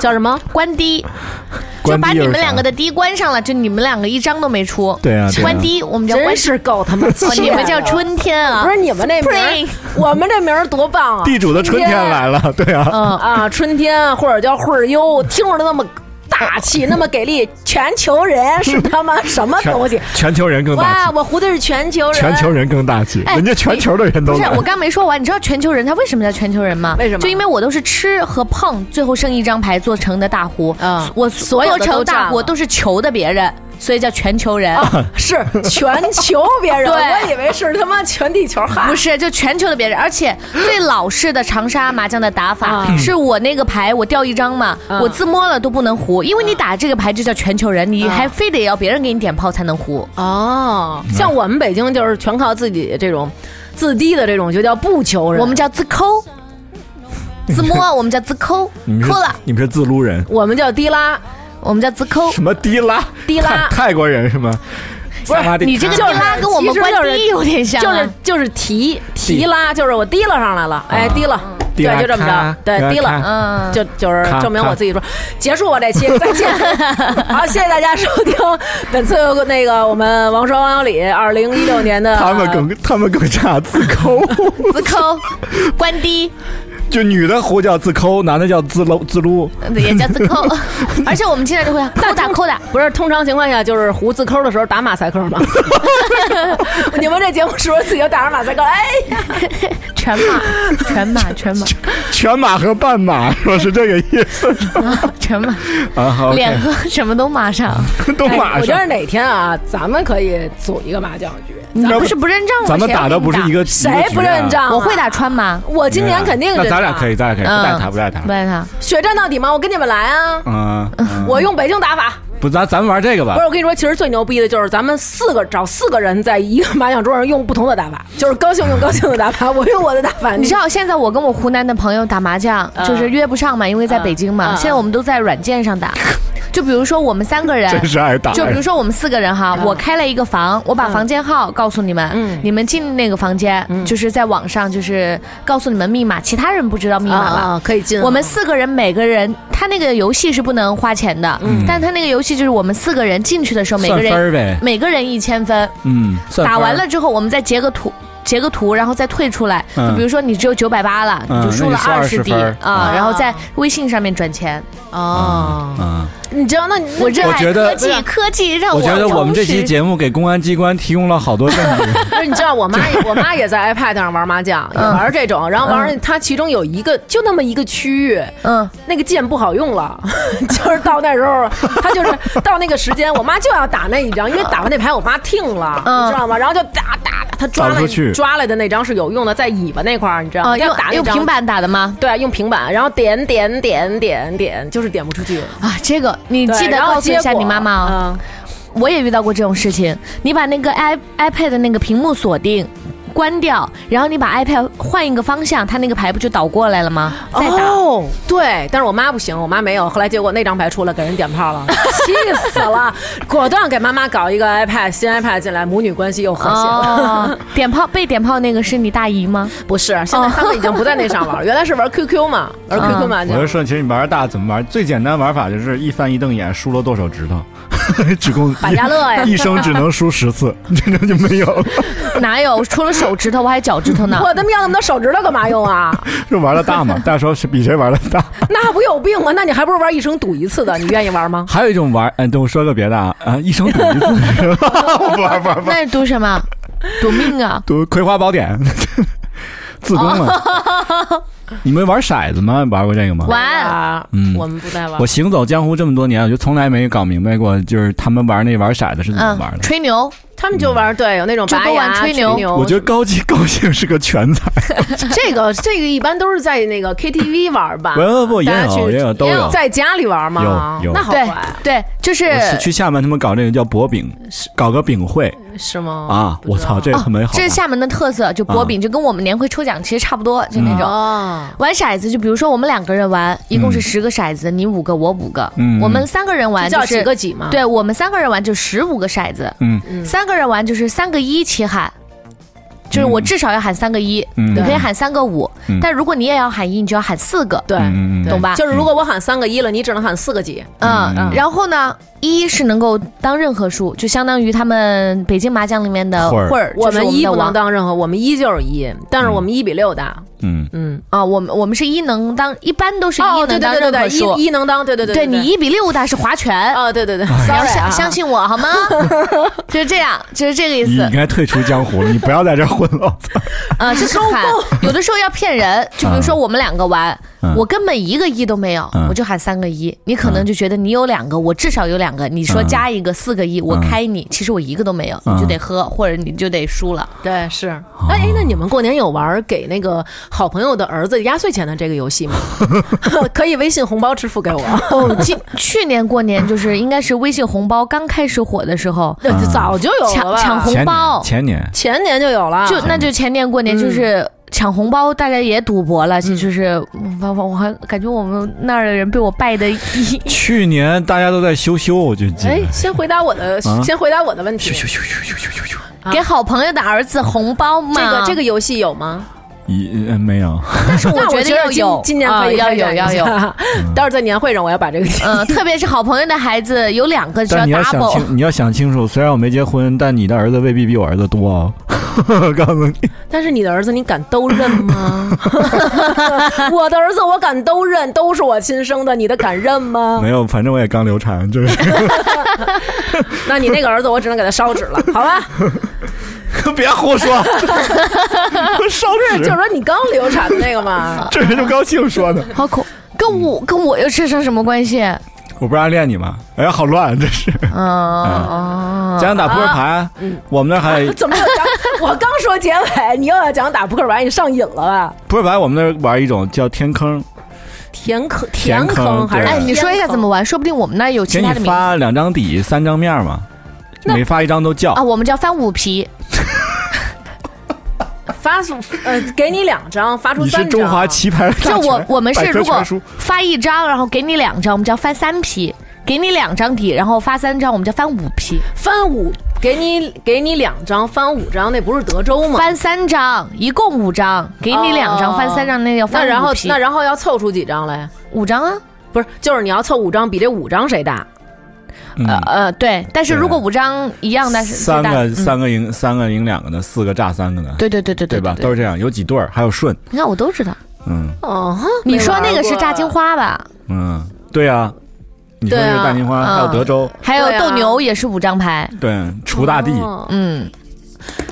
[SPEAKER 4] 叫什么？
[SPEAKER 3] 关低，就
[SPEAKER 1] 关
[SPEAKER 3] 把
[SPEAKER 1] 闭又
[SPEAKER 3] 你
[SPEAKER 1] 是
[SPEAKER 3] 们
[SPEAKER 1] 啥
[SPEAKER 3] 两个的低关上了，就你们两个一张都没出。
[SPEAKER 1] 对啊，对啊
[SPEAKER 3] 关低，我们叫关
[SPEAKER 4] 真
[SPEAKER 3] 低，
[SPEAKER 4] 是够他妈气
[SPEAKER 3] 哦
[SPEAKER 4] 的！
[SPEAKER 3] 你们叫春天啊？
[SPEAKER 4] 不是你们这名儿，
[SPEAKER 3] Spring，
[SPEAKER 4] 我们这名儿多棒啊！
[SPEAKER 1] 地主的春天来了，对啊，
[SPEAKER 3] 嗯，
[SPEAKER 4] 啊，春天或者叫惠儿优，听着那么大气，那么给力，全球人是他妈什么东西？
[SPEAKER 1] 全球人更大
[SPEAKER 4] 哇，
[SPEAKER 1] 气，
[SPEAKER 4] 我胡的是全球人，
[SPEAKER 1] 全球人更大气，
[SPEAKER 3] 哎
[SPEAKER 1] 人家全球的人
[SPEAKER 3] 不
[SPEAKER 1] 都
[SPEAKER 3] 是
[SPEAKER 1] 来，
[SPEAKER 3] 我刚没说完，你知道全球人他为什么叫全球人吗？
[SPEAKER 4] 为什么
[SPEAKER 3] 就因为我都是吃和碰，最后剩一张牌做成的大胡，
[SPEAKER 4] 嗯
[SPEAKER 3] 我
[SPEAKER 4] 所有
[SPEAKER 3] 做
[SPEAKER 4] 的都
[SPEAKER 3] 成
[SPEAKER 4] 占
[SPEAKER 3] 大
[SPEAKER 4] 了
[SPEAKER 3] 胡都是求的别人，所以叫全球人。
[SPEAKER 4] <laughs> 是全球别
[SPEAKER 1] <laughs>
[SPEAKER 4] 人，
[SPEAKER 3] 对
[SPEAKER 4] 我以为是他妈全地球喊
[SPEAKER 3] 不。是，就全球的别人，而且最老式的长沙麻将的打法，
[SPEAKER 4] 啊
[SPEAKER 3] <laughs> 是我那个牌我掉一张嘛，
[SPEAKER 4] 嗯
[SPEAKER 3] 我自摸了都不能胡，因为你打这个牌就叫全球人，你
[SPEAKER 4] 啊
[SPEAKER 3] 还非得要别人给你点炮才能胡。
[SPEAKER 4] 哦，像我们北京就是全靠自己这种自低的这种，就叫不求人。
[SPEAKER 3] 我们叫自抠，自摸，我们叫自抠，
[SPEAKER 1] 你们是
[SPEAKER 3] 抠了，
[SPEAKER 1] 你们是自撸人，
[SPEAKER 4] 我们叫低拉，
[SPEAKER 3] 我们叫自抠。
[SPEAKER 1] 什么低拉
[SPEAKER 4] 低拉
[SPEAKER 1] 泰泰国人是吗？
[SPEAKER 4] 不是
[SPEAKER 1] 萨瓦迪
[SPEAKER 3] 你这个
[SPEAKER 1] 卡
[SPEAKER 3] 地拉跟我们关低有点像
[SPEAKER 4] 就
[SPEAKER 3] 啊，
[SPEAKER 4] 是就是提提拉，就是我提了上来了，哎，提了，
[SPEAKER 1] 低
[SPEAKER 4] 对
[SPEAKER 1] 啊拉，
[SPEAKER 4] 就这么
[SPEAKER 1] 咔
[SPEAKER 4] 着，对，提。
[SPEAKER 1] 咔
[SPEAKER 4] 了。
[SPEAKER 3] 嗯，
[SPEAKER 4] 就就是
[SPEAKER 1] 咔
[SPEAKER 4] 证明
[SPEAKER 1] 咔
[SPEAKER 4] 我自己说，结束我这期，再
[SPEAKER 1] <laughs>
[SPEAKER 4] 见。好，谢谢大家收听本次那个我们王双王小李二零一六年的
[SPEAKER 1] 他们更他们更差，自抠， <laughs>
[SPEAKER 3] 自抠，关低
[SPEAKER 1] 就女的胡叫自抠，男的叫自撸自撸。
[SPEAKER 3] 也叫自 <laughs> 抠，而且我们经常就会抠打抠打，
[SPEAKER 4] 不是，通常情况下就是胡自抠的时候打马赛克
[SPEAKER 1] <laughs>
[SPEAKER 4] 吗？你们这节目是不是自己就打上马赛克？哎呀，
[SPEAKER 3] 全骂，全骂，全骂，
[SPEAKER 1] <laughs> 全马和半马，说是这个意思
[SPEAKER 3] 啊全骂，
[SPEAKER 1] 啊？好，OK，
[SPEAKER 3] 脸和什么都骂上。
[SPEAKER 1] <laughs> 都马
[SPEAKER 4] 哎我觉
[SPEAKER 1] 上
[SPEAKER 4] 得。哪天啊，咱们可以组一个麻将局，
[SPEAKER 1] 要
[SPEAKER 3] 不是不认账吗？
[SPEAKER 1] 咱们
[SPEAKER 3] 谁要
[SPEAKER 1] 打
[SPEAKER 3] 给
[SPEAKER 1] 的
[SPEAKER 3] 你
[SPEAKER 1] 不是一个啊
[SPEAKER 4] 谁不认？账、
[SPEAKER 3] 我会，打川麻，
[SPEAKER 4] 我今年肯定
[SPEAKER 1] 那
[SPEAKER 4] 认
[SPEAKER 1] 咱俩
[SPEAKER 4] 账
[SPEAKER 1] 可以，咱俩可以，不带他，
[SPEAKER 3] 嗯
[SPEAKER 1] 不带他
[SPEAKER 3] 不。然他
[SPEAKER 4] 血战到底吗？我跟你们来啊！
[SPEAKER 1] 嗯，
[SPEAKER 4] 我用北京打法，
[SPEAKER 1] 不，咱咱们玩这个吧
[SPEAKER 4] 不是。我跟你说，其实最牛逼的就是咱们四个找四个人在一个麻将桌上用不同的打法，就是高兴用高兴的打法，我用我的打法。
[SPEAKER 3] 你知道现在我跟我湖南的朋友打麻将，
[SPEAKER 4] 嗯
[SPEAKER 3] 就是约不上嘛，因为在北京嘛。
[SPEAKER 4] 嗯嗯
[SPEAKER 3] 现在我们都在软件
[SPEAKER 1] <laughs>
[SPEAKER 3] 上打，就比如说我们三个人。
[SPEAKER 1] 真是爱打呀。
[SPEAKER 3] 就比如说我们四个人哈，
[SPEAKER 4] 嗯
[SPEAKER 3] 我开了一个房，我把
[SPEAKER 1] 嗯
[SPEAKER 3] 房间号告诉你们，
[SPEAKER 4] 嗯
[SPEAKER 3] 你们进那个房间，就是在网上就是告诉你们密码，其他人不知道密
[SPEAKER 4] 啊
[SPEAKER 3] 码
[SPEAKER 1] 嗯
[SPEAKER 3] 吧？
[SPEAKER 4] 啊，可以进啊
[SPEAKER 3] 我们四个人每个人，他那个游戏是不能花钱的，嗯但他那个游戏就是我们四个人进去的时候，每
[SPEAKER 1] 嗯算
[SPEAKER 3] 个
[SPEAKER 1] 分
[SPEAKER 3] 人
[SPEAKER 1] 儿呗。
[SPEAKER 3] 每个人一千分，
[SPEAKER 1] 嗯，算分
[SPEAKER 3] 打
[SPEAKER 1] 儿
[SPEAKER 3] 完了之后，我们再截个图。截个图，然后再退出来。
[SPEAKER 1] 嗯
[SPEAKER 3] 就比如说，你只有九百八了，
[SPEAKER 1] 嗯
[SPEAKER 3] 你就输了
[SPEAKER 1] 那你输
[SPEAKER 3] 十
[SPEAKER 1] 20
[SPEAKER 3] 滴
[SPEAKER 1] 分
[SPEAKER 3] 啊
[SPEAKER 4] 嗯，
[SPEAKER 3] 然后在微信上面转钱。
[SPEAKER 4] 哦，
[SPEAKER 1] 嗯，
[SPEAKER 4] 你知道那你
[SPEAKER 3] 我热
[SPEAKER 1] 我
[SPEAKER 3] 爱
[SPEAKER 1] 觉得
[SPEAKER 3] 科技，科技让
[SPEAKER 1] 我觉得我们这期
[SPEAKER 3] 充实
[SPEAKER 1] 节目给公安机关提供了好多证
[SPEAKER 4] <laughs>
[SPEAKER 1] 据。
[SPEAKER 4] 不是，你知道我妈也，我妈也在 iPad 上玩麻将，
[SPEAKER 3] 嗯
[SPEAKER 4] 也玩这种，然后玩她其中有一个就那么一个区域，
[SPEAKER 3] 嗯，
[SPEAKER 4] 那个键不好用了， <laughs> 就是到那时候，她就是到那个时间，我妈就要打那一张，因为打完那牌我妈听了，
[SPEAKER 3] 嗯
[SPEAKER 4] 你知道吗？然后就打打打，她抓
[SPEAKER 1] 打不出
[SPEAKER 4] 来
[SPEAKER 1] 去
[SPEAKER 4] 抓来的那张是有用的，在尾巴那块儿，你知道吗？
[SPEAKER 3] 啊，
[SPEAKER 4] 要
[SPEAKER 3] 用
[SPEAKER 4] 打那
[SPEAKER 3] 用
[SPEAKER 4] 张
[SPEAKER 3] 平。板打的吗？
[SPEAKER 4] 对，用平板，然后点点点点点，就是点不出去。
[SPEAKER 3] 啊，这个你
[SPEAKER 4] 对
[SPEAKER 3] 记得
[SPEAKER 4] 然后
[SPEAKER 3] 告诉一下
[SPEAKER 4] 结果
[SPEAKER 3] 你妈妈哦。
[SPEAKER 4] 嗯，
[SPEAKER 3] 我也遇到过这种事情，你把那个 i iPad 的那个屏幕锁定。关掉，然后你把 iPad 换一个方向，它那个牌不就倒过来了吗？再打，
[SPEAKER 4] <laughs> 哦，对，但是我妈不行，我妈没有。后来结果那张牌出来给人点
[SPEAKER 3] <laughs>
[SPEAKER 4] 炮了，气死了！果断给妈妈搞一个 iPad，新 iPad 进来，母女关系又和谐了。
[SPEAKER 3] 哦，点炮被点炮那个是你大姨吗？
[SPEAKER 4] 不是，现在他们已经不在那上
[SPEAKER 3] 哦
[SPEAKER 4] 玩，原来是玩 QQ 嘛，玩
[SPEAKER 3] 嗯
[SPEAKER 4] QQ 麻
[SPEAKER 1] 我
[SPEAKER 4] 将
[SPEAKER 1] 就。说，其实你玩大怎么玩？最简单玩法就是一翻一瞪眼，输了剁手指头。 <laughs>
[SPEAKER 9] 只供
[SPEAKER 4] 百家乐呀
[SPEAKER 9] 一，一生只能输十
[SPEAKER 1] <laughs>
[SPEAKER 9] 次，真的就没有了，
[SPEAKER 3] 哪有？除了手指头，我还脚趾
[SPEAKER 4] <laughs>
[SPEAKER 3] 头呢。
[SPEAKER 4] 我他妈要那么多手指头干嘛用
[SPEAKER 3] <laughs>
[SPEAKER 4] 啊？
[SPEAKER 9] 就玩的
[SPEAKER 1] <laughs>
[SPEAKER 9] 大嘛，大家说是比谁玩的大。
[SPEAKER 4] 那不有病吗？那你还不如玩一生赌一次的，你愿意玩吗？
[SPEAKER 1] 还有一种玩儿，嗯、等我说个别的啊，啊，一生赌一
[SPEAKER 9] <laughs>
[SPEAKER 1] 次，
[SPEAKER 9] 不玩不玩不玩，
[SPEAKER 3] 那你赌什么？赌命啊！
[SPEAKER 1] 赌《葵花宝
[SPEAKER 9] <laughs>
[SPEAKER 1] 典》，自宫了。
[SPEAKER 9] 哦
[SPEAKER 1] <laughs> 你们玩骰子吗？玩过这个吗？
[SPEAKER 3] 玩，
[SPEAKER 4] 啊，
[SPEAKER 1] 嗯
[SPEAKER 4] 我们不再玩
[SPEAKER 1] 我。行走江湖这么多年，我就从来没搞明白过，就是他们玩那玩骰子是怎么玩的。
[SPEAKER 3] 嗯，吹牛，
[SPEAKER 4] 他们就玩对，有那种
[SPEAKER 3] 就
[SPEAKER 4] 拔
[SPEAKER 3] 跟
[SPEAKER 4] 牙
[SPEAKER 3] 玩吹
[SPEAKER 4] 嗯
[SPEAKER 3] 牛
[SPEAKER 4] 牛。
[SPEAKER 1] 我觉得高级 <laughs> 高兴是个全才，
[SPEAKER 4] 这个这个一般都是在那个 KTV 玩吧？
[SPEAKER 1] 不不不，哦也
[SPEAKER 4] 啊大家去
[SPEAKER 1] 有也有都
[SPEAKER 4] 也
[SPEAKER 1] 有。
[SPEAKER 4] 在家里玩吗？
[SPEAKER 1] 有有
[SPEAKER 4] 那好啊
[SPEAKER 3] 对
[SPEAKER 4] 玩
[SPEAKER 3] 对，就是
[SPEAKER 1] 我是去厦门，他们搞这个叫博饼，搞个饼会
[SPEAKER 4] 是吗？
[SPEAKER 1] 啊！
[SPEAKER 4] 不
[SPEAKER 1] 我
[SPEAKER 4] 知道
[SPEAKER 1] 操，这个没好
[SPEAKER 3] 哦这是
[SPEAKER 1] 玩。
[SPEAKER 3] 厦门的特色，就薄饼，就跟我们年会抽奖其实差不多，就那种。
[SPEAKER 4] 哦，
[SPEAKER 3] 玩骰子，就比如说我们两个人玩，一共是
[SPEAKER 1] 嗯
[SPEAKER 3] 十个骰子，你五个，我五个。
[SPEAKER 1] 嗯
[SPEAKER 3] 我们三个人玩
[SPEAKER 4] 这叫
[SPEAKER 3] 就
[SPEAKER 4] 几
[SPEAKER 3] 是，
[SPEAKER 4] 个几嘛？，
[SPEAKER 3] 对我们三个人玩就十五个骰子，
[SPEAKER 1] 嗯
[SPEAKER 4] 嗯
[SPEAKER 3] 三个人玩就是三个一起喊，就是我至少要喊三个一，
[SPEAKER 1] 嗯
[SPEAKER 3] 你可以
[SPEAKER 4] 对
[SPEAKER 3] 喊三个五
[SPEAKER 1] 嗯，
[SPEAKER 3] 但如果你也要喊一，你就要喊四个，
[SPEAKER 4] 对，
[SPEAKER 1] 嗯嗯
[SPEAKER 4] 对
[SPEAKER 1] 嗯
[SPEAKER 3] 懂吧
[SPEAKER 4] 就是如果我喊三个一了，你只能喊四个几。
[SPEAKER 3] 嗯
[SPEAKER 1] 嗯，
[SPEAKER 3] 然后呢，一是能够当任何数，就相当于他们北京麻将里面的
[SPEAKER 1] 混儿
[SPEAKER 3] 混儿，
[SPEAKER 4] 我
[SPEAKER 3] 就是
[SPEAKER 4] 们
[SPEAKER 3] 我们
[SPEAKER 4] 一
[SPEAKER 3] 的
[SPEAKER 4] 不能
[SPEAKER 3] 王
[SPEAKER 4] 当任何，我们一就是一，但是我们一比六大。
[SPEAKER 1] 嗯
[SPEAKER 4] 嗯，
[SPEAKER 3] 啊，我们我们是一能当，一般都是一
[SPEAKER 4] 哦，对
[SPEAKER 3] 能
[SPEAKER 4] 对
[SPEAKER 3] 当
[SPEAKER 4] 对对
[SPEAKER 3] 任
[SPEAKER 4] 对，
[SPEAKER 3] 何数，
[SPEAKER 4] 一一能当，对对对对，
[SPEAKER 3] 对你一比六大是划拳。
[SPEAKER 4] 哦，对对对
[SPEAKER 1] 哎
[SPEAKER 3] 你要
[SPEAKER 4] ，sorry，啊
[SPEAKER 3] 相相信我
[SPEAKER 4] <laughs>
[SPEAKER 3] 好吗？就是这样，就是这个意
[SPEAKER 1] 你
[SPEAKER 3] 思
[SPEAKER 1] 应。该退出江湖了，你不要在这儿混了。
[SPEAKER 3] 啊，就是喊，有的时候要骗人，就比如说我们两个玩，
[SPEAKER 1] 嗯
[SPEAKER 3] 我根本一个一都没有，
[SPEAKER 1] 嗯
[SPEAKER 3] 我就喊三个一，你可能就觉得你有两个，我至少有两个，你说
[SPEAKER 1] 嗯
[SPEAKER 3] 加一个四个一，我开你，其实我一个都没有，你就
[SPEAKER 1] 嗯
[SPEAKER 3] 得喝，或者你就得输了。
[SPEAKER 4] 对是。
[SPEAKER 1] 哦
[SPEAKER 4] 哎哎，那你们过年有玩给那个好朋友的儿子压岁钱的这个游戏
[SPEAKER 1] <laughs>
[SPEAKER 4] 吗？可以微信红包支付给我。
[SPEAKER 3] <laughs> 哦，今去年过年就是应该是微信红包刚开始火的时候，
[SPEAKER 4] 那就早就有了
[SPEAKER 3] 抢
[SPEAKER 4] 吧
[SPEAKER 3] 抢 <laughs> 红
[SPEAKER 1] 前年
[SPEAKER 3] 包
[SPEAKER 1] 前年
[SPEAKER 4] 前年就有
[SPEAKER 1] 啊
[SPEAKER 4] 了，
[SPEAKER 3] 就那就前年过年
[SPEAKER 1] 嗯
[SPEAKER 3] 就是。抢红包，大家也赌博了，这就是我我我还感觉我们那儿的人被我败的一
[SPEAKER 1] 去年大家都在羞羞，我就记
[SPEAKER 4] 哎
[SPEAKER 1] 得，。
[SPEAKER 4] 先回答我的，
[SPEAKER 1] 啊
[SPEAKER 4] 先回答我的问题。啊
[SPEAKER 3] 给好朋友的儿子红包嘛。
[SPEAKER 4] 这个这个游戏有吗？
[SPEAKER 1] 一呃没有，
[SPEAKER 3] 但是
[SPEAKER 4] 那
[SPEAKER 3] 我
[SPEAKER 4] 我
[SPEAKER 3] 觉得
[SPEAKER 4] 得今
[SPEAKER 3] 有，
[SPEAKER 4] 今年可以
[SPEAKER 3] 啊要
[SPEAKER 4] 开
[SPEAKER 3] 有
[SPEAKER 4] 展一
[SPEAKER 3] 要
[SPEAKER 4] 下
[SPEAKER 3] <laughs>
[SPEAKER 4] 嗯
[SPEAKER 1] <laughs>
[SPEAKER 3] 有。，
[SPEAKER 4] 待会儿在年会上我要把这个提。
[SPEAKER 3] 嗯，特别是好朋友的孩子有两个，只
[SPEAKER 1] 但你要想
[SPEAKER 3] double。
[SPEAKER 1] 清，你要想清楚，虽然我没结婚，但你的儿子未必比我儿子多 <laughs> 哦。我告诉你，
[SPEAKER 4] 但是你的儿子你敢都认
[SPEAKER 3] <laughs>
[SPEAKER 4] 吗？我的儿子我敢都认，都是我亲生的，你的敢认吗
[SPEAKER 1] 没？有，反正我也刚流产，就是
[SPEAKER 4] 那你那个儿子我只能给他烧
[SPEAKER 1] <laughs>
[SPEAKER 4] 纸了，好吧？
[SPEAKER 1] <laughs> 别胡 <laughs> 说，烧
[SPEAKER 4] 不是，
[SPEAKER 1] 纸
[SPEAKER 4] 就是说你刚流产的那个
[SPEAKER 1] <laughs>。
[SPEAKER 4] 嘛
[SPEAKER 1] 这人就高兴说呢。
[SPEAKER 3] 好恐，跟
[SPEAKER 1] 嗯
[SPEAKER 3] 我跟我又扯上什么关系？
[SPEAKER 1] 我不是暗恋你吗？哎呀，好乱，这是。
[SPEAKER 3] 嗯哦，
[SPEAKER 1] 讲打扑克牌，
[SPEAKER 3] 嗯
[SPEAKER 1] 我们那儿还
[SPEAKER 4] 怎么又讲？我刚说结尾，你又要讲打扑克牌，你上瘾了吧？
[SPEAKER 1] 扑克牌，我们那儿玩一种叫天坑，
[SPEAKER 4] 填坑
[SPEAKER 1] 填
[SPEAKER 4] 填
[SPEAKER 1] 坑
[SPEAKER 4] 坑还是？
[SPEAKER 1] 对
[SPEAKER 3] 哎，你说一下怎么？玩，说不定我们那儿有
[SPEAKER 1] 给
[SPEAKER 3] 其
[SPEAKER 1] 你
[SPEAKER 3] 他的名字
[SPEAKER 1] 发两张底，三张面嘛，
[SPEAKER 4] 那
[SPEAKER 1] 每发一张都叫
[SPEAKER 3] 啊，。我们叫翻五皮，
[SPEAKER 4] 发出呃，给你两张，发出
[SPEAKER 1] 你是
[SPEAKER 4] 三张。
[SPEAKER 1] 中华棋牌大
[SPEAKER 3] 啊
[SPEAKER 1] 全，
[SPEAKER 3] 就我我们
[SPEAKER 1] 百
[SPEAKER 3] 是
[SPEAKER 1] 科
[SPEAKER 3] 如果
[SPEAKER 1] 全书
[SPEAKER 3] 发一张，然后给你两张，我们叫翻三皮。给你两张底，然后发三张，我们叫翻五批，
[SPEAKER 4] 翻五，给你给你两张，翻五张，那不是德州吗？
[SPEAKER 3] 翻三张，一共五张，给你两张，
[SPEAKER 4] 哦
[SPEAKER 3] 翻三张，那叫翻
[SPEAKER 4] 那
[SPEAKER 3] 五
[SPEAKER 4] 然后
[SPEAKER 3] 批
[SPEAKER 4] 那然后要凑出几张来？
[SPEAKER 3] 五张啊，
[SPEAKER 4] 不是，就是你要凑五张，比这五张谁大？
[SPEAKER 3] 呃
[SPEAKER 1] 嗯
[SPEAKER 3] 呃，对，但是
[SPEAKER 1] 对
[SPEAKER 3] 如果五张一样，但是最
[SPEAKER 1] 三
[SPEAKER 3] 大
[SPEAKER 1] 个
[SPEAKER 3] 嗯
[SPEAKER 1] 三个赢三个赢两个的，四个炸三个的，
[SPEAKER 3] 对对对对
[SPEAKER 1] 对吧？
[SPEAKER 3] 对
[SPEAKER 1] 都是这样，有几对儿，还有顺，
[SPEAKER 3] 你看我都知道。
[SPEAKER 1] 嗯
[SPEAKER 4] 哦，
[SPEAKER 3] 你说那个是炸金，花吧？
[SPEAKER 4] 啊
[SPEAKER 1] 嗯，对呀。你说
[SPEAKER 4] 对
[SPEAKER 1] 这
[SPEAKER 4] 啊
[SPEAKER 1] 个大金花，
[SPEAKER 3] 嗯
[SPEAKER 1] 还有德州，
[SPEAKER 3] 还有
[SPEAKER 4] 对啊
[SPEAKER 3] 斗牛也是五张牌，
[SPEAKER 1] 对，锄大地，
[SPEAKER 3] 嗯，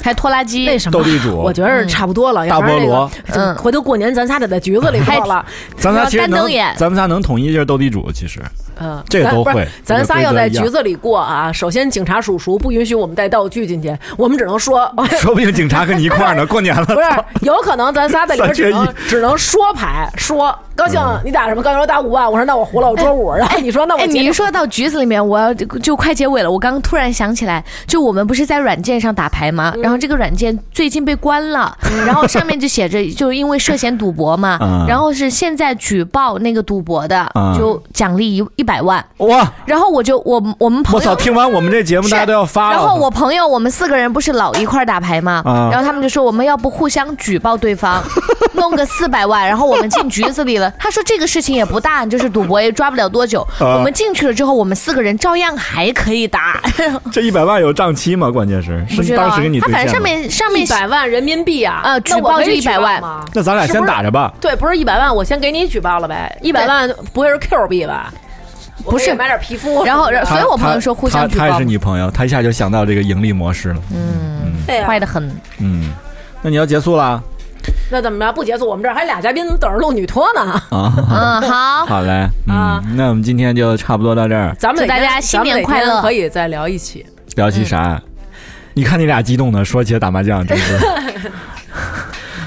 [SPEAKER 3] 还有拖拉
[SPEAKER 4] 那
[SPEAKER 3] 机，
[SPEAKER 4] 什么
[SPEAKER 1] 斗？
[SPEAKER 3] <laughs>
[SPEAKER 1] 地主
[SPEAKER 4] 哦我，觉得差不多了，要
[SPEAKER 1] 大
[SPEAKER 4] 不然
[SPEAKER 1] 菠
[SPEAKER 4] 这个
[SPEAKER 1] 萝，
[SPEAKER 3] 嗯
[SPEAKER 4] 就回头过年咱仨得在局子里
[SPEAKER 3] 还
[SPEAKER 4] 过了。
[SPEAKER 1] 咱仨其实
[SPEAKER 3] 单灯
[SPEAKER 1] 能
[SPEAKER 3] 眼，
[SPEAKER 1] 咱们仨能统一就是斗地主，其
[SPEAKER 3] <laughs>
[SPEAKER 1] 实
[SPEAKER 4] 嗯，
[SPEAKER 1] 这个
[SPEAKER 4] 咱
[SPEAKER 1] 都
[SPEAKER 4] 不是
[SPEAKER 1] 会
[SPEAKER 4] 咱仨
[SPEAKER 1] 这个
[SPEAKER 4] 要
[SPEAKER 1] 规则
[SPEAKER 4] 在
[SPEAKER 1] 一样
[SPEAKER 4] 局子里过啊。首先，警察叔叔不允许我们带道具进去，我们只能说，
[SPEAKER 1] 说不定警察跟你一块儿呢。过年了， <laughs>
[SPEAKER 4] 不是，有可能咱仨在里边只
[SPEAKER 1] 三嗯
[SPEAKER 4] 能只能说牌，说高兴你打什么？高兴说打五万，我说那我胡了，我桌五，然 <laughs> 后你说那我
[SPEAKER 3] 哎，你
[SPEAKER 4] 接
[SPEAKER 3] 一
[SPEAKER 4] 着
[SPEAKER 3] 说到局子里面，我要就快结尾了。我刚刚突然想起来，就我们不是在软件上打牌
[SPEAKER 4] 嗯
[SPEAKER 3] 吗？然后这个软件最近被关了，然后上面就写着，就是因为涉嫌赌博嘛
[SPEAKER 1] <laughs> 嗯，
[SPEAKER 3] 然后是现在举报那个赌博的
[SPEAKER 1] 嗯，
[SPEAKER 3] 就奖励一一百万。
[SPEAKER 1] 哇！
[SPEAKER 3] 然后我就我我们
[SPEAKER 1] 我
[SPEAKER 3] 朋
[SPEAKER 1] 操！
[SPEAKER 3] 友。
[SPEAKER 1] 听完我们这节目，
[SPEAKER 3] 是
[SPEAKER 1] 大家都要发了。
[SPEAKER 3] 然后我朋友，我们四个人不是老一块儿打牌吗？
[SPEAKER 1] 啊 <laughs>
[SPEAKER 3] 然后他们就说我们要不互相举报对方，弄个四百万，然后我们进局子里了，的。他说这个事情也不大，就是赌博也抓不了多久。
[SPEAKER 1] 啊
[SPEAKER 3] 我们进去了之后，我们四个人照样还可以打。 <laughs>
[SPEAKER 1] <laughs> 这一百万有账期吗？关键是
[SPEAKER 3] 不知
[SPEAKER 1] 是
[SPEAKER 3] 道
[SPEAKER 1] 嗯当
[SPEAKER 3] 啊
[SPEAKER 1] 时给你，
[SPEAKER 3] 他
[SPEAKER 1] 兑
[SPEAKER 3] 反
[SPEAKER 1] 现
[SPEAKER 3] 正
[SPEAKER 1] 的
[SPEAKER 3] 上面上面
[SPEAKER 4] 一百万人民币啊，
[SPEAKER 3] 啊
[SPEAKER 4] 那
[SPEAKER 3] 举
[SPEAKER 4] 我
[SPEAKER 3] 报
[SPEAKER 4] 可
[SPEAKER 3] 就
[SPEAKER 4] 以
[SPEAKER 3] 一
[SPEAKER 4] 举
[SPEAKER 3] 百
[SPEAKER 4] 报
[SPEAKER 3] 万
[SPEAKER 4] 吗
[SPEAKER 1] 那咱俩先打着吧。
[SPEAKER 4] 对，不是一百万，我先给你举报了呗。一百万不会是 Q 币吧？我
[SPEAKER 3] 不是
[SPEAKER 4] 可以买点皮肤，
[SPEAKER 3] 然后然后
[SPEAKER 1] 他
[SPEAKER 3] 所以我朋友说互相
[SPEAKER 1] 他
[SPEAKER 3] 举
[SPEAKER 1] 他也
[SPEAKER 3] 报嗯
[SPEAKER 1] 是你朋友，他一下就想到这个盈利模式了。
[SPEAKER 4] 对呀
[SPEAKER 3] 坏
[SPEAKER 1] <laughs>
[SPEAKER 3] 的很。
[SPEAKER 1] 嗯，那你要结束
[SPEAKER 3] 哦
[SPEAKER 1] 啦
[SPEAKER 4] 那怎么着不结束？我们这儿还俩嘉宾等着录女托呢。
[SPEAKER 1] 啊！
[SPEAKER 3] 嗯，好，
[SPEAKER 1] 好嘞，
[SPEAKER 4] 啊
[SPEAKER 1] 嗯，那我们今天就差不多到这儿。
[SPEAKER 4] 咱们
[SPEAKER 3] 祝大家新年快
[SPEAKER 4] 咱
[SPEAKER 3] 乐
[SPEAKER 4] 们哪天可以再聊一起。
[SPEAKER 1] 聊
[SPEAKER 3] 嗯
[SPEAKER 1] 起啥？你看你俩激动的，说起打麻将，真
[SPEAKER 3] <laughs>
[SPEAKER 1] 是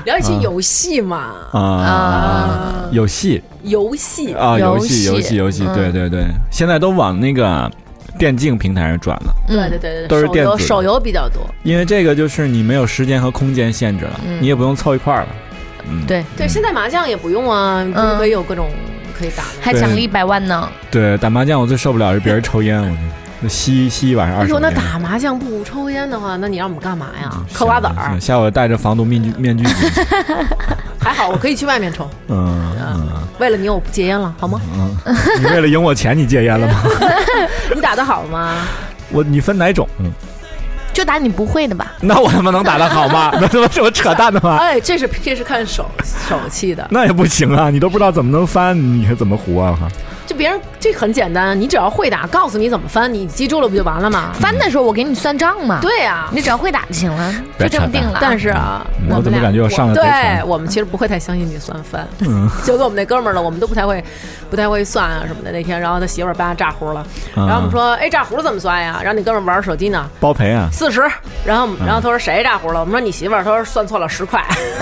[SPEAKER 4] 聊一起游戏嘛，
[SPEAKER 1] 啊，有戏
[SPEAKER 4] 游戏
[SPEAKER 1] 啊，
[SPEAKER 3] 游
[SPEAKER 1] 游戏，
[SPEAKER 3] 戏
[SPEAKER 1] 游戏，游戏，
[SPEAKER 3] 嗯
[SPEAKER 1] 对对对，现在都往那个电竞平台上转了，
[SPEAKER 4] 对
[SPEAKER 3] 嗯
[SPEAKER 4] 对，对对，
[SPEAKER 1] 都是
[SPEAKER 4] 手
[SPEAKER 1] 电子
[SPEAKER 4] 游
[SPEAKER 1] 的
[SPEAKER 4] 手游比较多。
[SPEAKER 1] 因为这个就是你没有时间和空间限制了，
[SPEAKER 3] 嗯
[SPEAKER 1] 你也不用凑一块儿了。嗯，
[SPEAKER 3] 对
[SPEAKER 4] 对，现在麻将也不用啊，不是可以有各种可以打的。
[SPEAKER 3] 还奖励一百万呢。
[SPEAKER 1] 对，打麻将我最受不了是别人抽烟，我就那吸吸一晚上
[SPEAKER 4] 哎
[SPEAKER 1] 二手
[SPEAKER 4] 呦，
[SPEAKER 1] 烟。
[SPEAKER 4] 那打麻将不抽烟的话，那你让我们干嘛呀
[SPEAKER 1] 嗯？
[SPEAKER 4] 嗑瓜子
[SPEAKER 1] 行
[SPEAKER 4] 儿
[SPEAKER 1] 行，下午戴着防毒面具面具。
[SPEAKER 4] 还好我可以去外面抽。
[SPEAKER 1] 嗯嗯
[SPEAKER 4] 为了你，我不戒烟了，好吗？
[SPEAKER 1] 嗯，你为了赢我钱，你戒烟了吗？
[SPEAKER 4] 你打得好吗？
[SPEAKER 1] 啊我你分哪种？嗯，
[SPEAKER 3] 就打你不会的吧？
[SPEAKER 1] 那我他妈能打得好吗？ <laughs> 那他妈是我扯淡的吗？
[SPEAKER 4] <laughs> 哎，这是这是看手手气的，
[SPEAKER 1] 那也不行啊！你都不知道怎么能翻，你还怎么胡啊？
[SPEAKER 4] 就别人这很简单，你只要会打，告诉你怎么翻，你记住了不就完了吗？
[SPEAKER 1] 嗯
[SPEAKER 3] 翻的时候我给你算账嘛，
[SPEAKER 4] 对呀、
[SPEAKER 3] 你只要会打就行了，
[SPEAKER 1] 别
[SPEAKER 3] 就这么定了。
[SPEAKER 4] 但是啊，
[SPEAKER 1] 嗯我
[SPEAKER 4] 们
[SPEAKER 1] 怎么
[SPEAKER 4] 俩
[SPEAKER 1] 感觉我上了嗯贼船
[SPEAKER 4] 对我们其实不会太相信你算翻， <laughs> 就跟我们那哥们儿了，我们都不太会，不太会算啊什么的。那天，然后他媳妇儿扒炸胡了，
[SPEAKER 1] 啊
[SPEAKER 4] 然后我们说，哎，炸胡怎么算呀？然后你哥们儿玩手机呢，
[SPEAKER 1] 包赔啊！
[SPEAKER 4] 四十。然后我们，然后他说谁炸胡了？我们说你媳妇儿，他说算错了十块。
[SPEAKER 1] <laughs>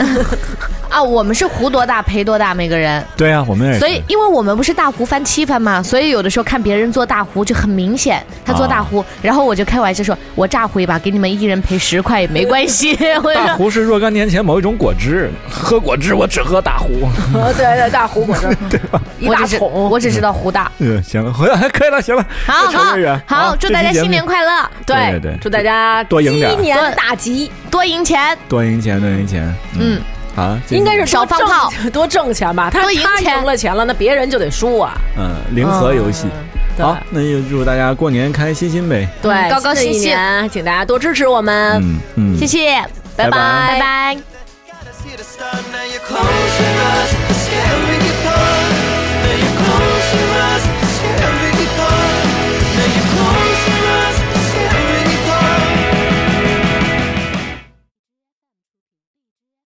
[SPEAKER 3] 啊，我们是胡多大赔多大，每个人。
[SPEAKER 1] 对啊，我们也是
[SPEAKER 3] 所以，因为我们不是大胡翻七番嘛，所以有的时候看别人做大胡就很明显，他做大胡，然后我就开玩笑说，我炸胡一把，给你们一人赔十块也没关 <laughs> 系。我就
[SPEAKER 1] 大
[SPEAKER 3] 说
[SPEAKER 1] 胡是若干年前某一种果汁，喝果汁我只喝大胡。
[SPEAKER 4] 对对，大胡果汁，一
[SPEAKER 3] 我
[SPEAKER 4] 大
[SPEAKER 3] 只是
[SPEAKER 4] 桶。
[SPEAKER 3] 我只知道胡大。
[SPEAKER 1] 嗯，行了，回来可以了，行了，
[SPEAKER 3] 好
[SPEAKER 1] 越扯越远
[SPEAKER 3] 好好，祝大家
[SPEAKER 1] 这
[SPEAKER 3] 新年。
[SPEAKER 1] 期节目
[SPEAKER 3] 快乐，
[SPEAKER 1] 对
[SPEAKER 4] 对
[SPEAKER 1] 对对
[SPEAKER 4] 祝大家
[SPEAKER 1] 多赢点儿
[SPEAKER 4] 鸡年大吉，
[SPEAKER 3] 多赢钱，
[SPEAKER 1] 多赢钱，多赢钱。嗯
[SPEAKER 3] 嗯，
[SPEAKER 1] 好，这
[SPEAKER 4] 应该是
[SPEAKER 3] 少
[SPEAKER 4] 多
[SPEAKER 3] 放炮
[SPEAKER 4] 挣，多挣钱吧。他
[SPEAKER 3] 多赢
[SPEAKER 4] 他
[SPEAKER 3] 钱
[SPEAKER 4] 赢了钱了，那别人就得输啊。
[SPEAKER 1] 嗯零和游戏。
[SPEAKER 4] 对
[SPEAKER 1] 好，那就祝大家过年开心心呗。
[SPEAKER 4] 对，
[SPEAKER 3] 嗯高高兴兴
[SPEAKER 4] 新的一年，请大家多支持我们。
[SPEAKER 1] 嗯嗯，
[SPEAKER 3] 谢谢，
[SPEAKER 1] 拜拜
[SPEAKER 3] 拜拜。